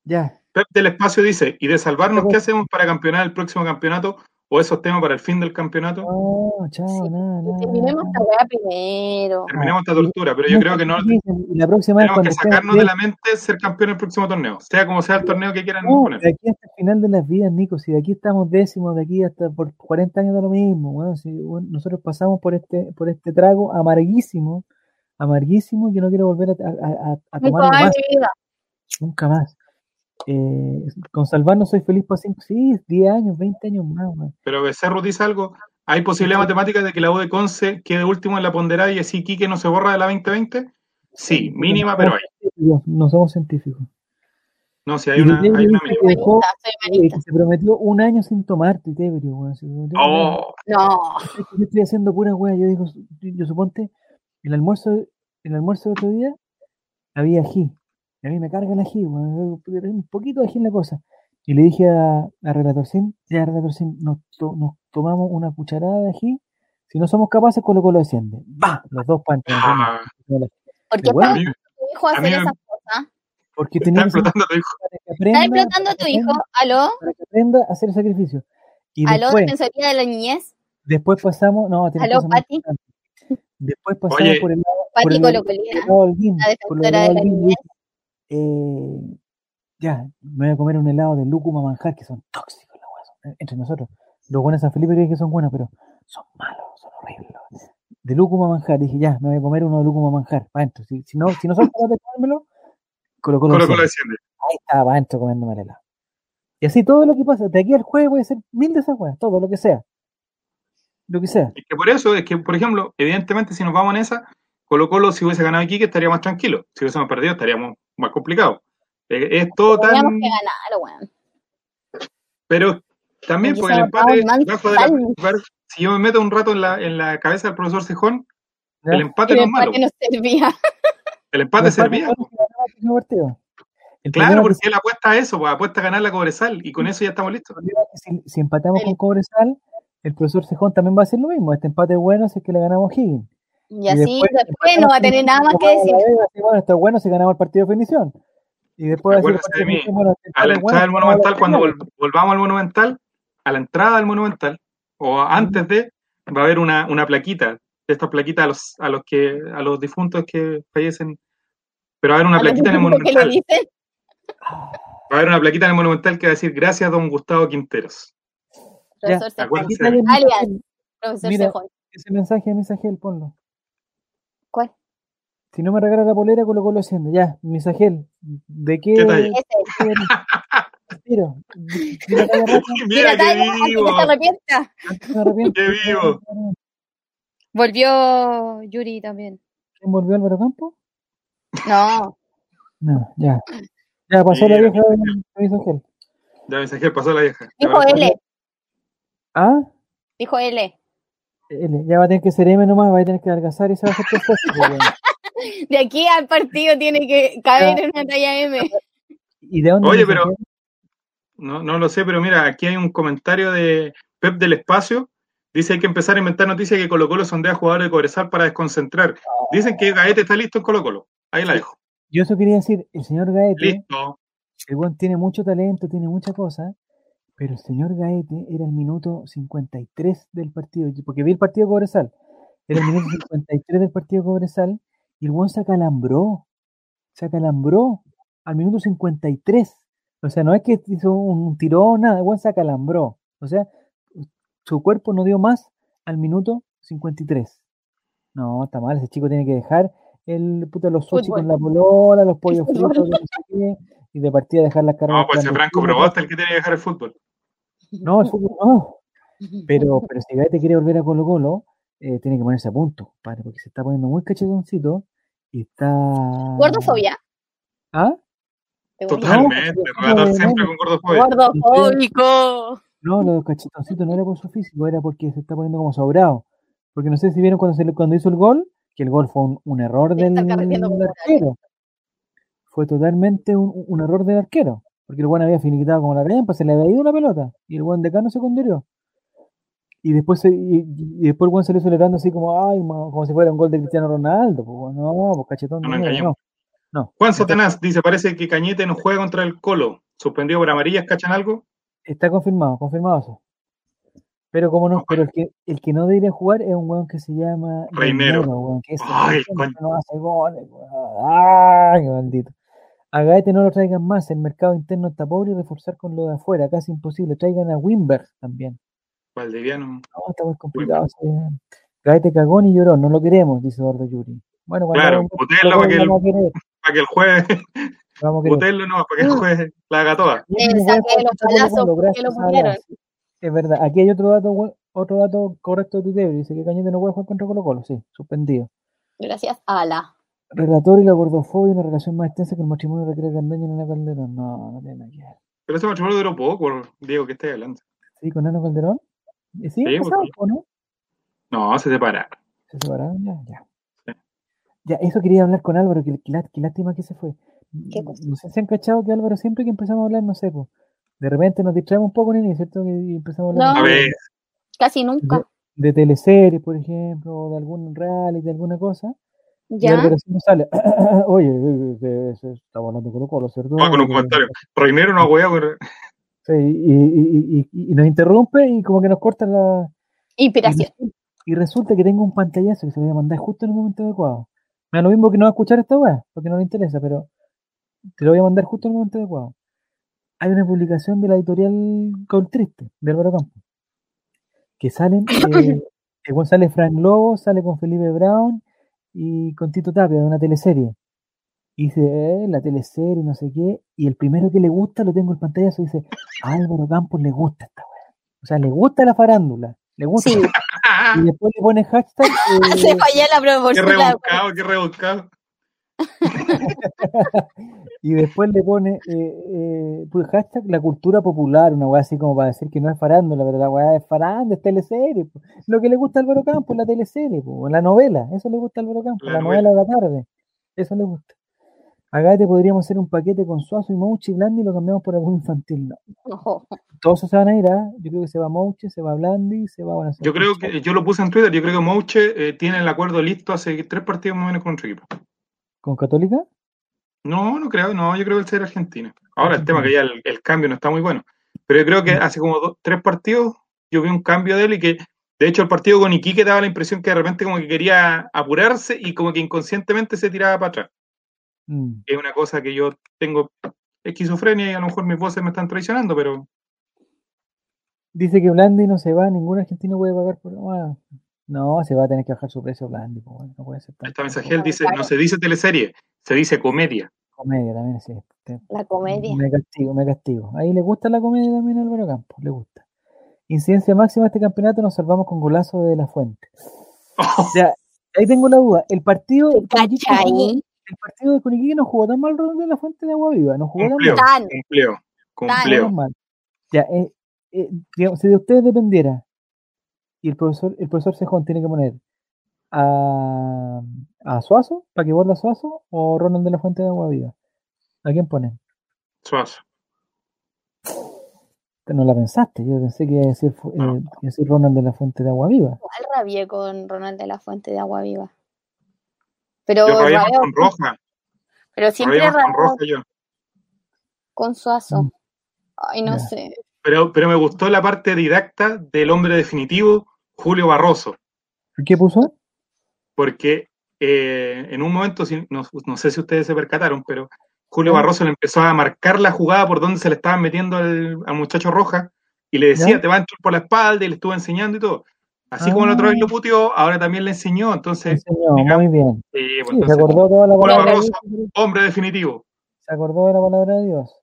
Speaker 1: Ya.
Speaker 2: Pep del Espacio dice, y de salvarnos,
Speaker 1: Pero-
Speaker 2: ¿qué hacemos para campeonar el próximo campeonato? ¿O esos temas para el fin del campeonato?
Speaker 1: Ah, No, Oh, chao,
Speaker 3: Sí,
Speaker 1: nada, nada,
Speaker 3: Terminemos
Speaker 1: nada.
Speaker 3: esta weá primero.
Speaker 2: Terminemos esta tortura, pero yo creo que no
Speaker 1: Y la próxima vez
Speaker 2: tenemos que
Speaker 1: cuando sea
Speaker 2: sacarnos de la mente ser campeón en el próximo torneo, sea como sea el torneo que quieran
Speaker 1: No,
Speaker 2: poner.
Speaker 1: de aquí hasta el final de las vidas, Nico. Si de aquí estamos décimos, de aquí hasta por 40 años de lo mismo. weón. Si, weón, nosotros pasamos por este por este trago amarguísimo, amarguísimo, que no quiero volver a, a- a- a
Speaker 3: Nunca
Speaker 1: tomarlo
Speaker 3: más
Speaker 1: más,
Speaker 3: en mi vida.
Speaker 1: nunca más. Eh, con salvarnos soy feliz para 5, sí, 10 años, 20 años más. weón.
Speaker 2: Pero Becerro dice algo, hay posibilidad matemática de que la U de Conce quede último en la ponderada y así Quique no se borra de la 2020? Sí, mínima, pero hay.
Speaker 1: Dios, No somos científicos.
Speaker 2: No, si hay
Speaker 1: Y
Speaker 2: una,
Speaker 1: Titebrio
Speaker 2: hay una
Speaker 1: dice
Speaker 2: mínima.
Speaker 1: que dejó,
Speaker 3: Humanista, soy
Speaker 1: eh,
Speaker 3: humanista.
Speaker 1: que se prometió un año sin tomar Titebrio. weón. Se prometió un año.
Speaker 2: Oh,
Speaker 3: No,
Speaker 1: es que yo estoy haciendo pura wea. Yo digo, yo, yo suponte, el almuerzo, el almuerzo del otro día había ají. Y a mí me carga el ají, weón, yo- yo- un poquito de ají en la cosa. Y le dije a, a Relatorcín, ya Relatorcín, nos, to- nos tomamos una cucharada de ají. Si no somos capaces, Colo Colo desciende. ¡Bah! Los dos panchos. nos vamos.
Speaker 2: ah,
Speaker 3: ¿por qué
Speaker 1: Me vuelvo.
Speaker 2: a
Speaker 3: está
Speaker 2: mí
Speaker 3: tu hijo a
Speaker 2: a mí
Speaker 3: hacer
Speaker 2: me-
Speaker 3: esas cosas?
Speaker 1: Porque
Speaker 2: está
Speaker 1: tenía que ser
Speaker 2: explotando tu hijo.
Speaker 1: para que
Speaker 3: ¿Está
Speaker 1: aprenda,
Speaker 3: explotando a
Speaker 1: para
Speaker 3: tu
Speaker 1: que
Speaker 3: hijo?
Speaker 1: aprenda,
Speaker 3: ¿Aló?
Speaker 1: para que aprenda a hacer el sacrificio. Y
Speaker 3: ¿Aló,
Speaker 1: después,
Speaker 3: Defensoría de la Niñez?
Speaker 1: después pasamos, no, tenés
Speaker 3: ¿Aló,
Speaker 1: cosas más
Speaker 3: Pati?
Speaker 1: importantes. Después pasamos
Speaker 2: Oye.
Speaker 1: por el, por
Speaker 3: Pati
Speaker 1: el- por el
Speaker 3: Colocolina,
Speaker 1: lado del guin,
Speaker 3: la
Speaker 1: por el
Speaker 3: defensora
Speaker 1: lado
Speaker 3: de
Speaker 1: del
Speaker 3: la
Speaker 1: guin,
Speaker 3: niñez.
Speaker 1: eh, ya, me voy a comer un helado de lúcuma manjar, que son tóxicos, la weá, son- entre nosotros. Los buenos de San Felipe creen que son buenos, pero son malos, son horribles. De lúcuma manjar, dije, ya, me voy a comer uno de lúcuma manjar, para adentro. Si, si no, si no son capaces de comérmelo, colocó
Speaker 2: Colo Colo desciende.
Speaker 1: Ahí estaba para adentro comiéndome el helado. Y así todo lo que pasa, de aquí al jueves voy a hacer mil de esas weas, todo lo que sea. Lo que sea.
Speaker 2: Es que por eso, es que, por ejemplo, evidentemente, si nos vamos en esa, Colo Colo, si hubiese ganado Iquique, estaría más tranquilo. Si hubiésemos perdido, estaríamos más complicados. Eh, Es todo
Speaker 3: Teníamos
Speaker 2: tan.
Speaker 3: que ganar, weón.
Speaker 2: Pero también,
Speaker 3: Porque
Speaker 2: pues el empate,
Speaker 3: somos todos mal
Speaker 2: bajo de la-
Speaker 3: salvos.
Speaker 2: si yo me meto un rato en la, en la cabeza del profesor Cejón, el empate
Speaker 3: El
Speaker 2: no es malo.
Speaker 3: empate nos servía.
Speaker 2: El empate servía.
Speaker 1: servía.
Speaker 2: pues.
Speaker 1: El
Speaker 2: Claro,
Speaker 1: problema es
Speaker 2: porque
Speaker 1: que
Speaker 2: él apuesta a eso, pues, apuesta a ganar la Cobresal y con eso ya estamos listos.
Speaker 1: si, si empatamos
Speaker 3: El-
Speaker 1: con Cobresal, el profesor Sejón también va a hacer lo mismo. Este empate es bueno si es que le ganamos a Higgins.
Speaker 3: Y así después no va a tener nada más que
Speaker 1: empatamos
Speaker 3: decir.
Speaker 1: con Vega, así, Bueno, está bueno si ganamos el partido de definición. Y después va a decir el
Speaker 2: Acuérdese
Speaker 1: partido
Speaker 2: de mí.
Speaker 1: definición, bueno, este
Speaker 2: A la
Speaker 1: empate es bueno,
Speaker 2: entrada del
Speaker 1: si ganamos
Speaker 2: Monumental,
Speaker 1: la
Speaker 2: cuando
Speaker 1: final.
Speaker 2: vol- volvamos al Monumental, a la entrada del Monumental, o antes de, va a haber una, una plaquita, de estas plaquitas a los, a los que, a los difuntos que fallecen, pero va a haber una
Speaker 3: A lo
Speaker 2: plaquita en el
Speaker 3: único que le
Speaker 2: Monumental,
Speaker 3: dicen,
Speaker 2: va a haber una plaquita en el Monumental que va a decir gracias don Gustavo Quinteros.
Speaker 3: profesor
Speaker 2: ¿Te acuerdas?
Speaker 3: Sejón.
Speaker 1: Quítale el
Speaker 3: Alias.
Speaker 1: Misael,
Speaker 3: Profesor
Speaker 1: Mira.
Speaker 3: Sejón.
Speaker 1: Ese mensaje de mensajel, ponlo.
Speaker 3: ¿Cuál?
Speaker 1: Si no me regalas la polera, colocó lo haciendo. Ya, mensajel. ¿De qué?
Speaker 2: ¿Qué talla?
Speaker 3: Ese.
Speaker 1: Tiro. Dile a Calle Rafa,
Speaker 3: Mira,
Speaker 2: Mira
Speaker 3: talla,
Speaker 2: qué
Speaker 3: antes que
Speaker 2: vivo,
Speaker 3: se arrepienta.
Speaker 1: antes me arrepiento.
Speaker 2: qué vivo.
Speaker 3: Volvió Yuri también.
Speaker 1: ¿Quién volvió Álvaro Campo?
Speaker 3: No.
Speaker 1: No, ya. Ya pasó la
Speaker 2: Mira.
Speaker 1: vieja eh, de de Mensajel.
Speaker 2: Ya mensajero pasó la vieja.
Speaker 3: Dijo L.
Speaker 1: Ah,
Speaker 3: Dijo L.
Speaker 1: L, ya va a tener que ser M nomás, va a tener que adelgazar y se va a hacer perfecto. pues, weón.
Speaker 3: De aquí al partido tiene que caber en una talla M.
Speaker 1: ¿Y de dónde
Speaker 2: Oye,
Speaker 1: Mensajel?
Speaker 2: pero- No, no lo sé, pero mira, aquí hay un comentario de Pep del Espacio. Dice hay que empezar a inventar noticias que Colo Colo sondea a jugadores de Cobresal para desconcentrar. Dicen que Gaete está listo en Colo Colo. Ahí la dejo.
Speaker 1: Yo eso quería decir, el señor Gaete,
Speaker 2: Listo.
Speaker 1: el weón tiene mucho talento, tiene mucha cosa, pero el señor Gaete era el minuto 53 del partido, porque vi el partido de Cobresal, era el minuto 53 del partido de Cobresal, y el weón se acalambró, se acalambró al minuto 53. O sea, no es que hizo un tirón, nada, el weón se acalambró. O sea, su cuerpo no dio más al minuto 53. No, está mal, ese chico tiene que dejar el puta los sushi
Speaker 3: Fútbol.
Speaker 1: con la polola, los pollos
Speaker 3: Fútbol.
Speaker 1: fritos, que no sé qué, y de partida dejar las carreras
Speaker 2: No, pues ese Franco Probosta es el que tiene que dejar el fútbol.
Speaker 1: No, el fútbol no. Pero, pero si Gaete quiere volver a Colo Colo, eh, tiene que ponerse a punto, padre, porque se está poniendo muy cachetoncito y está...
Speaker 3: Gordofobia.
Speaker 1: ¿Ah?
Speaker 3: ¿Te gusta?
Speaker 2: Totalmente.
Speaker 1: No,
Speaker 2: Relator
Speaker 1: no,
Speaker 2: siempre
Speaker 1: no.
Speaker 2: con gordofobia.
Speaker 3: Gordofóbico.
Speaker 1: No, lo del cachetoncito no era por su físico, era porque se está poniendo como sobrado. Porque no sé si vieron cuando, se, le- cuando hizo el gol, que el gol fue un, un error
Speaker 3: Está
Speaker 1: del
Speaker 3: carreteando con
Speaker 1: arquero. Fue totalmente un, un error del arquero. Porque el guan había finiquitado como la crempa, se le había ido la pelota. Y el guan de acá no se condirió. Y después, se- y, y- y después el guan salió celebrando así como, ay, ma- como si fuera un gol de Cristiano Ronaldo. Pues, weón, no, pues cachetón de
Speaker 2: No nos
Speaker 1: mierda,
Speaker 2: engañemos.
Speaker 1: no, no.
Speaker 2: Juan
Speaker 1: Entonces,
Speaker 2: Satanás dice, parece que Cañete no juega contra el Colo. Suspendido por amarillas, ¿cachan algo?
Speaker 1: Está confirmado, confirmado eso. Pero como no,
Speaker 2: Ok.
Speaker 1: pero el que, el que no debería jugar es un weón que se llama
Speaker 2: Reinero.
Speaker 1: weón, que es
Speaker 2: Ay,
Speaker 1: el
Speaker 2: con-
Speaker 1: no hace goles, weón. Ay, maldito. A Gaete no lo traigan más, el mercado interno está pobre y reforzar con lo de afuera, casi imposible. Traigan a Wimberg también.
Speaker 2: Valdeviano.
Speaker 1: No, está muy complicado. sí. Gaete cagón y llorón, no lo queremos, dice Eduardo Yuri. Bueno, cuando
Speaker 2: Claro,
Speaker 1: hagamos-
Speaker 2: botéenlo para que el-
Speaker 1: lo vamos a querer,
Speaker 2: Para que el jueves,
Speaker 1: lo vamos a querer.
Speaker 2: botello no, para que el jueves la haga toda.
Speaker 1: Y
Speaker 3: Eh,
Speaker 1: es muy bueno
Speaker 3: saque los
Speaker 1: contra Colo
Speaker 3: palazos
Speaker 1: Colo,
Speaker 3: porque lo
Speaker 1: gracias a
Speaker 3: pusieron.
Speaker 1: Dios. Es verdad. Aquí hay otro dato, buen- otro dato correcto de Twitter. Dice que Cañete no puede jugar contra Colo Colo. Sí, suspendido.
Speaker 3: Gracias a la.
Speaker 1: Relator y la gordofobia, una relación más extensa que el matrimonio de Raquel Cardeña y Ana Calderón. No, no tiene nada que ver.
Speaker 2: Pero ese matrimonio duró poco, Diego, que estáis hablando.
Speaker 1: ¿Sí, con Ana Calderón? ¿Y sí,
Speaker 2: Sí,
Speaker 1: empezado,
Speaker 2: porque-
Speaker 1: ¿o no?
Speaker 2: No, se separa.
Speaker 1: ¿Se separaron? Ya, ya.
Speaker 2: Sí.
Speaker 1: Ya, eso quería hablar con Álvaro, que, que lá- que lástima que se fue. Mm,
Speaker 3: ¿Qué cosa?
Speaker 1: No sé si han cachado que Álvaro siempre que empezamos a hablar, no sé, po, de repente nos distraemos un poco, Nini, ¿cierto? Y empezamos a hablar
Speaker 3: No.
Speaker 2: A
Speaker 1: sé,
Speaker 2: ver,
Speaker 3: Casi nunca.
Speaker 1: de teleseries, por ejemplo, o de algún reality, de alguna cosa. Y
Speaker 3: ¿Ya?
Speaker 1: Álvaro sí nos sale. Oye, eh, eh, eh, estamos hablando de Colo Colo, ¿cierto?
Speaker 2: va con un comentario. Reinero no hueá, pero
Speaker 1: Sí, y, y- y- y- y nos interrumpe y como que nos corta la... Y,
Speaker 3: Inspiración.
Speaker 1: resu- y resulta que tengo un pantallazo que se lo voy a mandar justo en el momento adecuado. Me da lo mismo que no va a escuchar esta weá, porque no le interesa, pero te lo voy a mandar justo en el momento adecuado. Hay una publicación de la editorial Col Triste, de Álvaro Campos, que salen, eh, que sale Frank Lobo, sale con Felipe Brown y con Tito Tapia de una teleserie. Y dice, eh, la teleserie, no sé qué, y el primero que le gusta, lo tengo en pantalla, se dice, a Álvaro Campos le gusta esta weá. O sea, le gusta la farándula, le gusta.
Speaker 3: Sí.
Speaker 1: Y después le pone hashtag. eh,
Speaker 3: Ah. Se falló la
Speaker 2: Qué
Speaker 3: proporción.
Speaker 2: rebuscado, qué rebuscado.
Speaker 1: y después le pone eh, eh, pues, hashtag la cultura popular, una weá así como para decir que no es farándula, pero la weá es farándula, es teleserie. po. Lo que le gusta a Álvaro Campos, la teleserie, po, la novela, eso le gusta a Álvaro Campos,
Speaker 2: La
Speaker 1: la, novela de la tarde, eso le gusta. Acá te podríamos hacer un paquete con Suazo y Mouchi Blandi y lo cambiamos por algún infantil. No.
Speaker 3: Ojo.
Speaker 1: Todos se van a ir, ¿ah? Yo creo que se va Mouchi, se va Blandi, se va. bueno, se
Speaker 2: Yo
Speaker 1: va
Speaker 2: creo
Speaker 1: Suazo.
Speaker 2: que, yo lo puse en Twitter, yo creo que Mouche eh, tiene el acuerdo listo hace tres partidos más o menos con otro equipo.
Speaker 1: ¿Con Católica?
Speaker 2: No, no creo, no, yo creo que él será Argentina. Ahora el tema
Speaker 1: Argentina.
Speaker 2: que ya el, el cambio no está muy bueno. Pero yo creo que hace como dos- tres partidos yo vi un cambio de él y que, de hecho, el partido con Iquique daba la impresión que de repente como que quería apurarse y como que inconscientemente se tiraba para atrás.
Speaker 1: Mm.
Speaker 2: Es una cosa que yo tengo esquizofrenia y a lo mejor mis voces me están traicionando, pero
Speaker 1: Dice que Blandi no se va, ningún argentino puede pagar por. ah, no, se va a tener que bajar su precio Blandi, po, no puede ser
Speaker 2: esta
Speaker 1: tanto.
Speaker 2: mensajera
Speaker 3: Claro,
Speaker 2: dice,
Speaker 3: claro.
Speaker 2: no se dice teleserie, se dice comedia.
Speaker 1: Comedia también, sí. te-
Speaker 3: La comedia.
Speaker 1: Me castigo, me castigo. Ahí le gusta la comedia también a Álvaro Campos, le gusta. Incidencia máxima de este campeonato, nos salvamos con golazo de la fuente. O
Speaker 2: Oh,
Speaker 1: sea, ahí tengo la duda. El partido, de
Speaker 3: ¿Te
Speaker 1: Curiquique no
Speaker 3: cacha
Speaker 1: jugó-
Speaker 3: ahí?
Speaker 1: el partido de Curiquique no jugó tan mal Ronald de la fuente de Agua Viva, no jugó tan
Speaker 2: Cumplió,
Speaker 1: mal.
Speaker 3: Tan.
Speaker 2: cumplió,
Speaker 1: Menos
Speaker 2: cumplió.
Speaker 1: mal. Ya, eh, eh, digamos, si de ustedes dependiera, y el profesor, el profesor Cejón tiene que poner a, a Suazo, para que vuelva Suazo, o Ronald de la Fuente de Agua Viva. ¿A quién ponen?
Speaker 2: Suazo.
Speaker 1: Te No la pensaste, yo pensé que iba a decir, fu- eh,
Speaker 2: No.
Speaker 1: iba a decir Ronald de la Fuente de Agua Viva.
Speaker 3: Igual rabié con Ronald de la Fuente de Agua Viva. Pero,
Speaker 2: Yo rabié más
Speaker 3: rabeo-
Speaker 2: con Roja,
Speaker 3: pero
Speaker 2: rabié
Speaker 3: siempre
Speaker 2: más con
Speaker 3: rabeo
Speaker 2: Roja yo.
Speaker 3: con Suazo.
Speaker 1: Mm.
Speaker 3: Ay, no
Speaker 1: Ya.
Speaker 3: sé.
Speaker 2: Pero, pero me gustó la parte didacta del hombre definitivo, Julio Barroso,
Speaker 1: ¿Y ¿Qué puso?
Speaker 2: porque eh, en un momento, si- no, no sé si ustedes se percataron, pero Julio
Speaker 1: ¿Ya?
Speaker 2: Barroso le empezó a marcar la jugada por donde se le estaban metiendo al, al muchacho Roja y le decía,
Speaker 1: ¿Ya? Ah.
Speaker 2: te va a entrar por la espalda y le estuvo enseñando y todo. Así como la otra vez lo puteó, ahora también le enseñó. Entonces,
Speaker 1: Enseñó,
Speaker 2: digamos,
Speaker 1: muy bien.
Speaker 2: eh,
Speaker 1: Sí,
Speaker 2: pues
Speaker 1: se
Speaker 2: entonces,
Speaker 1: acordó toda la
Speaker 2: Julio
Speaker 1: palabra de
Speaker 2: Barroso,
Speaker 1: Dios.
Speaker 2: hombre definitivo.
Speaker 1: Se acordó de la palabra de Dios.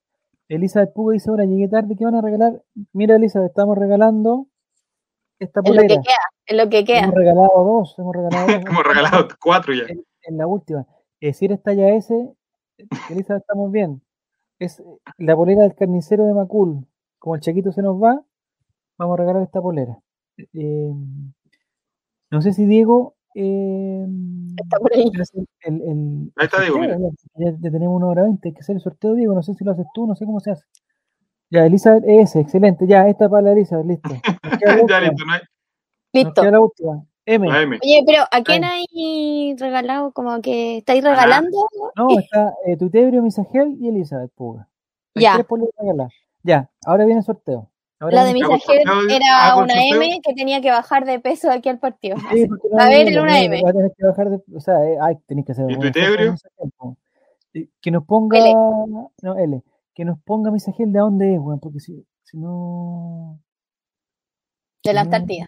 Speaker 1: Elizabeth Puga dice, ahora llegué tarde, ¿qué van a regalar? Mira, Elizabeth, estamos regalando esta
Speaker 3: Es lo que
Speaker 1: polera.
Speaker 3: queda. Es lo que queda.
Speaker 1: Hemos regalado dos, hemos regalado dos.
Speaker 2: Hemos regalado cuatro ya.
Speaker 1: en la última. Eh, si eres talla S, eh, Elizabeth, estamos bien. Es eh, la polera del carnicero de Macul. Como el chiquito se nos va, vamos a regalar esta polera. Eh, no sé si Diego. eh,
Speaker 3: Está por ahí.
Speaker 1: quiere hacer el- el-
Speaker 2: Ahí está
Speaker 1: el
Speaker 2: Diego,
Speaker 1: sorteo, ya, ya tenemos una hora veinte. Hay que hacer el sorteo, Diego. No sé si lo haces tú, no sé cómo se hace. Ya, Elizabeth S, excelente. Ya, esta para la Elizabeth, listo. Nos queda la última.
Speaker 2: ya listo, no hay-
Speaker 1: Nos
Speaker 3: Listo.
Speaker 1: queda la última. M.
Speaker 2: la M.
Speaker 3: Oye, pero ¿a quién hay regalado? Como que estáis
Speaker 1: Ah,
Speaker 3: regalando. algo?
Speaker 1: No, está eh, Tutebrio, Misagel y Elizabeth Puga. Hay
Speaker 3: Ya.
Speaker 1: tres poleras para regalar. Ya, ahora viene el sorteo. Ahora
Speaker 3: La de
Speaker 1: viene-
Speaker 2: Hago el
Speaker 3: Misagel
Speaker 2: sorteo,
Speaker 3: era
Speaker 1: Ah,
Speaker 2: hago el
Speaker 3: una
Speaker 2: sorteo.
Speaker 3: M que tenía que bajar de peso de aquí al partido.
Speaker 1: Sí,
Speaker 3: Así.
Speaker 1: porque no
Speaker 3: Va a
Speaker 1: hay
Speaker 3: haber
Speaker 1: hielo,
Speaker 3: una
Speaker 1: claro,
Speaker 3: M.
Speaker 1: va a tener que bajar de- o sea, eh, hay, tenés que hacer
Speaker 2: ¿Y
Speaker 1: algún esfuerzo
Speaker 2: Tutebrio?
Speaker 1: con Misagel, po. Eh, Que nos ponga,
Speaker 3: L.
Speaker 1: no, L, que nos ponga Misagel de a dónde es, weón, porque si, si no,
Speaker 3: De la
Speaker 1: si no,
Speaker 3: Antártida.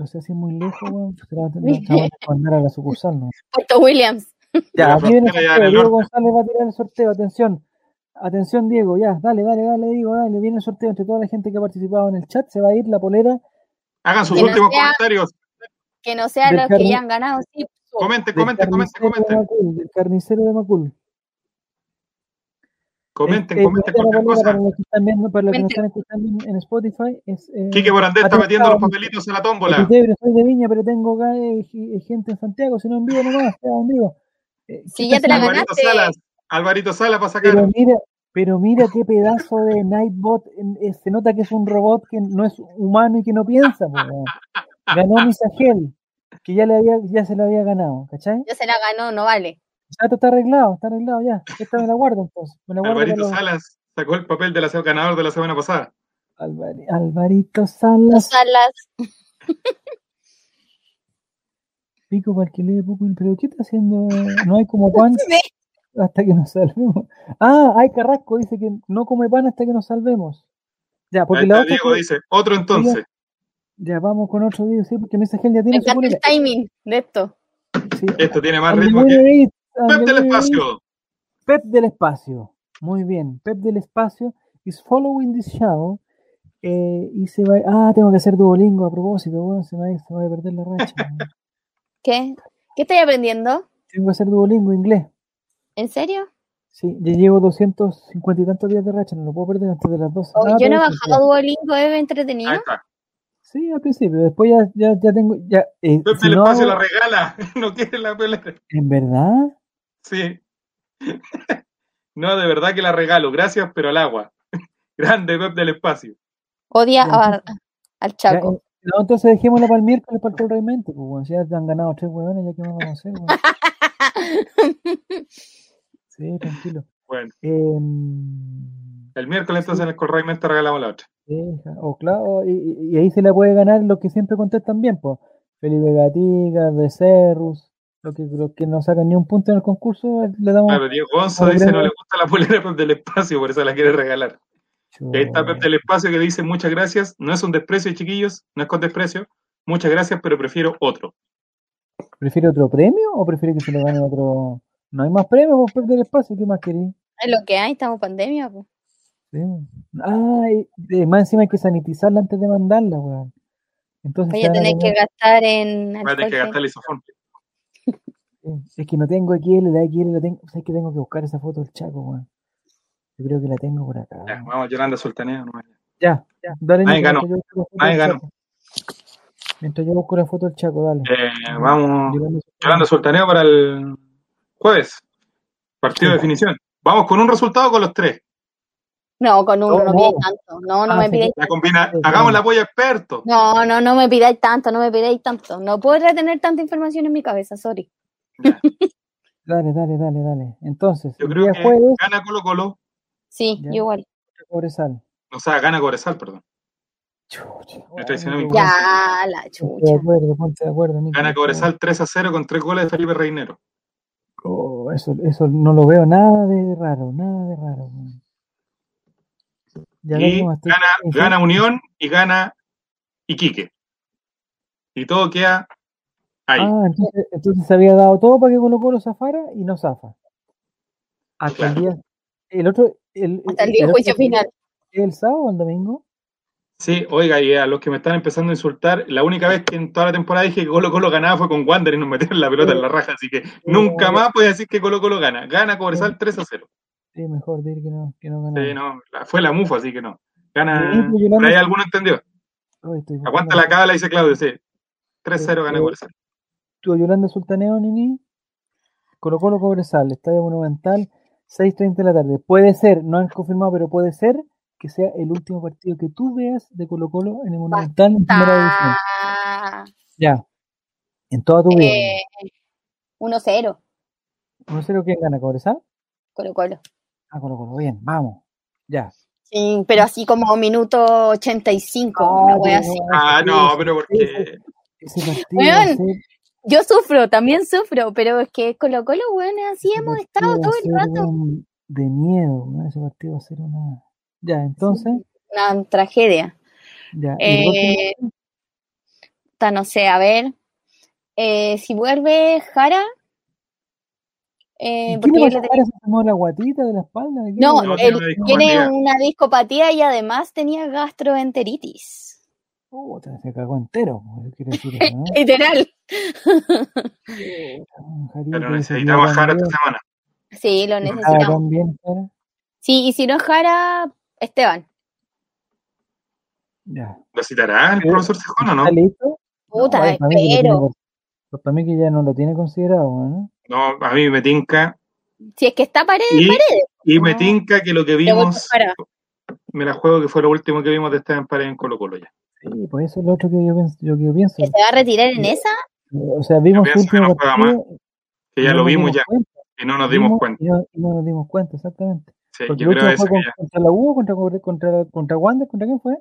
Speaker 1: o sea, si es muy lejos, weón, se la va a tener se la van a tener que mandar a la sucursal, ¿no?
Speaker 3: Puerto Williams.
Speaker 2: De
Speaker 1: Ya,
Speaker 2: la
Speaker 1: aquí viene el
Speaker 2: frontera ya en
Speaker 1: sorteo.
Speaker 2: el
Speaker 1: Diego
Speaker 2: norte.
Speaker 1: González va a tirar el sorteo. Atención, atención, Diego. Ya, dale, dale, dale, Diego, dale. Viene el sorteo entre toda la gente que ha participado en el chat. Se va a ir la polera
Speaker 2: Hagan sus
Speaker 3: Que no
Speaker 2: últimos
Speaker 3: sea-
Speaker 2: comentarios.
Speaker 3: Que no sean
Speaker 1: Del
Speaker 3: los que
Speaker 1: Carmen.
Speaker 3: ya han ganado. Sí, po.
Speaker 1: del
Speaker 2: Comenten, comenten, comenten,
Speaker 1: carnicero de
Speaker 2: comenten.
Speaker 1: Macul. Del carnicero de Macul.
Speaker 2: Comenten,
Speaker 1: Eh, eh,
Speaker 2: comenten
Speaker 1: la
Speaker 2: cualquier
Speaker 1: polera para
Speaker 2: cosa.
Speaker 1: los que están viendo, para los que nos
Speaker 3: Comenten.
Speaker 1: están escuchando en Spotify es. Eh,
Speaker 2: Quique Borandé está
Speaker 1: atrasado,
Speaker 2: metiendo los
Speaker 1: dice.
Speaker 2: papelitos en la
Speaker 1: Eh,
Speaker 2: tómbola.
Speaker 1: Tutebro, soy de Viña, pero tengo acá, eh, gi- gente en Santiago, si no envío nomás, sea amigo. Eh, ¿qué
Speaker 3: Si
Speaker 1: está
Speaker 3: ya te la
Speaker 1: haciendo?
Speaker 2: Alvarito
Speaker 3: ganaste.
Speaker 2: Salas. Alvarito Salas va a sacar.
Speaker 1: Pero mira, pero mira qué pedazo de Nightbot. en- eh, Se nota que es un robot que no es humano y que no piensa. po, weón. Ganó Misagel, que ya, le había, ya se lo había ganado, ¿cachai?
Speaker 3: Ya se la ganó, no vale.
Speaker 1: Ya esto está arreglado, está arreglado ya. Esta me la guardo entonces. Me la guardo para
Speaker 2: Alvarito
Speaker 1: los...
Speaker 2: Salas sacó el papel del ganador de la semana pasada.
Speaker 1: Alvari- Alvarito
Speaker 3: Los
Speaker 1: Salas,
Speaker 3: Salas.
Speaker 1: pico para el que lee poco. Pero ¿qué está haciendo? No hay como Juan.
Speaker 3: Se ve.
Speaker 1: hasta que nos salvemos. Ah, hay Carrasco, dice que no come pan hasta que nos salvemos. Ya, porque
Speaker 2: Ahí
Speaker 1: la
Speaker 2: está
Speaker 1: otra.
Speaker 2: Diego dice, otro entonces.
Speaker 1: Ya vamos con otro día, sí, porque Mesa Gel ya
Speaker 3: Me
Speaker 1: tiene su
Speaker 3: encanta el
Speaker 1: polera.
Speaker 3: timing de esto.
Speaker 1: Sí.
Speaker 2: Esto tiene más
Speaker 1: And the
Speaker 2: ritmo que
Speaker 1: winner is- and
Speaker 2: Pep
Speaker 1: the
Speaker 2: del
Speaker 1: winner is
Speaker 2: Espacio.
Speaker 1: Pep del Espacio. Muy bien. Pep del Espacio is following this show. eh, y se va. Ah, tengo que hacer Duolingo a propósito. Bueno, se me va, se me va a perder la racha. weón.
Speaker 3: ¿Qué? ¿Qué estoy aprendiendo?
Speaker 1: tengo que hacer Duolingo inglés.
Speaker 3: ¿En serio?
Speaker 1: Sí, ya llevo 250 y tantos días de racha. No lo puedo perder antes de las 12.
Speaker 3: Oh,
Speaker 1: Ah,
Speaker 3: yo no he
Speaker 1: todo eso,
Speaker 3: bajado
Speaker 1: ya. Ah,
Speaker 3: Duolingo, es
Speaker 2: Ahí
Speaker 3: entretenido.
Speaker 2: está.
Speaker 1: Sí, al principio. Después ya, ya, ya tengo. Ya, eh,
Speaker 2: Pep
Speaker 1: si
Speaker 2: del
Speaker 1: no
Speaker 2: Espacio
Speaker 1: hago-
Speaker 2: la regala. No quiere la pelea.
Speaker 1: ¿En verdad?
Speaker 2: Sí. No, de verdad que la regalo. Gracias, pero al agua. Grande Pep del Espacio.
Speaker 3: Odia
Speaker 1: Ya,
Speaker 3: a- ah, al
Speaker 1: Ya,
Speaker 3: Chaco.
Speaker 1: eh, no, entonces dejémosla para el miércoles para el Col Rey Mente, pues, weón. Si ya han ganado tres huevones, ya que vamos a hacer, weón. Sí, tranquilo.
Speaker 2: Bueno,
Speaker 1: Em,
Speaker 2: el miércoles
Speaker 1: Sí.
Speaker 2: entonces en el correctamente regalamos la otra.
Speaker 1: deja, o claro, y- y, y ahí se la puede ganar lo que siempre contestan bien, pues. Felipe Gatiga, Becerrus, lo que, lo que no sacan ni un punto en el concurso, eh, le damos.
Speaker 2: Claro, Diego Gonzo
Speaker 1: Vamos,
Speaker 2: dice
Speaker 1: Brenda.
Speaker 2: no le gusta la polera de Pep del Espacio, por eso la quiere regalar. Y ahí está Pep del Espacio que dice muchas gracias. No es un desprecio, chiquillos, no es con desprecio. Muchas gracias, pero prefiero otro.
Speaker 1: ¿Prefiere otro premio o prefiere que se lo gane otro? No hay más premios por perder espacio, ¿qué más queréis?
Speaker 3: Es lo que hay, estamos pandemia. pues. po.
Speaker 1: Sí. Ah, y- y más encima hay que sanitizarla antes de mandarla, weón. Entonces
Speaker 3: Voy
Speaker 1: se
Speaker 3: a
Speaker 1: van a
Speaker 3: tener que
Speaker 1: comer-
Speaker 3: gastar en
Speaker 2: Va a tener
Speaker 3: alcohol
Speaker 2: que
Speaker 3: gel.
Speaker 2: gastar el isofón.
Speaker 1: Sí, eh, Es que no tengo XL, la XL la tengo. ¿Sabes que tengo que buscar esa foto del Chaco, weón? Yo creo que la tengo por acá.
Speaker 2: Ya,
Speaker 1: weón.
Speaker 2: vamos, Yolanda Sultanea. nomás.
Speaker 1: Ya, ya. Dale,
Speaker 2: Ahí
Speaker 1: Nico,
Speaker 2: ganó,
Speaker 1: mientras yo busco la foto
Speaker 2: ahí
Speaker 1: del
Speaker 2: ganó.
Speaker 1: Chaco. Mientras yo busco la foto del Chaco, dale.
Speaker 2: Eh,
Speaker 1: Ya,
Speaker 2: vamos,
Speaker 1: Yolanda Sultana.
Speaker 2: Yolanda Sultanea para el jueves.
Speaker 1: Sí.
Speaker 2: Partido de definición. Vamos con un resultado con los tres.
Speaker 3: No, con uno,
Speaker 1: No,
Speaker 3: no,
Speaker 1: no.
Speaker 3: pidáis tanto. No, no
Speaker 1: Oh, Ah,
Speaker 3: me
Speaker 1: sí,
Speaker 3: pidáis
Speaker 2: La combina,
Speaker 1: Sí, claro.
Speaker 2: hagamos la polla experto.
Speaker 3: No, no, no me pidáis tanto, no me pidáis tanto. No puedo retener tanta información en mi cabeza, sorry.
Speaker 2: Ya.
Speaker 1: Dale, dale, dale, dale. Entonces,
Speaker 2: Yo
Speaker 1: el
Speaker 2: creo
Speaker 1: día
Speaker 2: que
Speaker 1: jueves,
Speaker 2: gana Colo Colo,
Speaker 3: Sí,
Speaker 1: Ya.
Speaker 3: yo igual.
Speaker 1: Cobresal.
Speaker 2: o sea, gana Cobresal, perdón.
Speaker 1: Chucha,
Speaker 2: Me
Speaker 1: weón,
Speaker 2: traicionó mi
Speaker 1: Nico,
Speaker 2: Ponte.
Speaker 3: Ya, la
Speaker 1: Ponte de
Speaker 3: chucha.
Speaker 1: acuerdo, ponte de acuerdo, Nico.
Speaker 2: Gana
Speaker 1: por favor.
Speaker 2: Cobresal 3 a 0 con tres goles de Felipe Reinero.
Speaker 1: Oh, eso, eso no lo veo nada de raro, nada de raro. weón. Ya
Speaker 2: Y
Speaker 1: venimos hasta
Speaker 2: gana, gana Unión y gana Iquique. Y todo queda ahí.
Speaker 1: Ah, entonces, entonces se había dado todo para que Colo Colo zafara y no zafa. Hasta el día. El otro. El,
Speaker 3: Hasta el día de juicio
Speaker 1: otro-
Speaker 3: final.
Speaker 1: ¿El sábado o el domingo?
Speaker 2: Sí, oiga, y a los que me están empezando a insultar, la única vez que en toda la temporada dije que Colo Colo ganaba fue con Wander y nos metieron la pelota en la raja, así que
Speaker 1: Oh.
Speaker 2: nunca más puedes decir que Colo Colo gana. Gana Cobresal 3 a 0.
Speaker 1: Oh. Sí, mejor decir que no, que no ganamos.
Speaker 2: Sí, no, la- fue la mufa, así que no. Gana.
Speaker 1: Dieguito,
Speaker 2: Por ahí
Speaker 1: Yolanda,
Speaker 2: alguno entendió.
Speaker 1: Ay, estoy buscando
Speaker 2: Aguanta
Speaker 1: la
Speaker 2: la
Speaker 1: foto.
Speaker 2: cábala, dice Claudio. Sí, 3-0 gana
Speaker 1: Eh,
Speaker 2: Cobresal.
Speaker 1: Tu Yolanda Sultaneo, Nini. Colo Colo Cobresal, Estadio Monumental, 6.30 de la tarde. Puede ser, no han confirmado, pero puede ser que sea el último partido que tú veas de Colo Colo en el Monumental en primera división.
Speaker 3: Ta-
Speaker 1: Ya, en toda tu vida.
Speaker 3: eh, 1-0,
Speaker 1: No sé lo que gana Cobresal.
Speaker 3: Colo Colo.
Speaker 1: Ah, Colo Colo, bien, vamos. Ya.
Speaker 3: Sí, pero así como minuto 85, una wea así.
Speaker 2: Ah, no, pero porque.
Speaker 1: Ese, ese partido
Speaker 3: Weón,
Speaker 1: va a ser-
Speaker 3: Yo sufro, también sufro, pero es que Colo Colo, weón, así
Speaker 1: ese
Speaker 3: hemos
Speaker 1: partido
Speaker 3: estado
Speaker 1: va a
Speaker 3: todo el
Speaker 1: ser,
Speaker 3: rato.
Speaker 1: weón, de miedo, weón, ese partido va a ser una. Ya, entonces,
Speaker 3: Una tragedia.
Speaker 1: ya. ¿Y el último?
Speaker 3: Eh, ta, no sé, a ver. eh, si vuelve Jara, eh,
Speaker 1: ¿Y ¿Qué le
Speaker 3: porque yo
Speaker 1: va a
Speaker 3: le
Speaker 1: sacar? ¿Se tomó la guatita de la espalda? ¿De qué?
Speaker 3: No, eh,
Speaker 1: ¿De
Speaker 2: No,
Speaker 1: la-
Speaker 2: tiene una
Speaker 3: él tiene
Speaker 2: discopatía.
Speaker 3: una discopatía y además tenía gastroenteritis.
Speaker 1: Puta, se cagó entero, pues, quiere decir eso, ¿no?
Speaker 3: Literal.
Speaker 1: Puta, un jarico
Speaker 2: Pero
Speaker 1: que se dio
Speaker 2: necesitamos a
Speaker 1: tan
Speaker 2: Jara esta
Speaker 1: bien,
Speaker 2: semana.
Speaker 3: Sí, lo
Speaker 1: se estaba
Speaker 3: necesitamos.
Speaker 1: tan bien, cara.
Speaker 3: Sí, y si no es Jara, Esteban.
Speaker 1: Ya.
Speaker 2: ¿Lo citará el
Speaker 1: Pero-
Speaker 2: profesor Sejón o no?
Speaker 1: ¿Está listo?
Speaker 3: Puta,
Speaker 1: No, para, mí que lo tiene
Speaker 3: espero.
Speaker 1: con- para mí que ya no lo tiene considerado, ¿no?
Speaker 2: No, a mí me tinca.
Speaker 3: Si es que está pared,
Speaker 2: Y,
Speaker 3: pared.
Speaker 2: y me
Speaker 3: No.
Speaker 2: tinca que lo que
Speaker 3: Le voy por
Speaker 2: vimos,
Speaker 3: Jara.
Speaker 2: me la juego que fue lo último que vimos de estar en pared en Colo Colo ya.
Speaker 1: Sí, pues eso es lo otro que yo pienso. Yo, que yo pienso.
Speaker 3: ¿Que se va a retirar en
Speaker 1: Yo-
Speaker 3: esa?
Speaker 1: O sea,
Speaker 2: Yo
Speaker 1: vimos su
Speaker 2: pienso que
Speaker 1: último
Speaker 2: no juega más,
Speaker 1: partido,
Speaker 2: que
Speaker 1: y
Speaker 2: ya
Speaker 1: no
Speaker 2: lo
Speaker 1: nos
Speaker 2: vimos
Speaker 1: dimos
Speaker 2: ya
Speaker 1: cuenta.
Speaker 2: y no nos dimos
Speaker 1: Vimos
Speaker 2: cuenta.
Speaker 1: y no, y no nos dimos cuenta, exactamente.
Speaker 2: Sí,
Speaker 1: Porque
Speaker 2: yo
Speaker 1: el último
Speaker 2: creo eso
Speaker 1: fue
Speaker 2: que
Speaker 1: con-
Speaker 2: ya.
Speaker 1: contra la U, contra, contra, contra Wander, ¿contra quién fue?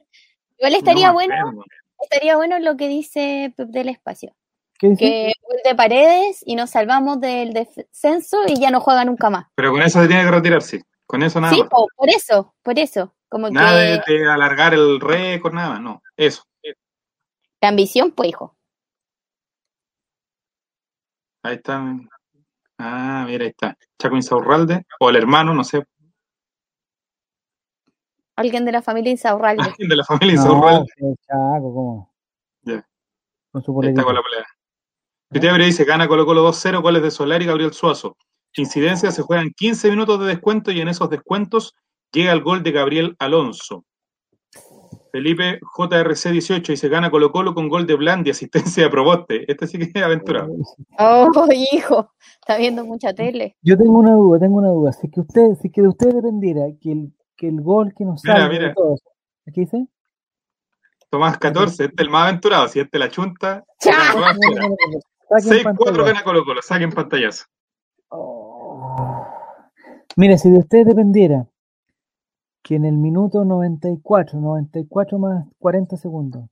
Speaker 2: No
Speaker 3: Igual
Speaker 2: me
Speaker 3: estaría bueno,
Speaker 2: acuerdo.
Speaker 3: estaría bueno lo que dice Pep del Espacio.
Speaker 1: ¿Qué dice?
Speaker 3: que gol de paredes y nos salvamos del descenso y ya no juega nunca más.
Speaker 2: Pero con eso se tiene que retirar, sí. Con eso nada
Speaker 3: sí,
Speaker 2: más.
Speaker 3: po, por eso, por eso. Como
Speaker 2: Nada
Speaker 3: que
Speaker 2: de, de alargar el récord, nada más, no. Eso.
Speaker 3: la ambición, pues, hijo.
Speaker 2: Ahí está. Ah, mira, ahí está. Chaco Insaurralde, o el hermano, no sé,
Speaker 3: Alguien de la familia Insaurralde.
Speaker 2: alguien de la familia
Speaker 1: No,
Speaker 2: Insaurralde.
Speaker 1: qué chaco, ¿cómo?
Speaker 2: Ya.
Speaker 1: Con su
Speaker 2: Ahí está con la
Speaker 1: boletito.
Speaker 2: pelea. Pitea Abreu dice, gana Colo Colo 2-0, goles de Solar y Gabriel Suazo. Incidencia, se juegan 15 minutos de descuento y en esos descuentos llega el gol de Gabriel Alonso. Felipe JRC18 dice, gana Colo Colo con gol de Blandi, asistencia de Proboste. Este sí que es aventurado. Ah.
Speaker 3: Oh, hijo, está viendo mucha tele.
Speaker 1: Yo tengo una duda, tengo una duda. Si es que usted, si es que de usted dependiera que el, que el gol que nos
Speaker 2: Mira,
Speaker 1: salga
Speaker 2: mira.
Speaker 1: de todos, ¿qué dice?
Speaker 2: Tomás 14, este es el más aventurado. Si este la chunta,
Speaker 3: ¡Chá!
Speaker 2: Tomás fuera.
Speaker 1: Saquen
Speaker 2: 6-4
Speaker 1: pantalla.
Speaker 2: gana Colo Colo, saquen pantallazo.
Speaker 1: Oh. Mire, si de usted dependiera que en el minuto 94, 94 más 40 segundos,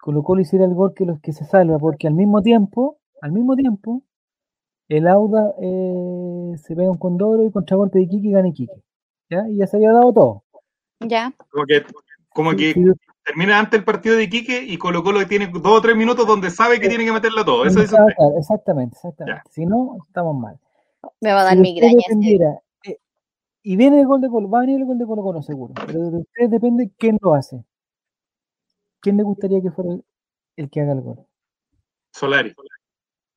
Speaker 1: Colo Colo hiciera el gol que los que se salva, porque al mismo tiempo, al mismo tiempo, el Auda eh, se pega un condoro y contragolpe de Iquique y gana Iquique. ¿Ya? Y ya se había dado todo.
Speaker 3: Ya.
Speaker 2: Como que, como que
Speaker 1: Si- si-
Speaker 2: termina antes el partido de Iquique y Colo Colo tiene dos o tres minutos donde sabe que tiene que meterla todo. Eso dice
Speaker 1: Claro,
Speaker 2: usted.
Speaker 1: claro, exactamente, exactamente. Si no, estamos mal.
Speaker 3: Me va a dar
Speaker 1: Si de usted
Speaker 3: migraña. este ese-
Speaker 1: dependiera, eh, y viene el gol de Colo, va a venir el gol de Colo Colo seguro, pero de ustedes depende quién lo hace. ¿Quién le gustaría que fuera el, el que haga el gol?
Speaker 2: Solari.
Speaker 3: Sí.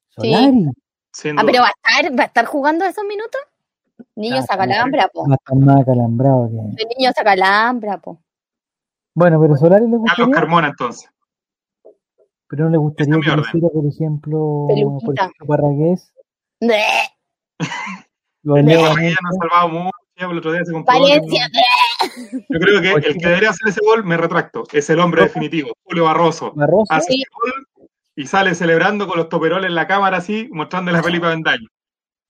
Speaker 1: Solari.
Speaker 2: Sin
Speaker 3: Ah,
Speaker 2: duda.
Speaker 3: pero va a estar, va a estar jugando esos minutos. Niño
Speaker 1: Ah,
Speaker 3: saca
Speaker 1: claro.
Speaker 3: alhambra, po.
Speaker 1: Va a estar más acalambrado que.
Speaker 3: El niño saca alhambra, po.
Speaker 1: Bueno, pero Solari le
Speaker 2: Carlos
Speaker 1: gustaría,
Speaker 2: Carmona Ah, entonces.
Speaker 1: pero no le gustaría
Speaker 2: Ese es mi
Speaker 1: que lo
Speaker 2: orden.
Speaker 1: hiciera, por ejemplo, por
Speaker 3: Peluquita.
Speaker 1: ejemplo, Parragués.
Speaker 3: ¡Bleh!
Speaker 1: Lo
Speaker 2: El
Speaker 1: eleva
Speaker 2: Parragués ya nos ha
Speaker 1: mucho.
Speaker 2: salvado mucho. El otro día se comprobó que
Speaker 3: Valencia,
Speaker 2: no. Yo creo que el
Speaker 1: Oye.
Speaker 2: que debería hacer ese gol, me retracto, es el hombre definitivo, Julio Barroso.
Speaker 1: Barroso.
Speaker 2: Hace
Speaker 3: Sí.
Speaker 2: ese gol y sale celebrando con los toperoles en la cámara así, mostrándole a Felipe Avendaño.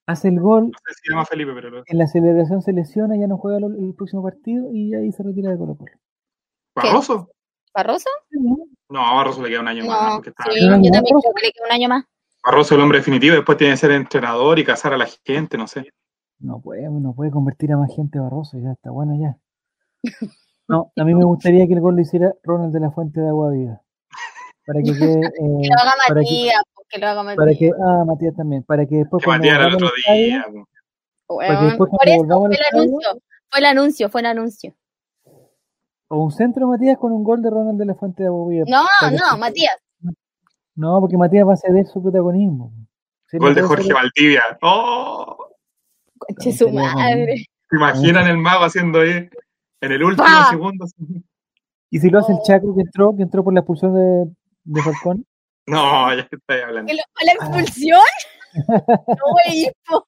Speaker 1: hace el gol,
Speaker 2: No sé si se llama Felipe, pero...
Speaker 1: en la celebración se lesiona, ya no juega el, el próximo partido y ahí se retira de Colo Colo.
Speaker 2: ¿Barroso?
Speaker 3: ¿Barroso?
Speaker 2: No, a Barroso le queda un año más.
Speaker 3: No,
Speaker 2: Porque está
Speaker 3: sí, yo
Speaker 1: bien.
Speaker 3: también creo que le queda un año más.
Speaker 2: Barroso el hombre definitivo, después tiene que ser entrenador y cazar a la gente, no sé.
Speaker 1: No puede, no puede convertir a más gente Barroso, ya está bueno ya. No, a mí me gustaría que el gol lo hiciera Ronald de la Fuente de Agua Viva. Para que quede. eh,
Speaker 3: Que lo haga
Speaker 1: para, que,
Speaker 3: Matías, po, que lo haga
Speaker 1: para que.
Speaker 3: Matías.
Speaker 1: Ah, Matías también. Para que después
Speaker 2: Que
Speaker 1: cuando
Speaker 2: Matías era el
Speaker 1: volvamos
Speaker 2: otro
Speaker 1: al estadio,
Speaker 2: día. po.
Speaker 1: para que
Speaker 3: Weón.
Speaker 1: después
Speaker 3: Por
Speaker 1: cuando
Speaker 3: eso
Speaker 1: volvamos al
Speaker 3: fue el
Speaker 1: estadio,
Speaker 3: anuncio, fue el anuncio, fue el anuncio.
Speaker 1: o un centro Matías con un gol de Ronald de la Fuente de Agua Viva.
Speaker 3: No,
Speaker 1: para que-
Speaker 3: no, Matías.
Speaker 1: No, porque Matías va a ceder su protagonismo. Sí, no
Speaker 2: Gol de
Speaker 1: puede
Speaker 2: Jorge
Speaker 1: ser-
Speaker 2: Valdivia. ¡Oh!
Speaker 3: Conche su
Speaker 1: Estaría
Speaker 3: madre.
Speaker 2: ¿Se imaginan el mago haciendo ahí en el último
Speaker 3: Pa.
Speaker 2: segundo?
Speaker 1: Y si lo hace el
Speaker 3: Oh.
Speaker 1: Chaco que entró, que entró por la expulsión de, de Falcón.
Speaker 2: No, ya estoy hablando.
Speaker 3: ¿Que lo fue la expulsión? No, wey, po.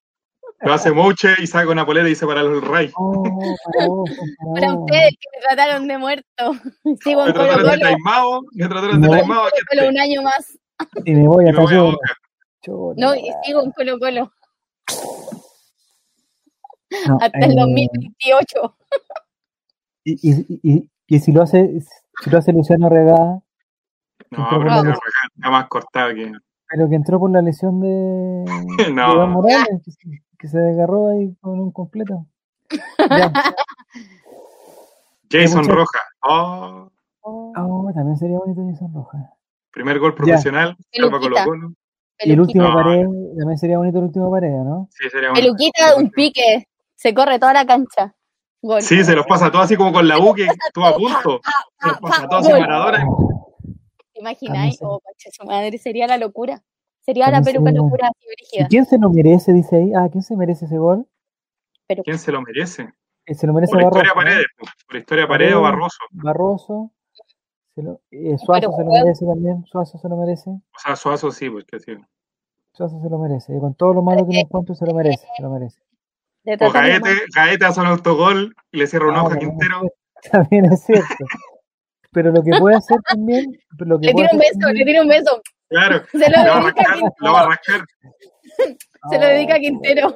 Speaker 2: Lo hace Mouche y saca una polera y dice para los Rey.
Speaker 1: Oh, para vos, para
Speaker 3: Para
Speaker 1: vos.
Speaker 3: ustedes que me trataron de muerto. Sigo
Speaker 2: Me
Speaker 3: en Colo
Speaker 2: trataron de
Speaker 3: Colo.
Speaker 2: taimado, me trataron
Speaker 1: No.
Speaker 2: de
Speaker 3: sigo en
Speaker 2: taimado, aquí
Speaker 3: Colo Colo
Speaker 2: estoy.
Speaker 3: un año más.
Speaker 1: Y me voy
Speaker 2: Y
Speaker 1: a
Speaker 2: me voy a
Speaker 1: Tacoma.
Speaker 2: Boca.
Speaker 1: Chuta,
Speaker 3: No,
Speaker 1: la
Speaker 3: y
Speaker 1: weá.
Speaker 3: sigo en Colo Colo
Speaker 1: No,
Speaker 3: hasta el
Speaker 1: eh,
Speaker 3: 2028.
Speaker 1: y, y, y, y si lo hace, si lo hace Luciano Regada,
Speaker 2: No,
Speaker 1: Entró
Speaker 2: pero
Speaker 1: por
Speaker 2: se
Speaker 3: la
Speaker 2: va a
Speaker 1: luz.
Speaker 2: arreglar, está más cortado que.
Speaker 1: pero que entró por la lesión de, de
Speaker 2: No.
Speaker 1: Iván Morales, que se, que se desgarró ahí con un completo. Ya.
Speaker 2: Jason
Speaker 1: muchacho.
Speaker 2: Roja. Oh,
Speaker 1: Oh, también sería bonito Jason Roja.
Speaker 2: primer gol
Speaker 1: Ya.
Speaker 2: profesional, salva Colo
Speaker 3: Peluquita.
Speaker 2: Colo.
Speaker 1: Y el último
Speaker 2: No.
Speaker 1: pared, también sería bonito el último pared, ¿no?
Speaker 2: Sí, sería bueno.
Speaker 3: Peluquita, un pique. Se corre toda la cancha. Gol.
Speaker 2: Sí, se los pasa todo así como con la U que estuvo a punto. Se los pasa todo así
Speaker 3: Ah, Gol.
Speaker 2: Maradona.
Speaker 3: ¿Te imagináis?
Speaker 1: También
Speaker 3: Oh, concha su madre, sería la locura. Sería la
Speaker 1: También
Speaker 3: peluca
Speaker 1: sería-
Speaker 3: locura así,
Speaker 1: ¿Y
Speaker 3: brígida.
Speaker 1: quién se lo merece? Dice ahí. Ah, ¿quién se merece ese gol?
Speaker 3: Peluca.
Speaker 2: ¿Quién se lo merece?
Speaker 1: Eh, se lo merece
Speaker 2: Por historia
Speaker 1: Barroso. ¿no?
Speaker 2: Paredes, po. por historia Paredes o
Speaker 1: Paredes,
Speaker 2: Barroso.
Speaker 1: Barroso. Se lo, eh, Suazo
Speaker 3: Pero
Speaker 1: se lo
Speaker 3: juega-
Speaker 1: merece también. Suazo se lo merece.
Speaker 2: O sea, Suazo sí, pues, porque sí.
Speaker 1: Suazo se lo merece. Y con todo lo malo que le encuentro, se lo merece. Se lo merece.
Speaker 3: De
Speaker 2: O
Speaker 3: tratarlo mal.
Speaker 2: Gaete, Gaete hace un autogol y le cierra un
Speaker 1: Ah,
Speaker 2: ojo a
Speaker 1: también es
Speaker 2: Quintero.
Speaker 1: cierto, también es cierto. Pero lo que puede hacer también, pero lo que
Speaker 3: Le
Speaker 1: puede
Speaker 3: tira un
Speaker 1: hacer
Speaker 3: beso, le
Speaker 1: también,
Speaker 3: tira un beso.
Speaker 2: Claro,
Speaker 3: Se lo
Speaker 2: lo va a
Speaker 3: dedica a
Speaker 2: rascar, lo va a
Speaker 3: Quintero.
Speaker 2: rascar.
Speaker 3: Se lo
Speaker 1: Oh,
Speaker 3: dedica a Quintero.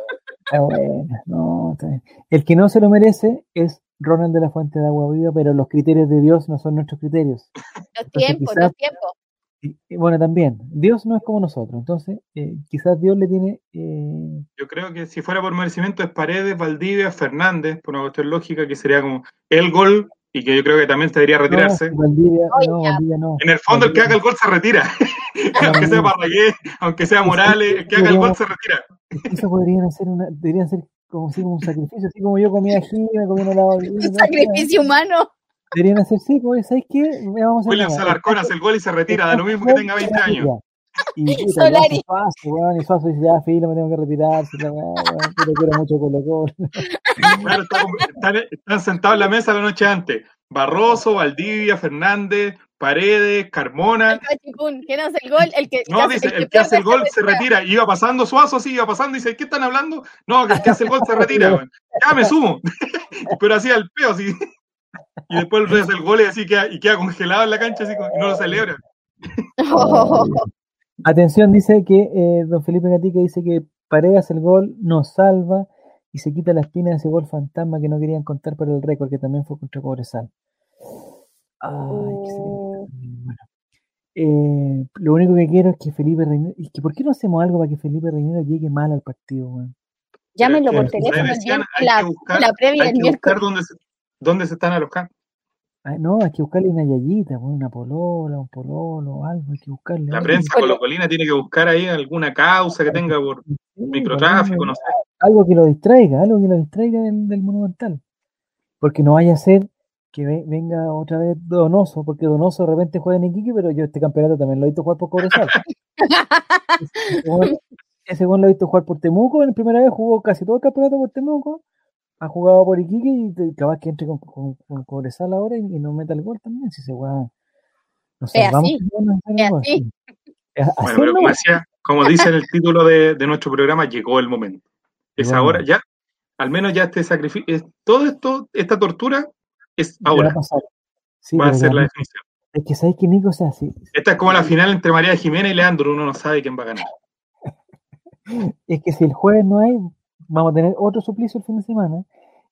Speaker 1: está bueno, no, está bien. El que no se lo merece es Ronald de la Fuente de Agua Viva, pero los criterios de Dios no son nuestros criterios.
Speaker 3: Los
Speaker 1: Entonces
Speaker 3: tiempos,
Speaker 1: quizás,
Speaker 3: los tiempos.
Speaker 1: Y, y bueno, también, Dios no es como nosotros, entonces eh, quizás Dios le tiene... eh,
Speaker 2: Yo creo que si fuera por merecimiento es Paredes, Valdivia, Fernández, por una cuestión lógica, que sería como el gol y que yo creo que también debería
Speaker 1: no,
Speaker 2: retirarse.
Speaker 1: Valdivia,
Speaker 3: Oye.
Speaker 1: no, Valdivia no.
Speaker 2: En el fondo, el que
Speaker 1: Valdivia-
Speaker 2: haga el gol se retira. aunque sea Parragués, aunque sea Morales, el que haga el gol se retira.
Speaker 1: Eso podrían hacer una, deberían ser como si un sacrificio, así como yo comía ají, me comía un helado de vino,
Speaker 3: Un
Speaker 1: ¿no?
Speaker 3: sacrificio humano.
Speaker 1: Deberían hacer sí, pues, ¿sabes qué? Vamos a hacer
Speaker 2: William
Speaker 1: una-
Speaker 2: Salarcón hace el gol y se retira, da lo mismo que tenga 20 años.
Speaker 1: Y puta,
Speaker 3: Solari.
Speaker 1: lo hace Suazo, weón, y Suazo dice, ya, filo, me tengo que retirar, si la weá, weón, yo lo quiero mucho Colo Colo.
Speaker 2: Claro, está como- están, están sentados en la mesa la noche antes. Barroso, Valdivia, Fernández, Paredes, Carmona.
Speaker 3: El pachipún. ¿Quién hace el gol? El que,
Speaker 2: Ah. No, dice, el que hace el gol se retira. Iba pasando Suazo, sí, iba pasando. Dice, ¿qué están hablando? No, que el que hace el gol se retira. weón. Ya me sumo. Pero así al peo, así. Y después el otro hace el gol y así queda, y queda congelado en la cancha así, como- y no lo celebra.
Speaker 3: Oh.
Speaker 1: Atención, dice que eh, don Felipe Gatica dice que Paredes el gol, nos salva y se quita la espina de ese gol fantasma que no querían contar por el récord, que también fue contra Cobresal. Ay, qué
Speaker 3: Oh.
Speaker 1: Bueno. Eh, lo único que quiero es que Felipe Reinero. ¿Y que por qué no hacemos algo para que Felipe Reinero llegue mal al partido, weón?
Speaker 3: Llámenlo
Speaker 2: Pero
Speaker 3: por
Speaker 2: que
Speaker 3: teléfono
Speaker 2: ustedes
Speaker 3: el
Speaker 2: decían,
Speaker 3: viernes,
Speaker 2: hay
Speaker 3: la,
Speaker 2: que buscar-
Speaker 3: la previa
Speaker 2: Hay
Speaker 3: del
Speaker 2: que buscar
Speaker 3: miércoles.
Speaker 2: dónde se, dónde se están alojando.
Speaker 1: Ah, no, hay que buscarle una yayita, weón, una polola, un pololo, algo, hay que buscarle.
Speaker 2: La
Speaker 1: algo.
Speaker 2: prensa colocolina tiene que buscar ahí alguna causa que tenga por
Speaker 1: Sí,
Speaker 2: microtráfico,
Speaker 1: algo,
Speaker 2: no sé.
Speaker 1: algo que lo distraiga, algo que lo distraiga del, del monumental. Porque no vaya a ser que ve- venga otra vez Donoso, porque Donoso de repente juega en Iquique, pero yo este campeonato también lo he visto jugar por Cobresal. Ese- ese weón- Ese weón lo he visto jugar por Temuco, en la primera vez jugó casi todo el campeonato por Temuco, ha jugado por Iquique y te- capaz que entre con, con- con Cobresal ahora y, y no meta el gol también, si se weón. Nos
Speaker 3: Es
Speaker 1: salvamos
Speaker 3: así,
Speaker 1: que no nos hagan
Speaker 3: es
Speaker 1: gol,
Speaker 3: así.
Speaker 1: sí. Es así
Speaker 2: Bueno, pero como,
Speaker 1: nomás.
Speaker 2: decía, como dice en el título de, de nuestro programa, llegó el momento. Es
Speaker 1: Llegó el
Speaker 2: ahora,
Speaker 1: momento.
Speaker 2: ya, al menos ya este sacrificio, es- todo esto, esta tortura es
Speaker 1: Ya va
Speaker 2: ahora,
Speaker 1: a pasar. Sí,
Speaker 2: va a
Speaker 1: pero
Speaker 2: ser
Speaker 1: ya
Speaker 2: la
Speaker 1: no-
Speaker 2: definición.
Speaker 1: Es que sabéis que Nico, o sea, sí,
Speaker 2: Esta es como la final entre María Jimena y Leandro, uno no sabe quién va a ganar.
Speaker 1: es que si el jueves no hay, vamos a tener otro suplicio el fin de semana.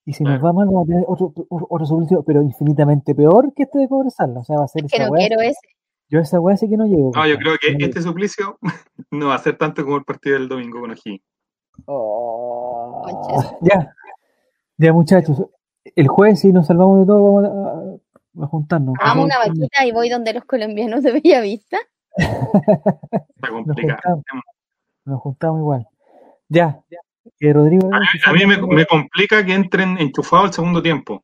Speaker 1: Y si nos
Speaker 2: Claro.
Speaker 1: va mal, vamos a tener otro, otro, otro suplicio, pero infinitamente peor que este de conversarlo. O sea, va a ser
Speaker 3: Que
Speaker 1: esa
Speaker 3: no
Speaker 1: weá.
Speaker 3: quiero ese.
Speaker 1: Yo a esa weá sí que no llego.
Speaker 2: No, yo
Speaker 1: compadre.
Speaker 2: creo que
Speaker 1: No llego.
Speaker 2: este suplicio no va a ser tanto como el partido del domingo con O'Higgins.
Speaker 1: Oh.
Speaker 3: Conchas.
Speaker 1: Ya, ya muchachos. El jueves, si nos salvamos de todo, vamos a- a, a juntarnos.
Speaker 3: Hagamos
Speaker 2: Vamos,
Speaker 3: una
Speaker 1: Nos
Speaker 3: vaquita y voy donde los colombianos de Bellavista.
Speaker 2: Está complicado.
Speaker 1: juntamos. Nos juntamos igual. Ya, que Rodrigo.
Speaker 2: Ah, A mí me, me complica que entren enchufados al segundo tiempo.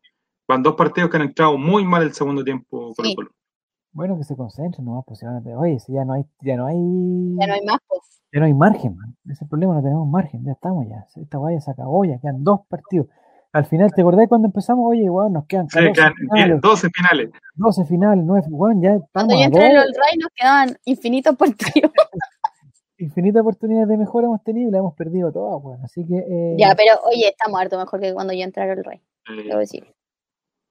Speaker 2: Van dos partidos que han entrado muy mal el segundo tiempo. Colo
Speaker 3: Sí.
Speaker 2: Colo.
Speaker 1: Bueno, que se concentren, no, pues, si van a- oye, si ya no hay, ya no hay,
Speaker 3: Ya no hay más, pues.
Speaker 1: ya no hay margen, man. Ese es el problema, no tenemos margen, ya estamos ya, esta guaya se acabó, ya quedan dos partidos. Al final, ¿te acordás cuando empezamos? Oye, weón, nos quedan
Speaker 2: Sí,
Speaker 1: 14
Speaker 2: quedan
Speaker 1: finales,
Speaker 2: 12 finales.
Speaker 1: 12 finales, 9, weón, ya
Speaker 3: Cuando
Speaker 1: estamos
Speaker 3: yo
Speaker 1: a
Speaker 3: entré en
Speaker 1: dos,
Speaker 3: el Ray nos quedaban infinitos partidos.
Speaker 1: infinitas oportunidades de mejora hemos tenido y la hemos perdido todas, weón, así que... eh,
Speaker 3: Ya, pero oye, estamos harto mejor que cuando yo entré al Rey.
Speaker 2: Eh,
Speaker 3: Debo decir.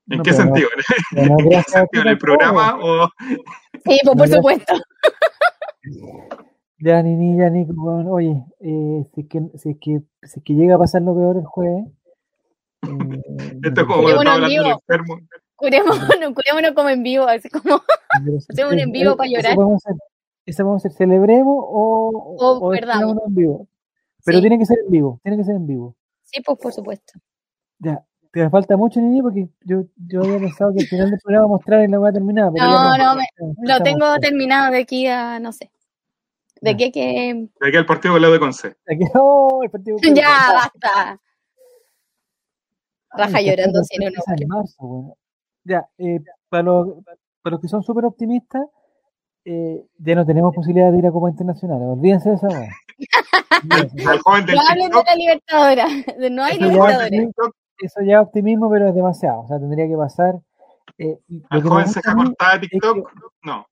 Speaker 2: ¿En
Speaker 1: no,
Speaker 2: qué
Speaker 1: pero no-
Speaker 2: sentido?
Speaker 1: pero no
Speaker 2: ¿En qué
Speaker 1: gracias a ti
Speaker 2: sentido? ¿En el
Speaker 1: tampoco, weón.
Speaker 2: programa o
Speaker 3: Sí, pues por
Speaker 1: Gracias.
Speaker 3: supuesto.
Speaker 1: Ya, ni ni, ya, Nico, weón, oye, eh, si, es que, si, es que, si es que llega a pasar lo peor el jueves... eh, no
Speaker 2: esto
Speaker 1: quiero-
Speaker 2: es como este cuando estaba
Speaker 3: Tenemos un
Speaker 2: hablando del
Speaker 3: amigo.
Speaker 2: enfermo?
Speaker 3: Curémonos, curémonos como en vivo, así como
Speaker 1: Pero sí,
Speaker 3: hacemos un
Speaker 1: es-
Speaker 3: en vivo
Speaker 1: es-
Speaker 3: para
Speaker 1: Eso
Speaker 3: llorar.
Speaker 1: podemos hacer. Eso podemos hacer. Celebremos o,
Speaker 3: O
Speaker 1: despidamos
Speaker 3: perdamos.
Speaker 1: en vivo. Pero
Speaker 3: Sí.
Speaker 1: tiene que ser en vivo. Tiene que ser en vivo.
Speaker 3: Sí, pues por supuesto.
Speaker 1: Ya. Te falta mucho, Nini, porque yo, yo había pensado que al final del programa mostrar y la voy a terminar. Pero
Speaker 3: No,
Speaker 1: ya
Speaker 3: no, me-
Speaker 1: ya
Speaker 3: Lo
Speaker 1: estamos
Speaker 3: tengo
Speaker 1: aquí.
Speaker 3: terminado de aquí a, no sé. De
Speaker 1: Ya.
Speaker 3: aquí a que.
Speaker 2: De aquel partido con la de Conce.
Speaker 1: Aquí- ¡Oh, el partido de
Speaker 3: Ya,
Speaker 1: Colo-Colo!
Speaker 3: basta.
Speaker 1: Ay,
Speaker 3: Raja
Speaker 1: el
Speaker 3: llorando
Speaker 1: partido
Speaker 3: sin un
Speaker 1: empieza en
Speaker 3: hombre.
Speaker 1: marzo, weón. Ya, eh, para, los, para los que son súper optimistas, eh, ya no tenemos posibilidad de ir a Copa Internacional. Olvídense de esa weá.
Speaker 3: Ah,
Speaker 1: Olvídense.
Speaker 2: Al joven del
Speaker 3: No hablen de
Speaker 2: TikTok.
Speaker 3: la Libertadora. de- No hay
Speaker 1: Eso ya-
Speaker 2: Al joven del
Speaker 3: Libertadores.
Speaker 2: TikTok.
Speaker 1: eso ya es optimismo, pero es demasiado. O sea, tendría que pasar. eh, y lo
Speaker 2: Al
Speaker 1: que me
Speaker 2: joven
Speaker 1: gusta
Speaker 2: ceja
Speaker 1: a mí-
Speaker 2: cortada
Speaker 1: es
Speaker 2: de
Speaker 1: que-
Speaker 2: TikTok. No.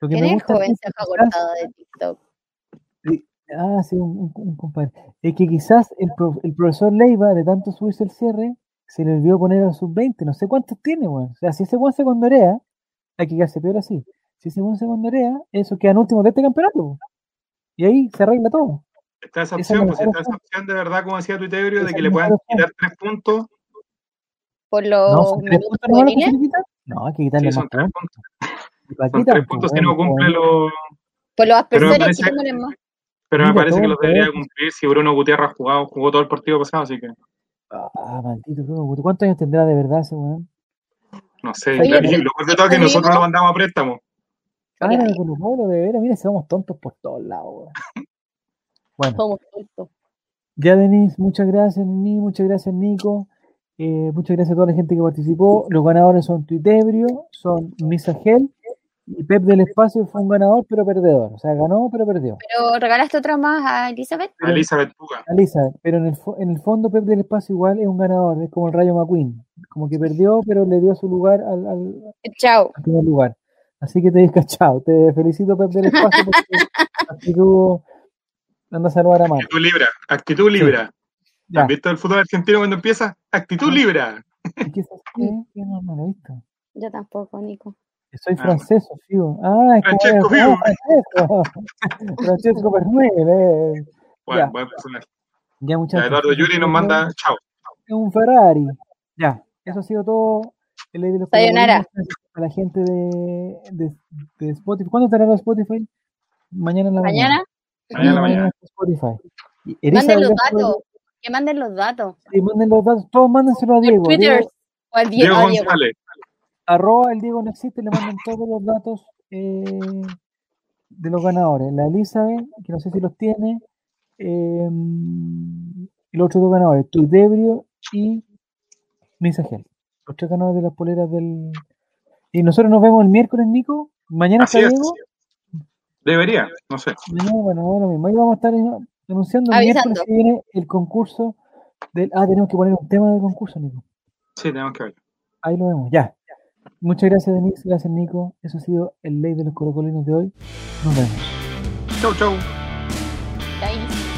Speaker 1: lo que
Speaker 3: ¿Quién
Speaker 1: me
Speaker 3: es el
Speaker 1: gusta a mí
Speaker 3: joven
Speaker 1: es que
Speaker 3: ceja
Speaker 1: quizás-
Speaker 3: cortada de TikTok?
Speaker 1: Ah, sí, un, un- un compadre. Es que quizás el, pro- el profesor Leiva, de tanto subirse el cierre, se le olvidó poner al sub-20. No sé cuántos tiene, weón. O sea, si ese weón se condorea, hay que quedarse peor así. Si ese weón se condorea, eso queda en último de este campeonato. weón. Y ahí se arregla todo.
Speaker 2: Está esa
Speaker 1: Esa es la
Speaker 2: opción, pues
Speaker 1: mejor
Speaker 2: está esa
Speaker 1: opción.
Speaker 2: opción de verdad, como decía Tuiterio,
Speaker 1: Esa
Speaker 2: de
Speaker 1: es
Speaker 2: que
Speaker 1: la
Speaker 2: le puedan
Speaker 1: mejor opción.
Speaker 2: quitar tres puntos.
Speaker 3: Por
Speaker 1: No,
Speaker 3: los
Speaker 1: son tres
Speaker 3: minutos
Speaker 1: puntos nomás los que se
Speaker 3: juveniles.
Speaker 1: le quitan. No, hay que quitarle
Speaker 2: Sí,
Speaker 1: más
Speaker 2: son tres
Speaker 1: puntos.
Speaker 2: puntos.
Speaker 1: ¿Para qué
Speaker 2: Son tres
Speaker 1: tan
Speaker 2: puntos si
Speaker 1: bueno,
Speaker 2: no cumple
Speaker 1: pues, weón?
Speaker 2: los.
Speaker 3: Por los
Speaker 2: Pero me
Speaker 3: aspersores
Speaker 2: parece-
Speaker 3: que toman más.
Speaker 2: Pero me
Speaker 1: Mira, eh.
Speaker 2: parece
Speaker 1: todo
Speaker 2: que los
Speaker 1: el
Speaker 2: debería
Speaker 1: poder.
Speaker 2: cumplir si Bruno Gutiérrez ha jugado, jugó todo el partido pasado, así que
Speaker 1: Ah, maldito Bruno Guti. ¿Cuántos años tendrá de verdad ese weón?
Speaker 2: no sé.
Speaker 1: Oye,
Speaker 2: Y
Speaker 3: eh,
Speaker 1: pero-
Speaker 2: lo peor de todo es que nosotros lo mandamos a préstamo.
Speaker 1: Ah, era de
Speaker 3: Ay.
Speaker 1: Colo Colo, de veras. Mira, somos tontos por todos lados, weón. Bueno.
Speaker 3: Somos tontos.
Speaker 1: Ya, Denis, muchas gracias, Ni, muchas gracias, Nico. Eh, muchas gracias a toda la gente que participó. Los ganadores son Tuitebrio, son Misagel y Pep del Espacio fue un ganador pero perdedor. O sea, ganó pero perdió.
Speaker 3: Pero regalaste otra más a Elizabeth.
Speaker 2: A Elizabeth Puga.
Speaker 1: Alisa, pero en el, fo- en el fondo Pep del Espacio igual es un ganador, es como el Rayo McQueen. Como que perdió pero le dio su lugar al, al-
Speaker 3: Chao.
Speaker 1: al primer lugar. Así que te descachado. Te felicito, Pep del Espacio, porque actitud anda a salvar a mano.
Speaker 2: Actitud libra. Actitud libra.
Speaker 1: Ya.
Speaker 2: ¿Has visto el fútbol argentino cuando empieza? Actitud
Speaker 1: Ah.
Speaker 2: libra.
Speaker 1: ¿Y qué es eso? ¿Qué? Yo no- no lo he visto.
Speaker 3: Yo tampoco, Nico.
Speaker 1: Que Soy
Speaker 2: Ah, bueno.
Speaker 1: francés, Fiu. Ah, es como
Speaker 2: Francesco
Speaker 1: es- ah, Francesco. Francesco Bernuel. eh.
Speaker 2: Bueno,
Speaker 1: Ya.
Speaker 2: buen personaje.
Speaker 1: Ya,
Speaker 2: Ya,
Speaker 1: muchachos.
Speaker 2: Eduardo Yuri nos manda. Chao.
Speaker 1: Es un Ferrari. Ya, eso ha sido todo. El aire de los
Speaker 3: Sayonara.
Speaker 1: colombianos. A la gente de, de, de Spotify. ¿Cuándo estará los Spotify? Mañana en la mañana.
Speaker 2: Mañana
Speaker 3: Mañana,
Speaker 2: en
Speaker 1: Mañana
Speaker 2: la mañana.
Speaker 1: está Spotify. Y Elisa,
Speaker 3: manden los
Speaker 1: gracias por-
Speaker 3: datos. Que manden los datos.
Speaker 1: Sí, manden los datos. Todos mándenselo a
Speaker 3: Por
Speaker 1: Diego.
Speaker 3: Twitter.
Speaker 1: Diego-
Speaker 3: O a Die-
Speaker 2: Diego
Speaker 3: a ah, Diego.
Speaker 2: González.
Speaker 1: arroba el Diego no existe, le mandan todos los datos eh, de los ganadores. La Elizabeth, que no sé si los tiene, eh, los otros dos ganadores, Tuitebrio y Misagel. Los tres ganadores de las poleras del. Y nosotros nos vemos el miércoles, Nico. Mañana
Speaker 2: Así
Speaker 1: está
Speaker 2: es.
Speaker 1: Diego.
Speaker 2: así es. Debería, no sé.
Speaker 1: Mañana, bueno, no es lo mismo. Ahí vamos a estar eh, anunciando el
Speaker 3: Avisando.
Speaker 1: miércoles que viene el concurso del. Ah, tenemos que poner un tema del concurso, Nico.
Speaker 2: Sí, tenemos que ver.
Speaker 1: Ahí lo vemos, ya. Muchas gracias, Denise. Gracias, Nico. Eso ha sido el Ley de los Colocolinos de hoy. Nos vemos.
Speaker 2: Chau, chau.
Speaker 3: Ahí.